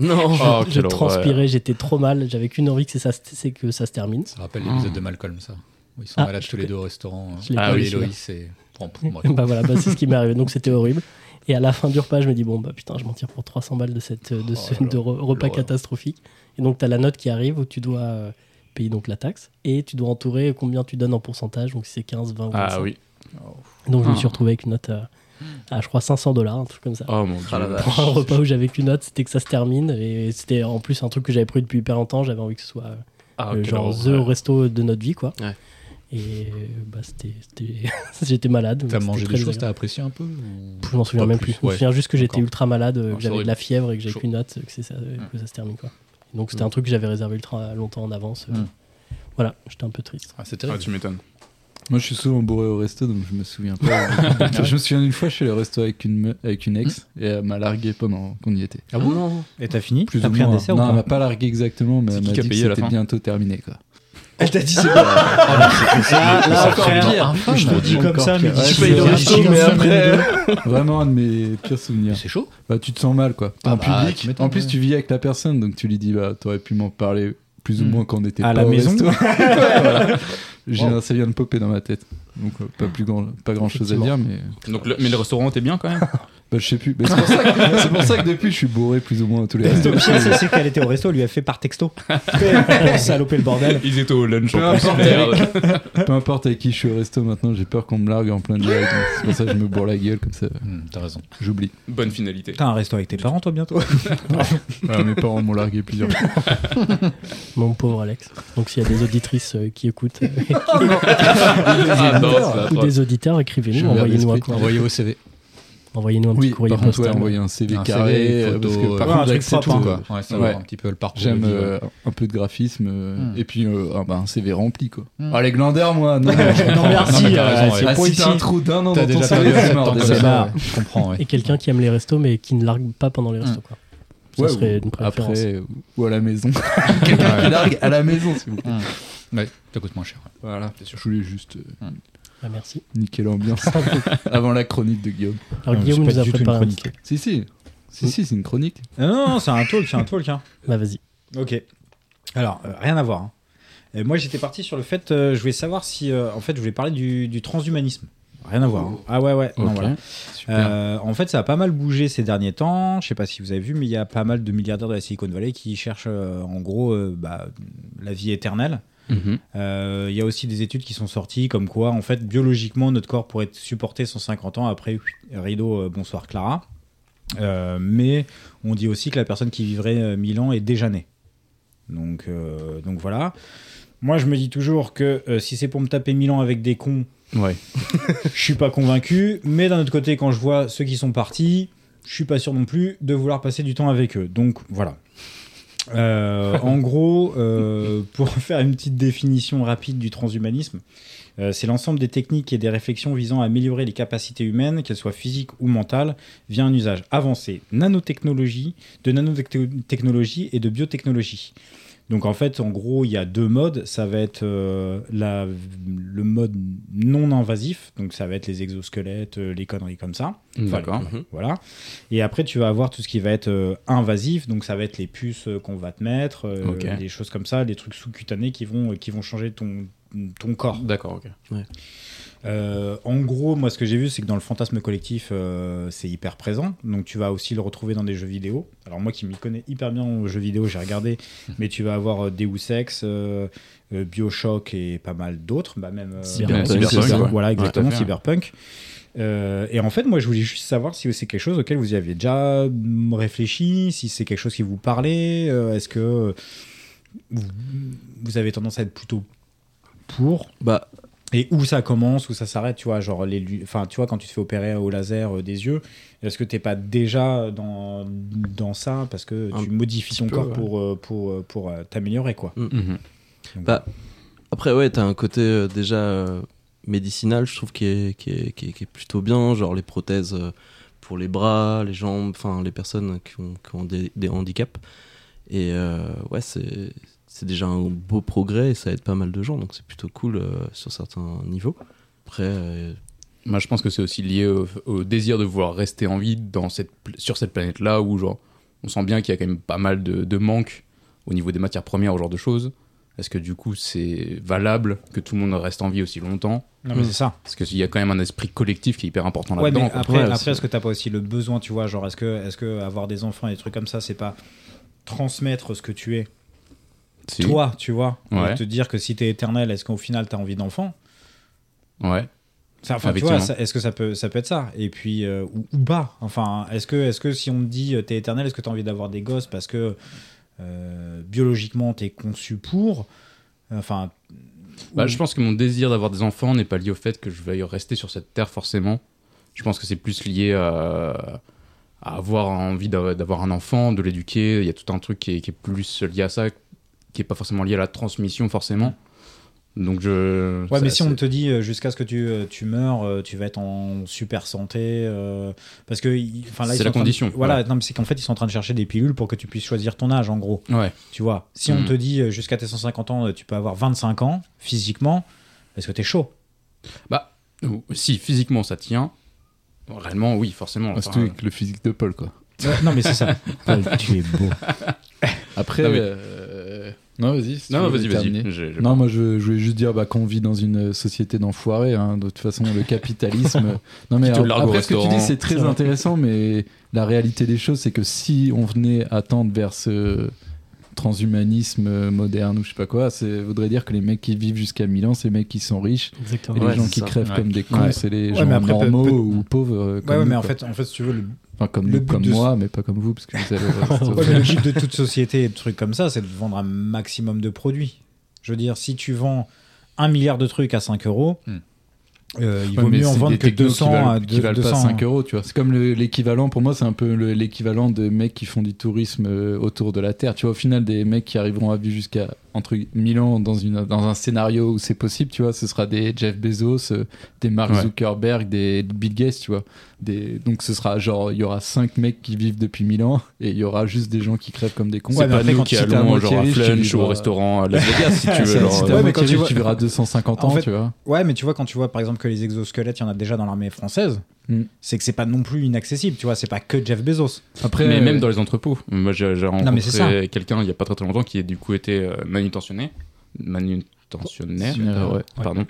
Speaker 2: Non
Speaker 1: je transpirais, j'étais trop mal. J'avais qu'une envie, que c'est ça, c'est que ça se termine.
Speaker 6: Ça rappelle l'épisode
Speaker 2: Ah.
Speaker 6: de Malcolm, ça. où Ils sont
Speaker 1: Ah,
Speaker 6: malades tous les deux au restaurant.
Speaker 1: je l'ai
Speaker 6: euh,
Speaker 2: pas
Speaker 6: Paul
Speaker 2: vu,
Speaker 6: et
Speaker 1: celui-là.
Speaker 6: Loïs et. Bon, pff, bref.
Speaker 1: bah voilà, bah, c'est ce qui m'est arrivé. Donc, c'était horrible. Et à la fin du repas, je me dis, bon, bah putain, je m'en tire pour 300 balles de, cette, de ce
Speaker 6: Oh là là,
Speaker 1: de re- repas
Speaker 6: l'horreur.
Speaker 1: catastrophique. Et donc, tu as la note qui arrive où tu dois euh, payer donc la taxe et tu dois entourer combien tu donnes en pourcentage. Donc, si c'est 15, 20 ou 25.
Speaker 2: Ah oui.
Speaker 1: Donc, je me suis
Speaker 2: Ah.
Speaker 1: retrouvé avec une note à, à, je crois, 500 dollars, un truc comme ça.
Speaker 2: Oh mon dieu.
Speaker 4: Ah la vache.
Speaker 1: pour un repas où j'avais qu'une note, c'était que ça se termine. Et c'était en plus un truc que j'avais pris depuis hyper longtemps. J'avais envie que ce soit euh,
Speaker 2: Ah,
Speaker 1: le
Speaker 2: quelle
Speaker 1: genre
Speaker 2: horreur.
Speaker 1: The resto de notre vie, quoi.
Speaker 4: Ouais.
Speaker 1: Et euh, bah, c'était. c'était- J'étais malade.
Speaker 6: T'as
Speaker 1: mais
Speaker 6: mangé
Speaker 1: c'était
Speaker 6: des
Speaker 1: très
Speaker 6: choses, t'as
Speaker 1: désagréable.
Speaker 6: apprécié un peu ou-
Speaker 1: Je m'en souviens
Speaker 6: Pas
Speaker 1: même plus.
Speaker 6: plus,
Speaker 1: Je me
Speaker 6: ouais.
Speaker 1: souviens juste que j'étais
Speaker 6: D'accord.
Speaker 1: ultra malade, euh, que
Speaker 2: Ah, c'est
Speaker 1: j'avais de
Speaker 2: horrible.
Speaker 1: la fièvre et que j'avais
Speaker 2: Chaud.
Speaker 1: qu'une note, que, c'est ça, que ça se termine, quoi. Et donc c'était un truc que j'avais réservé ultra longtemps en avance. euh.
Speaker 6: Mm.
Speaker 1: Voilà, j'étais un peu triste.
Speaker 6: Ah, c'est
Speaker 2: Ah,
Speaker 6: terrible.
Speaker 2: tu m'étonnes.
Speaker 5: Moi, je suis souvent bourré au resto, donc je me souviens pas. je me souviens d'une fois, je suis allé au resto avec une, me- avec une ex et elle m'a largué pendant qu'on y était.
Speaker 6: Ah bon
Speaker 3: Et t'as fini
Speaker 5: Plus
Speaker 3: T'as
Speaker 5: ou
Speaker 3: pris un
Speaker 5: moins.
Speaker 3: dessert
Speaker 5: Non,
Speaker 3: ou
Speaker 5: elle
Speaker 3: pas
Speaker 5: m'a pas largué exactement, mais
Speaker 2: C'est
Speaker 5: elle
Speaker 2: qui
Speaker 5: m'a
Speaker 2: qui a
Speaker 5: dit que
Speaker 2: payé à la
Speaker 5: c'était
Speaker 2: fin
Speaker 5: bientôt terminé, quoi.
Speaker 6: Elle t'a dit c'est pas.
Speaker 3: Ah, Là, là, Ah, frère,
Speaker 5: Je
Speaker 3: te dis comme ça, mais
Speaker 5: Ouais,
Speaker 3: dis-
Speaker 5: je
Speaker 3: tu payes le
Speaker 5: me
Speaker 3: resto,
Speaker 5: souviens
Speaker 3: mais
Speaker 5: d'une
Speaker 3: après-
Speaker 5: semaine ou deux. Vraiment un de mes pires souvenirs.
Speaker 6: C'est chaud.
Speaker 5: Bah, tu te sens mal, quoi. T'es
Speaker 6: Ah
Speaker 5: en
Speaker 6: bah, tu
Speaker 5: public.
Speaker 6: m'étonnes,
Speaker 5: En plus,
Speaker 6: ouais.
Speaker 5: tu vis avec la personne, donc tu lui dis, bah, t'aurais pu m'en parler plus ou
Speaker 6: Hmm.
Speaker 5: moins quand on était
Speaker 3: À
Speaker 5: pas
Speaker 3: la
Speaker 5: au
Speaker 3: maison.
Speaker 5: resto. Ouais, voilà. J'ai
Speaker 6: Wow.
Speaker 5: un- ça vient de popper dans ma tête. Donc, euh, pas plus grand, pas grand chose à dire, mais.
Speaker 2: Donc, le- mais le restaurant était bien quand même
Speaker 5: Bah, je sais plus. Mais c'est pour, ça que- c'est pour ça que depuis, je suis bourré plus ou moins à tous les restos.
Speaker 3: Le pire, c'est- c'est qu'elle était au resto, elle lui a fait par texto. Pour saloper le bordel.
Speaker 2: Ils étaient au lunch
Speaker 5: Peu
Speaker 2: en plus.
Speaker 5: importe,
Speaker 2: Merde.
Speaker 5: Peu importe avec qui je suis au resto maintenant, j'ai peur qu'on me largue en plein direct. donc C'est pour ça que je me bourre la gueule, comme ça,
Speaker 6: Hmm, T'as raison.
Speaker 5: j'oublie.
Speaker 2: Bonne finalité.
Speaker 3: T'as un resto avec tes parents, toi, bientôt
Speaker 5: Voilà, mes parents m'ont largué plusieurs fois.
Speaker 1: Mon pauvre Alex. Donc s'il y a des auditrices euh, qui écoutent euh,
Speaker 2: Ah non, c'est
Speaker 1: ou
Speaker 2: atroce.
Speaker 1: des auditeurs,
Speaker 5: Je
Speaker 1: écrivez-nous,
Speaker 5: suis un
Speaker 1: envoyez-nous un,
Speaker 5: merde
Speaker 1: coup-
Speaker 6: Envoyez vos CV.
Speaker 1: envoyez-nous un petit
Speaker 5: Oui,
Speaker 1: courrier
Speaker 5: par contre, ouais,
Speaker 1: postal.
Speaker 5: envoyer un CV
Speaker 6: Un
Speaker 5: carré.
Speaker 6: CV,
Speaker 5: euh,
Speaker 6: photo,
Speaker 5: parce que, par
Speaker 6: euh,
Speaker 3: ouais, un
Speaker 5: contre,
Speaker 3: truc
Speaker 5: j'accepte,
Speaker 3: frappant,
Speaker 5: euh,
Speaker 3: quoi.
Speaker 6: Ouais, savoir
Speaker 5: Ouais.
Speaker 6: un petit peu le parcours.
Speaker 5: J'aime
Speaker 6: de vie, ouais.
Speaker 5: euh, un peu de graphisme euh,
Speaker 6: Hmm.
Speaker 5: et puis euh, ah bah, un CV rempli quoi.
Speaker 6: Hmm.
Speaker 5: Ah les glandeurs moi non, non, je-
Speaker 3: Non, merci,
Speaker 6: mais t'as
Speaker 3: euh,
Speaker 6: raison, ouais.
Speaker 3: c'est
Speaker 5: Ah,
Speaker 3: pour
Speaker 5: si
Speaker 3: ici.
Speaker 5: t'as un trou d'un an
Speaker 6: T'as
Speaker 5: dans ton
Speaker 6: déjà
Speaker 5: CV,
Speaker 6: perdu
Speaker 5: c'est
Speaker 6: 7
Speaker 5: mort
Speaker 6: ans comme
Speaker 5: déjà.
Speaker 6: ça. Je comprends, ouais.
Speaker 1: Et quelqu'un qui aime les restos mais qui ne largue pas pendant les restos. Quoi. Ça
Speaker 5: Ouais,
Speaker 1: serait
Speaker 5: ou
Speaker 1: une préférence.
Speaker 5: après euh, ou à la maison. Quelqu'un qui largue à la maison s'il vous plaît. Ouais, ça coûte moins cher. ouais.
Speaker 2: Voilà.
Speaker 5: Je voulais juste euh,
Speaker 1: Ah, merci.
Speaker 5: niquer l'ambiance avant la chronique de Guillaume.
Speaker 1: Alors,
Speaker 3: Non,
Speaker 1: Guillaume
Speaker 3: Ah, c'est pas
Speaker 1: nous a
Speaker 3: du tout une
Speaker 1: préparé un
Speaker 3: chronique.
Speaker 1: petit.
Speaker 5: Si, si. Si, si, c'est une chronique.
Speaker 3: Non, non, non, c'est un talk, c'est un talk. Hein.
Speaker 1: Bah, vas-y.
Speaker 3: Ok. Alors, euh, rien à voir. hein. Euh, moi, j'étais parti sur le fait, euh, je voulais savoir si, euh, en fait, je voulais parler du, du transhumanisme. Rien à voir. hein. Ah ouais, ouais. Non,
Speaker 5: Ok.
Speaker 3: voilà.
Speaker 5: Super.
Speaker 3: Euh, en fait, ça a pas mal bougé ces derniers temps. Je sais pas si vous avez vu, mais il y a pas mal de milliardaires de la Silicon Valley qui cherchent, euh, en gros, euh, bah, la vie éternelle.
Speaker 2: Mhm.
Speaker 3: Euh, Il y a aussi des études qui sont sorties comme quoi, en fait, biologiquement, notre corps pourrait supporter 150 ans après oui, rideau, euh, bonsoir Clara. Euh, mais on dit aussi que la personne qui vivrait euh, 1000 ans est déjà née. Donc, euh, donc voilà. Moi, je me dis toujours que euh, si c'est pour me taper 1000 ans avec des cons,
Speaker 5: Ouais.
Speaker 3: je suis pas convaincu. Mais d'un autre côté, quand je vois ceux qui sont partis, je suis pas sûr non plus de vouloir passer du temps avec eux. Donc voilà. Euh, en gros, euh, pour faire une petite définition rapide du transhumanisme, euh, c'est l'ensemble des techniques et des réflexions visant à améliorer les capacités humaines, qu'elles soient physiques ou mentales, via un usage avancé nanotechnologie, de nanotechnologie et de biotechnologie. Donc en fait, en gros, il y a deux modes. Ça va être euh, la- le mode non invasif, donc ça va être les exosquelettes, euh, les conneries comme ça. Enfin,
Speaker 2: D'accord.
Speaker 4: Mhm.
Speaker 3: les- Voilà. Et après, tu vas avoir tout ce qui va être euh, invasif, donc ça va être les puces euh, qu'on va te mettre, euh,
Speaker 2: Ok.
Speaker 3: des choses comme ça, des trucs sous-cutanés qui vont, euh, qui vont changer ton, ton corps.
Speaker 2: D'accord, ok.
Speaker 3: Euh, en gros, moi, ce que j'ai vu, c'est que dans le fantasme collectif, euh, c'est hyper présent. Donc, tu vas aussi le retrouver dans des jeux vidéo. Alors, moi qui m'y connais hyper bien aux jeux vidéo, j'ai regardé, mais tu vas avoir euh, Deus Ex, euh, euh, Bioshock et pas mal d'autres. Bah, même euh,
Speaker 1: Cyberpunk.
Speaker 2: Cyberpunk,
Speaker 3: Cyber-
Speaker 2: ouais.
Speaker 3: Voilà, exactement,
Speaker 2: Ouais, tout à fait,
Speaker 3: Cyberpunk. Euh, et en fait, moi, je voulais juste savoir si c'est quelque chose auquel vous y avez déjà mm, réfléchi, si c'est quelque chose qui vous parlait. euh, Est-ce que euh, vous, vous avez tendance à être plutôt pour
Speaker 4: Bah,
Speaker 3: et où ça commence, où ça s'arrête, tu vois, genre les, lu- enfin, tu vois, quand tu te fais opérer au laser euh, des yeux, est-ce que t'es pas déjà dans, dans ça parce que
Speaker 4: Un
Speaker 3: tu modifies ton
Speaker 4: peu,
Speaker 3: corps
Speaker 4: ouais.
Speaker 3: pour euh, pour euh, pour, euh, t'améliorer quoi.
Speaker 2: Mhm.
Speaker 4: Bah, après, ouais, t'as un côté euh, déjà euh, médicinal, je trouve, qui est, qui, est, qui est- qui est plutôt bien. Genre les prothèses euh, pour les bras, les jambes, enfin, les personnes qui ont, qui ont des, des handicaps. Et euh, ouais, c'est c'est déjà un beau progrès et ça aide pas mal de gens, donc c'est plutôt cool euh, sur certains niveaux. Après, euh,
Speaker 2: Moi, je pense que c'est aussi lié au, au désir de vouloir rester en vie dans cette, pl- sur cette planète-là où, genre, on sent bien qu'il y a quand même pas mal de, de manques au niveau des matières premières, ce genre de choses. Est-ce que du coup, c'est valable que tout le monde reste en vie aussi longtemps
Speaker 3: Non
Speaker 4: Hmm.
Speaker 3: mais c'est ça.
Speaker 2: Parce qu'il y a quand même un esprit collectif qui est hyper important
Speaker 3: Ouais,
Speaker 2: là-dedans.
Speaker 3: mais
Speaker 2: quoi.
Speaker 3: après,
Speaker 2: Ouais,
Speaker 3: après
Speaker 2: c'est-
Speaker 3: est-ce que t'as pas aussi le besoin, tu vois, genre est-ce que est-ce que avoir des enfants et des trucs comme ça, c'est pas transmettre ce que tu es,
Speaker 2: si.
Speaker 3: toi, tu vois, Et
Speaker 2: Ouais.
Speaker 3: te dire que si t'es éternel, est-ce qu'au final t'as envie d'enfant
Speaker 2: Ouais.
Speaker 3: Ça, Enfin, tu vois,
Speaker 2: Effectivement.
Speaker 3: ça- est-ce que ça peut, ça peut être ça Et puis, euh, ou, ou pas Enfin, est-ce que, est que si on te dit euh, t'es éternel, est-ce que t'as envie d'avoir des gosses parce que euh, biologiquement t'es conçu pour Enfin,
Speaker 2: Bah,
Speaker 3: ou-
Speaker 2: je pense que mon désir d'avoir des enfants n'est pas lié au fait que je veuille rester sur cette terre forcément. Je pense que c'est plus lié à, à avoir envie d'a- d'avoir un enfant, de l'éduquer. Il y a tout un truc qui est, qui est plus lié à ça, qui est pas forcément lié à la transmission forcément. Donc je.
Speaker 3: Ouais,
Speaker 2: ça,
Speaker 3: mais si
Speaker 2: c'est-
Speaker 3: on te dit euh, jusqu'à ce que tu, euh, tu meurs, euh, tu vas être en super santé, euh, parce que ils- enfin, là,
Speaker 2: C'est
Speaker 3: ils sont
Speaker 2: la
Speaker 3: en train de-
Speaker 2: condition,
Speaker 3: voilà, non, mais c'est qu'en fait ils sont en train de chercher des pilules pour que tu puisses choisir ton âge, en gros.
Speaker 2: Ouais.
Speaker 3: Tu vois, si on
Speaker 2: Mhm.
Speaker 3: te dit euh, jusqu'à tes 150 ans, euh, tu peux avoir 25 ans physiquement, est-ce que t'es chaud
Speaker 2: Bah, ou- si physiquement ça tient, réellement oui, forcément.
Speaker 5: Ah,
Speaker 2: Enfin,
Speaker 5: Surtout avec le physique de Paul, quoi.
Speaker 3: Non, mais c'est ça. Paul, tu es beau.
Speaker 5: Après.
Speaker 2: Non, mais-
Speaker 5: euh, Non, vas-y. si tu
Speaker 2: Non,
Speaker 5: veux
Speaker 2: vas-y,
Speaker 5: terminer.
Speaker 2: vas-y. J'ai- j'ai-
Speaker 5: Non, moi je, je voulais juste dire bah, qu'on vit dans une société d'enfoirés. hein. De toute façon, le capitalisme. euh, non, mais
Speaker 2: Qui te
Speaker 5: alors,
Speaker 2: largue au
Speaker 5: après, ce que tu
Speaker 2: restaurant.
Speaker 5: dis, c'est très
Speaker 1: C'est vrai.
Speaker 5: intéressant, mais la réalité des choses, c'est que si on venait à tendre vers ce transhumanisme euh, moderne ou je sais pas quoi, ça voudrait dire que les mecs qui vivent jusqu'à 1000 ans, c'est les mecs qui sont riches. Et
Speaker 1: Exactement.
Speaker 5: les
Speaker 4: Ouais,
Speaker 5: gens
Speaker 4: c'est
Speaker 5: qui
Speaker 4: ça.
Speaker 5: crèvent
Speaker 2: Ouais.
Speaker 5: comme des cons,
Speaker 3: Ouais.
Speaker 5: c'est les
Speaker 3: Ouais,
Speaker 5: gens
Speaker 3: mais après,
Speaker 5: normaux
Speaker 3: peut- peut-
Speaker 5: ou pauvres. euh, comme
Speaker 3: Ouais, ouais,
Speaker 5: nous,
Speaker 3: mais en
Speaker 5: quoi.
Speaker 3: fait, en fait, si tu veux, le,
Speaker 5: Enfin, comme,
Speaker 3: le
Speaker 5: nous,
Speaker 3: but
Speaker 5: comme
Speaker 3: de ce-
Speaker 5: moi, mais pas comme vous, parce que vous avez.
Speaker 3: ouais, mais le but de toute société et de trucs comme ça, c'est de vendre un maximum de produits. Je veux dire, si tu vends un milliard de trucs à 5 euros,
Speaker 5: Hmm.
Speaker 3: Euh, il
Speaker 5: Ouais,
Speaker 3: vaut
Speaker 5: mais
Speaker 3: mieux en
Speaker 5: c'est
Speaker 3: vendre
Speaker 5: des
Speaker 3: que euh,
Speaker 5: technos
Speaker 3: 200
Speaker 5: qui valent,
Speaker 3: à
Speaker 5: qui valent pas
Speaker 3: 200.
Speaker 5: 5 euros, tu vois. C'est comme le- l'équivalent, pour moi, c'est un peu le- l'équivalent de mecs qui font du tourisme euh, autour de la Terre. Tu vois, au final, des mecs qui arriveront à vivre jusqu'à entre 1000 ans dans, une, dans un scénario où c'est possible, tu vois, ce sera des Jeff Bezos, euh, des Mark
Speaker 2: Ouais.
Speaker 5: Zuckerberg, des Bill Gates, tu vois. Des, donc ce sera genre, il y aura 5 mecs qui vivent depuis 1000 ans et il y aura juste des gens qui crèvent comme des cons.
Speaker 2: C'est pas
Speaker 3: après,
Speaker 2: nous
Speaker 3: quand
Speaker 2: qui
Speaker 5: si t'es à
Speaker 2: allons
Speaker 5: moitié
Speaker 2: genre à
Speaker 5: riche, tu
Speaker 2: Flunch ou
Speaker 3: bah,
Speaker 5: dois-
Speaker 2: au restaurant à Las Vegas si tu veux.
Speaker 5: Si
Speaker 2: genre,
Speaker 5: t'as
Speaker 2: euh,
Speaker 3: Ouais, mais
Speaker 5: moitié
Speaker 3: quand tu
Speaker 5: riche,
Speaker 3: vois-
Speaker 5: tu verras 250
Speaker 3: En
Speaker 5: ans,
Speaker 3: fait,
Speaker 5: tu vois.
Speaker 3: Ouais, mais tu vois, quand tu vois par exemple que les exosquelettes, il y en a déjà dans l'armée française,
Speaker 5: Mm.
Speaker 3: c'est que c'est pas non plus inaccessible, tu vois, c'est pas que Jeff Bezos.
Speaker 5: Après,
Speaker 2: mais
Speaker 5: euh,
Speaker 2: même dans les entrepôts. Moi, j'ai j'ai
Speaker 3: mais c'est
Speaker 2: rencontré quelqu'un il y a pas très très longtemps qui du coup était euh, manutentionné, manutentionnaire,
Speaker 5: euh, ouais.
Speaker 2: pardon,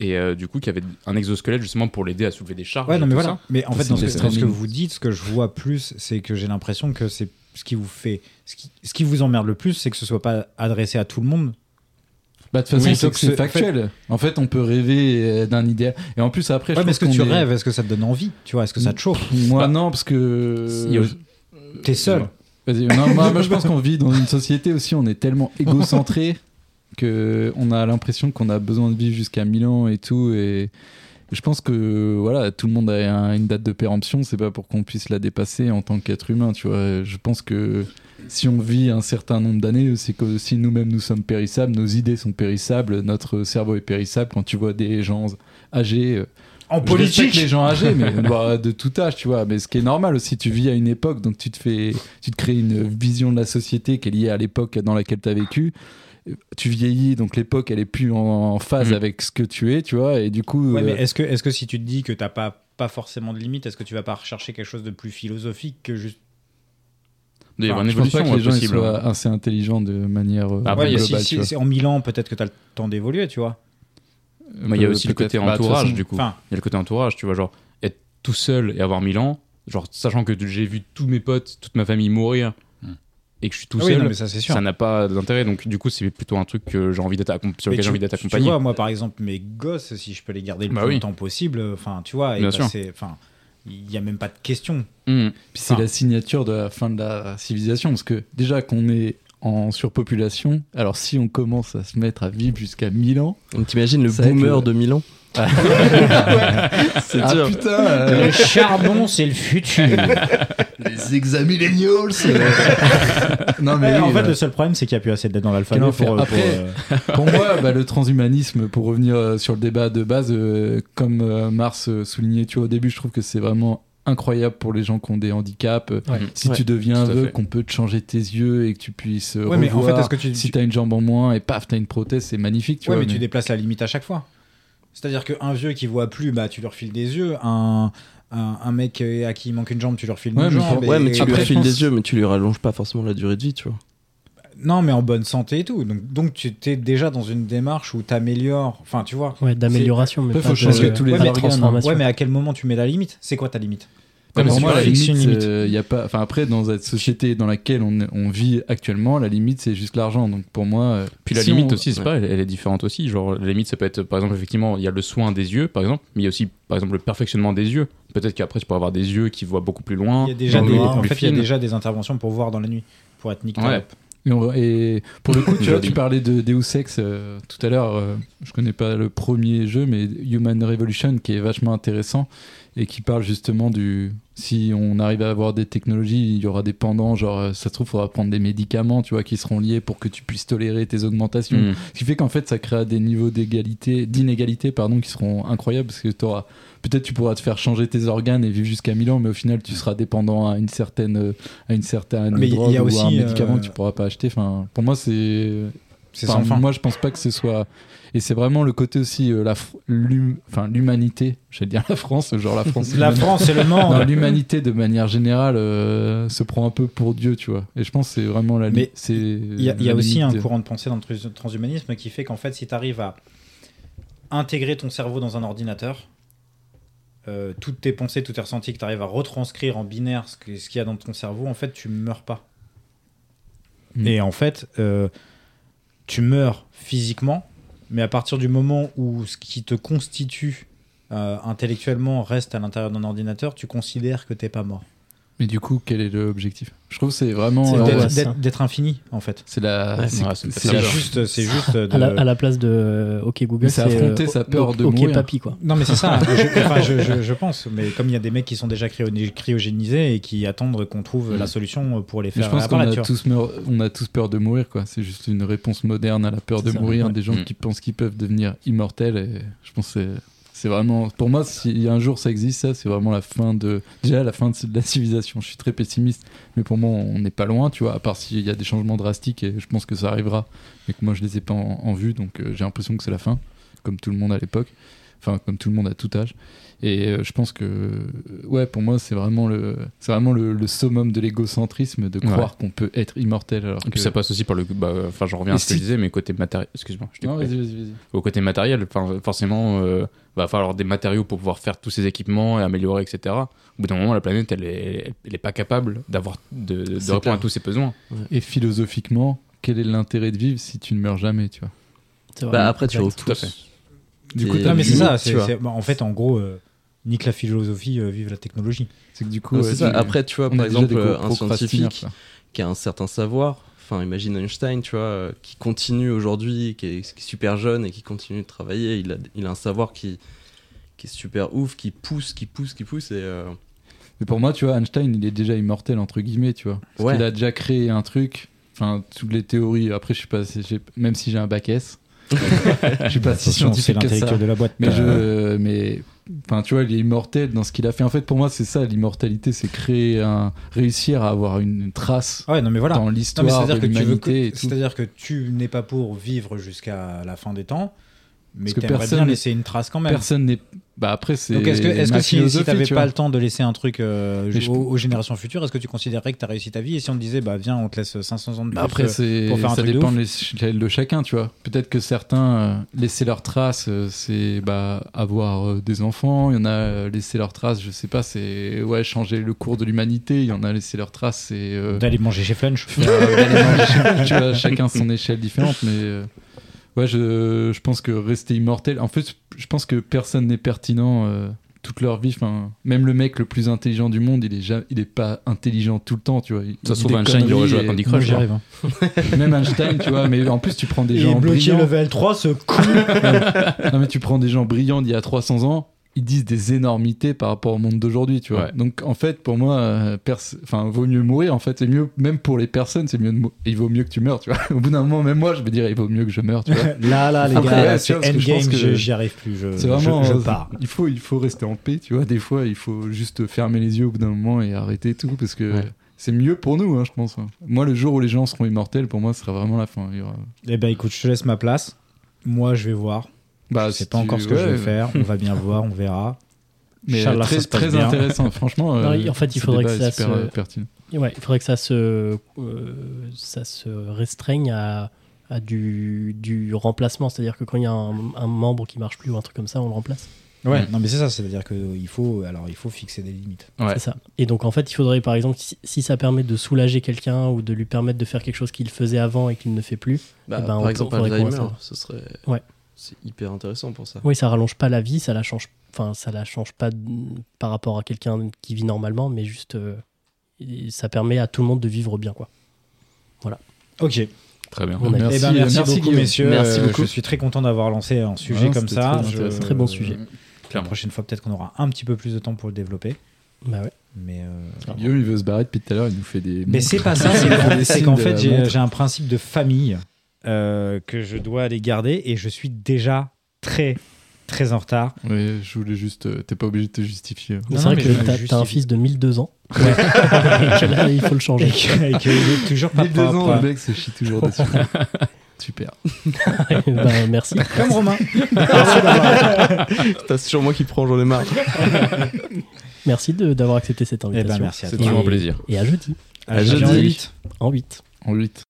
Speaker 2: et euh, du coup qui avait un exosquelette justement pour l'aider à soulever des charges.
Speaker 3: Ouais, non,
Speaker 2: et
Speaker 3: mais
Speaker 2: tout
Speaker 3: voilà. Mais en fait,
Speaker 5: C'est
Speaker 3: dans ce, que,
Speaker 5: des
Speaker 3: dans ce que
Speaker 5: streaming.
Speaker 3: vous dites, ce que je vois plus, c'est que j'ai l'impression que c'est ce qui vous fait. Ce qui, ce qui vous emmerde le plus, c'est que ce soit pas adressé à tout le monde.
Speaker 5: Bah, de toute façon,
Speaker 3: Oui,
Speaker 5: c'est
Speaker 3: c'est
Speaker 5: que
Speaker 3: que
Speaker 5: c'est
Speaker 3: ce- en fait-
Speaker 5: factuel. En fait, on peut rêver euh, d'un idéal. Et en plus, après,
Speaker 3: Ouais,
Speaker 5: je
Speaker 3: mais
Speaker 5: pense
Speaker 3: est-ce que
Speaker 5: qu'on
Speaker 3: tu
Speaker 5: est-
Speaker 3: rêves Est-ce que ça te donne envie Tu vois, est-ce que ça te chauffe
Speaker 5: Moi,
Speaker 2: Bah,
Speaker 5: non, parce que.
Speaker 2: il y a-
Speaker 3: T'es seul.
Speaker 5: Vas-y, non, moi, moi, je pense qu'on vit dans une société aussi, on est tellement égocentré que on a l'impression qu'on a besoin de vivre jusqu'à 1000 ans et tout. Et je pense que voilà, tout le monde a un- une date de péremption, c'est pas pour qu'on puisse la dépasser en tant qu'être humain, tu vois. Je pense que si on vit un certain nombre d'années, c'est que si nous-mêmes nous sommes périssables, nos idées sont périssables, notre cerveau est périssable. Quand tu vois des gens âgés, euh,
Speaker 3: En
Speaker 5: je respecte les gens âgés, mais bah, de tout âge, tu vois. Mais ce qui est normal aussi, tu vis à une époque, donc tu te fais, tu te crées une vision de la société qui est liée à l'époque dans laquelle tu as vécu. Tu vieillis, donc l'époque, elle est plus en, en phase
Speaker 2: Mhm.
Speaker 5: avec ce que tu es, tu vois. Et du coup,
Speaker 3: Ouais, mais
Speaker 5: euh,
Speaker 3: est-ce que, est que si tu te dis que t'as pas, pas forcément de limite, est-ce que tu vas pas rechercher quelque chose de plus philosophique que juste.
Speaker 2: Il doit y avoir une
Speaker 5: je pense
Speaker 2: évolution
Speaker 5: pas que les gens ils
Speaker 2: possible. hein.
Speaker 5: soient assez intelligents de manière euh,
Speaker 2: Ah, Après,
Speaker 3: ouais, mais
Speaker 2: il y a-
Speaker 5: globale.
Speaker 3: si- si-
Speaker 5: tu vois.
Speaker 3: c'est en mille ans, peut-être que t'as le temps d'évoluer, tu vois.
Speaker 2: Mais il y a
Speaker 5: Peut-
Speaker 2: aussi le côté
Speaker 5: peut-être. Bah, de toute
Speaker 2: entourage
Speaker 5: façon,
Speaker 2: Ah, du coup.
Speaker 3: Enfin,
Speaker 2: Il y a le côté entourage, tu vois, genre être tout seul et avoir 1000 ans, genre sachant que j'ai vu tous mes potes, toute ma famille mourir et que je suis tout
Speaker 3: ah oui, non,
Speaker 2: seul,
Speaker 3: mais ça c'est sûr.
Speaker 2: ça n'a pas d'intérêt. Donc du coup, c'est plutôt un truc que j'ai envie d'être accom- sur lequel
Speaker 3: Mais tu-
Speaker 2: j'ai envie d'être
Speaker 3: tu-
Speaker 2: accompagné.
Speaker 3: Tu vois, moi par exemple, mes gosses, si je peux les garder le
Speaker 2: Bah
Speaker 3: plus
Speaker 2: oui.
Speaker 3: longtemps possible, euh, enfin, tu vois, et
Speaker 2: Bien
Speaker 3: bah,
Speaker 2: sûr.
Speaker 3: c'est- enfin, il n'y a même pas de question.
Speaker 2: Mm.
Speaker 5: Puis c'est
Speaker 3: Enfin.
Speaker 5: la signature de la fin de la civilisation, parce que déjà qu'on est en surpopulation, alors si on commence à se mettre à vivre jusqu'à 1000 ans,
Speaker 4: Donc t'imagines le
Speaker 5: Ça va être
Speaker 4: boomer
Speaker 5: le-
Speaker 4: de Milan C'est
Speaker 5: ah
Speaker 4: dur.
Speaker 5: putain, euh,
Speaker 3: charbon, c'est le futur.
Speaker 5: Les examillennials Non mais
Speaker 3: en
Speaker 5: oui,
Speaker 3: fait,
Speaker 5: bah,
Speaker 3: le seul problème, c'est qu'il n'y a plus assez d'aide dans l'alphabet
Speaker 5: Quel
Speaker 3: pour,
Speaker 5: enfer.
Speaker 3: euh, pour,
Speaker 5: Après-
Speaker 3: euh,
Speaker 5: pour moi, bah, le transhumanisme, pour revenir euh, sur le débat de base, euh, comme euh, Mars euh, soulignait tu vois, au début, je trouve que c'est vraiment incroyable pour les gens qui ont des handicaps. Euh,
Speaker 1: Ouais.
Speaker 5: Si
Speaker 4: Ouais,
Speaker 5: tu deviens
Speaker 2: tout à
Speaker 5: aveugle,
Speaker 2: fait.
Speaker 5: qu'on peut te changer tes yeux et que tu puisses euh,
Speaker 3: Ouais, mais en fait,
Speaker 5: revoir.
Speaker 3: est-ce que tu-
Speaker 5: Si t'as une jambe en moins et paf, t'as une prothèse, c'est magnifique. Tu
Speaker 3: ouais,
Speaker 5: vois,
Speaker 3: mais tu déplaces la limite à chaque fois. C'est-à-dire qu'un vieux qui voit plus, bah, tu lui refiles des yeux. Un, un, un mec euh, à qui il manque une jambe, tu lui refiles une
Speaker 5: Ouais, Ah, mais
Speaker 3: jambe.
Speaker 5: pour-
Speaker 4: Ouais,
Speaker 3: et-
Speaker 4: mais tu lui
Speaker 5: Après,
Speaker 4: refiles
Speaker 5: je pense-
Speaker 4: des yeux, mais tu lui rallonges pas forcément la durée de vie, tu vois.
Speaker 3: Non, mais en bonne santé et tout. Donc, donc tu t'es déjà dans une démarche où t'améliores. Enfin, tu vois.
Speaker 1: Ouais, d'amélioration, mais
Speaker 5: Après,
Speaker 1: pas
Speaker 5: faut
Speaker 1: de-
Speaker 5: changer tous les
Speaker 1: pas de
Speaker 3: organes, hein.
Speaker 1: transformation.
Speaker 3: Ouais, mais à quel moment tu mets la limite C'est quoi ta limite
Speaker 5: Comme
Speaker 2: Ouais,
Speaker 5: pour
Speaker 2: mais
Speaker 5: moi,
Speaker 2: c'est
Speaker 5: la
Speaker 2: vrai,
Speaker 5: limite,
Speaker 3: c'est une limite.
Speaker 5: euh, y a pas. Enfin, après, dans cette société dans laquelle on, on vit actuellement, la limite, c'est juste l'argent. Donc, pour moi. euh,
Speaker 2: Puis la
Speaker 5: si
Speaker 2: limite
Speaker 5: on-
Speaker 2: aussi, c'est
Speaker 5: Ouais.
Speaker 2: pas, elle, elle est différente aussi. Genre, la limite, ça peut être, par exemple, effectivement, il y a le soin des yeux, par exemple, mais il y a aussi, par exemple, le perfectionnement des yeux. Peut-être qu'après, tu pourras avoir des yeux qui voient beaucoup plus loin.
Speaker 3: Il y a déjà
Speaker 2: dans
Speaker 3: des,
Speaker 2: le-
Speaker 3: en
Speaker 2: plus
Speaker 3: fait, il y a
Speaker 2: fine.
Speaker 3: déjà des interventions pour voir dans la nuit, pour être nickel.
Speaker 2: Ouais.
Speaker 5: Et, on- et pour le coup, tu vois,
Speaker 2: Joli.
Speaker 5: tu parlais de Deus Ex euh, tout à l'heure. euh, je connais pas le premier jeu, mais Human Revolution, qui est vachement intéressant et qui parle justement du. Si on arrive à avoir des technologies, il y aura des pendants. Genre, euh, ça se trouve, faudra prendre des médicaments, tu vois, qui seront liés pour que tu puisses tolérer tes augmentations.
Speaker 2: Mm.
Speaker 5: Ce qui fait qu'en fait, ça créera des niveaux d'égalité, d'inégalité, pardon, qui seront incroyables parce que t'auras, peut-être tu pourras te faire changer tes organes et vivre jusqu'à 1000 ans, mais au final, tu seras dépendant à une certaine, à une certaine
Speaker 3: Mais il y a
Speaker 5: drogue ou à un
Speaker 3: aussi, euh,
Speaker 5: médicament que tu pourras pas acheter. Enfin, pour moi, c'est,
Speaker 3: C'est
Speaker 5: enfin,
Speaker 3: sans fin.
Speaker 5: moi, je pense pas que ce soit, et c'est vraiment le côté aussi, euh, la, fr- l'hum- enfin, l'humanité, j'allais dire la France, genre la France.
Speaker 3: La France et le
Speaker 5: Non,
Speaker 3: monde.
Speaker 5: l'humanité de manière générale euh, se prend un peu pour Dieu, tu vois. Et je pense que c'est vraiment la.
Speaker 3: Mais
Speaker 5: c'est
Speaker 3: Il y a, il y a
Speaker 5: la
Speaker 3: aussi
Speaker 5: limite
Speaker 3: un
Speaker 5: de-
Speaker 3: courant de pensée dans le trans- transhumanisme qui fait qu'en fait, si tu arrives à intégrer ton cerveau dans un ordinateur, euh, toutes tes pensées, tous tes ressentis que tu arrives à retranscrire en binaire ce que- ce qu'il y a dans ton cerveau, en fait, tu meurs pas.
Speaker 5: Mm.
Speaker 3: Et en fait, euh, tu meurs physiquement, mais à partir du moment où ce qui te constitue euh, intellectuellement reste à l'intérieur d'un ordinateur, tu considères que t'es pas mort.
Speaker 5: Mais du coup, quel est l'objectif Je trouve que c'est vraiment.
Speaker 3: C'est
Speaker 5: euh,
Speaker 1: ouais,
Speaker 3: d'être-
Speaker 1: ça.
Speaker 3: d'être- d'être infini, en fait.
Speaker 5: C'est la.
Speaker 4: Ouais,
Speaker 5: c'est-
Speaker 2: ouais, c'est-
Speaker 5: c'est
Speaker 2: c'est
Speaker 5: la-
Speaker 3: C'est
Speaker 2: genre.
Speaker 3: juste, c'est juste de-
Speaker 1: à, la, à la place de euh, OK Google,
Speaker 5: Mais c'est affronter
Speaker 1: euh,
Speaker 5: sa peur
Speaker 1: ok-
Speaker 5: de
Speaker 1: OK
Speaker 5: mourir.
Speaker 1: papy quoi.
Speaker 3: Non, mais c'est ça. je, enfin, je, je- je pense. Mais comme il y a des mecs qui sont déjà cryo- cryogénisés et qui attendent qu'on trouve la solution pour les
Speaker 5: Mm. Mais
Speaker 3: faire
Speaker 5: je pense qu'on
Speaker 3: apparaître,
Speaker 5: a
Speaker 3: tu vois.
Speaker 5: tous, meur- on a tous peur de mourir, quoi. C'est juste une réponse moderne à la peur
Speaker 1: C'est
Speaker 5: de
Speaker 1: ça,
Speaker 5: mourir
Speaker 1: ouais.
Speaker 5: des gens
Speaker 2: Mm.
Speaker 5: qui pensent qu'ils peuvent devenir immortels. Et je pense que c'est- c'est vraiment. Pour moi, si un jour ça existe, ça, c'est vraiment la fin de. Déjà, la fin de de la civilisation. Je suis très pessimiste, mais pour moi, on n'est pas loin, tu vois. À part s'il y a des changements drastiques, et je pense que ça arrivera, mais que moi, je les ai pas en, en vue, donc euh, j'ai l'impression que c'est la fin, comme tout le monde à l'époque. Enfin, comme tout le monde à tout âge. Et euh, je pense que, euh, ouais, pour moi, c'est vraiment le, c'est vraiment le, le summum de l'égocentrisme de croire qu'on peut être immortel. Alors
Speaker 2: Et puis
Speaker 5: que...
Speaker 2: ça passe aussi par le. bah, Enfin, je reviens à
Speaker 5: Mais
Speaker 2: ce que je
Speaker 5: si-
Speaker 2: disais, mais côté matériel. Excuse-moi, je t'ai
Speaker 5: Non,
Speaker 2: coupé.
Speaker 5: vas-y, vas-y, vas-y.
Speaker 2: Au côté matériel, enfin, forcément, euh, va falloir des matériaux pour pouvoir faire tous ces équipements et améliorer, etc. Au bout d'un moment, la planète, elle est, elle est pas capable d'avoir de, de
Speaker 4: C'est
Speaker 2: répondre
Speaker 4: clair.
Speaker 2: à tous ses besoins.
Speaker 5: Et philosophiquement, quel est l'intérêt de vivre si tu ne meurs jamais, tu vois
Speaker 1: C'est vrai.
Speaker 4: Bah, après, tu
Speaker 2: Tout à fait.
Speaker 4: repousses.
Speaker 5: Du
Speaker 4: Et-
Speaker 5: coup,
Speaker 3: Non,
Speaker 5: t'as-
Speaker 3: mais c'est
Speaker 4: limite,
Speaker 3: ça.
Speaker 4: tu
Speaker 3: c'est-
Speaker 4: vois.
Speaker 3: c'est- bah, en fait, en gros, euh, nique la philosophie, euh, vive la technologie.
Speaker 5: c'est que du coup,
Speaker 4: Non,
Speaker 5: ouais,
Speaker 4: c'est ça.
Speaker 5: tu-
Speaker 4: Après, tu vois,
Speaker 5: on
Speaker 4: par
Speaker 5: est déjà
Speaker 4: exemple, euh,
Speaker 5: des gros
Speaker 4: un
Speaker 5: procrastinaires,
Speaker 4: scientifique qui a un certain savoir. Enfin, imagine Einstein, tu vois, euh, qui continue aujourd'hui, qui est, qui est super jeune et qui continue de travailler. Il a, il a un savoir qui, qui est super ouf, qui pousse, qui pousse, qui pousse. Et, euh,
Speaker 5: quoi. Mais pour moi, tu vois, Einstein, il est déjà immortel, entre guillemets, tu vois. Parce
Speaker 4: Ouais.
Speaker 5: qu'il a déjà créé un truc. Enfin, toutes les théories. Après, je suis pas, si- j'ai- même si j'ai un bac S, Ah, je suis pas si
Speaker 3: Attention, c'est
Speaker 5: scientifique que ça.
Speaker 3: l'intellectuel de la boîte.
Speaker 5: Mais
Speaker 3: Euh,
Speaker 5: je, mais, enfin, tu vois, il est immortel dans ce qu'il a fait. En fait, pour moi, c'est ça, l'immortalité, c'est créer un, réussir à avoir une trace
Speaker 3: Ouais, non, mais voilà.
Speaker 5: dans
Speaker 3: Non, mais
Speaker 5: l'histoire de
Speaker 3: c'est-à-dire que tu veux
Speaker 5: l'humanité. et
Speaker 3: que-
Speaker 5: tout.
Speaker 3: c'est-à-dire que tu n'es pas pour vivre jusqu'à la fin des temps, mais
Speaker 5: Parce que
Speaker 3: tu aimerais
Speaker 5: personne
Speaker 3: bien
Speaker 5: n'est-
Speaker 3: laisser une trace quand même.
Speaker 5: Personne n'est. Bah après, c'est.
Speaker 3: Donc est-ce que, est-ce
Speaker 5: ma
Speaker 3: que si, si
Speaker 5: philosophie,
Speaker 3: t'avais
Speaker 5: tu
Speaker 3: pas
Speaker 5: vois.
Speaker 3: le temps de laisser un truc euh,
Speaker 5: Mais je-
Speaker 3: aux, aux générations futures, est-ce que tu considérais que t'as réussi ta vie Et si on te disait bah viens, on te laisse 500 ans de plus.
Speaker 5: Bah après,
Speaker 3: euh,
Speaker 5: c'est
Speaker 3: pour faire un
Speaker 5: ça
Speaker 3: truc de
Speaker 5: dépend de, les- de chacun, tu vois. Peut-être que certains euh, laisser leurs traces, euh, c'est bah, avoir euh, des enfants. Il y en a euh, laisser leurs traces, je sais pas, c'est ouais changer le cours de l'humanité. Il y en a laisser leurs traces, c'est euh,
Speaker 3: d'aller manger chez Flunch.
Speaker 5: Euh, d'aller manger, tu vois, chacun son échelle différente, mais euh, ouais, je, je pense que rester immortel. En fait, je pense que personne n'est pertinent euh, toute leur vie. Enfin, même le mec le plus intelligent du monde, il est ja- il est pas intelligent tout le temps, tu vois. Il-
Speaker 2: Ça se
Speaker 5: dit
Speaker 2: trouve,
Speaker 5: des
Speaker 2: Einstein, il aurait joué à Candy
Speaker 5: conneries et-
Speaker 2: Crush.
Speaker 3: J'y
Speaker 2: quoi.
Speaker 3: arrive. hein.
Speaker 5: Même Einstein, tu vois. Mais en plus, tu prends des
Speaker 3: Il est
Speaker 5: gens
Speaker 3: bloqué
Speaker 5: brillants.
Speaker 3: level 3, ce con.
Speaker 5: Non, mais tu prends des gens brillants d'il y a 300 ans. Ils disent des énormités par rapport au monde d'aujourd'hui, tu vois.
Speaker 2: Ouais.
Speaker 5: Donc en fait, pour moi, euh, pers- enfin, vaut mieux mourir. En fait, c'est mieux, même pour les personnes, c'est mieux. De mou- il vaut mieux que tu meurs, tu vois. Au bout d'un moment, même moi, je me dirais, il vaut mieux que je meure, tu vois.
Speaker 3: Là, là, les
Speaker 5: Après,
Speaker 3: gars,
Speaker 5: ouais,
Speaker 3: c'est
Speaker 5: tu vois, parce que je pense
Speaker 3: endgame,
Speaker 5: que-
Speaker 3: je- j'y arrive plus. Je,
Speaker 5: C'est vraiment,
Speaker 3: je, je
Speaker 5: euh,
Speaker 3: pars.
Speaker 5: Il faut, il faut rester en paix, tu vois. Des fois, il faut juste fermer les yeux au bout d'un moment et arrêter tout parce que
Speaker 2: Ouais.
Speaker 5: c'est mieux pour nous, hein, je pense. hein. Moi, le jour où les gens seront immortels, pour moi, ce sera vraiment la fin. Il y aura-
Speaker 3: Eh ben écoute, je te laisse ma place. Moi, je vais voir.
Speaker 5: Bah,
Speaker 3: je sais
Speaker 5: si
Speaker 3: pas
Speaker 5: tu-
Speaker 3: encore ce que je vais
Speaker 5: ouais,
Speaker 3: faire. On va bien voir, on verra.
Speaker 5: Mais
Speaker 3: Inch'Allah,
Speaker 5: très,
Speaker 3: ça se passe
Speaker 5: très
Speaker 3: bien.
Speaker 5: intéressant, franchement.
Speaker 1: Non,
Speaker 5: euh,
Speaker 1: en fait, il
Speaker 5: ce
Speaker 1: faudrait
Speaker 5: débat
Speaker 1: que ça
Speaker 5: est super,
Speaker 1: se-
Speaker 5: euh, pertinent.
Speaker 1: Ouais, il faudrait que ça se, euh, ça se restreigne à, à du, du remplacement. C'est-à-dire que quand il y a un, un membre qui marche plus ou un truc comme ça, on le remplace.
Speaker 3: Ouais.
Speaker 2: Mm.
Speaker 3: Non, mais c'est ça. C'est-à-dire que euh, il faut, alors il faut fixer des limites.
Speaker 2: Ouais.
Speaker 1: C'est ça. Et donc, en fait, il faudrait, par exemple, si, si ça permet de soulager quelqu'un ou de lui permettre de faire quelque chose qu'il faisait avant et qu'il ne fait plus,
Speaker 4: Bah,
Speaker 1: Eh ben, on-
Speaker 4: par exemple,
Speaker 1: faudrait qu'on
Speaker 4: Alzheimer,
Speaker 1: reste-
Speaker 4: ce serait.
Speaker 1: Ouais.
Speaker 4: C'est hyper intéressant pour ça.
Speaker 1: oui, ça rallonge pas la vie, ça la change, enfin, ça la change pas de- par rapport à quelqu'un qui vit normalement, mais juste, euh, et ça permet à tout le monde de vivre bien, quoi.
Speaker 3: Ok.
Speaker 2: Très bien.
Speaker 1: On a-
Speaker 3: Eh ben,
Speaker 5: euh,
Speaker 3: merci, beaucoup,
Speaker 5: Guillaume.
Speaker 3: messieurs.
Speaker 4: Merci
Speaker 3: Euh,
Speaker 4: beaucoup.
Speaker 3: Je suis très content d'avoir lancé un sujet
Speaker 5: Ouais,
Speaker 3: comme
Speaker 5: c'était
Speaker 3: ça.
Speaker 5: très
Speaker 3: Je-
Speaker 5: intéressant.
Speaker 4: Euh,
Speaker 1: Très bon sujet.
Speaker 3: La
Speaker 2: Clairement.
Speaker 3: prochaine fois, peut-être qu'on aura un petit peu plus de temps pour le développer.
Speaker 1: Bah ouais.
Speaker 3: Mais, euh,
Speaker 5: Guillaume, il veut se barrer depuis tout à l'heure, il nous fait des.
Speaker 3: mais c'est pas ça. c'est
Speaker 5: Il fait
Speaker 3: qu'en-
Speaker 5: des
Speaker 3: C'est
Speaker 5: signes
Speaker 3: qu'en
Speaker 5: de
Speaker 3: fait,
Speaker 5: la
Speaker 3: j'ai
Speaker 5: montre.
Speaker 3: j'ai un principe de famille euh, que je dois aller garder et je suis déjà très, très en retard.
Speaker 5: Ouais, je voulais juste. euh, T'es pas obligé de te justifier.
Speaker 3: Non,
Speaker 1: c'est
Speaker 3: non,
Speaker 1: vrai
Speaker 3: mais
Speaker 1: que
Speaker 3: je-
Speaker 1: t'as-
Speaker 3: juste-
Speaker 1: t'as un fils de 1002 ans. Et que là, il faut le
Speaker 3: Et
Speaker 1: changer.
Speaker 3: que- et qu'il est toujours pas
Speaker 5: Les deux ans,
Speaker 3: propre.
Speaker 5: le mec se chie toujours dessus. Super.
Speaker 1: Ben, merci.
Speaker 3: Comme Romain. Eh ben,
Speaker 4: C'est toujours moi qui prends, j'en ai marre.
Speaker 1: Merci de- d'avoir accepté cette
Speaker 3: Eh
Speaker 1: invitation.
Speaker 3: ben, merci à
Speaker 2: C'est
Speaker 3: toi.
Speaker 2: toujours un plaisir.
Speaker 3: Ah,
Speaker 1: Et à jeudi,
Speaker 3: À
Speaker 4: jeudi.
Speaker 3: huit.
Speaker 1: en 8.
Speaker 5: En 8.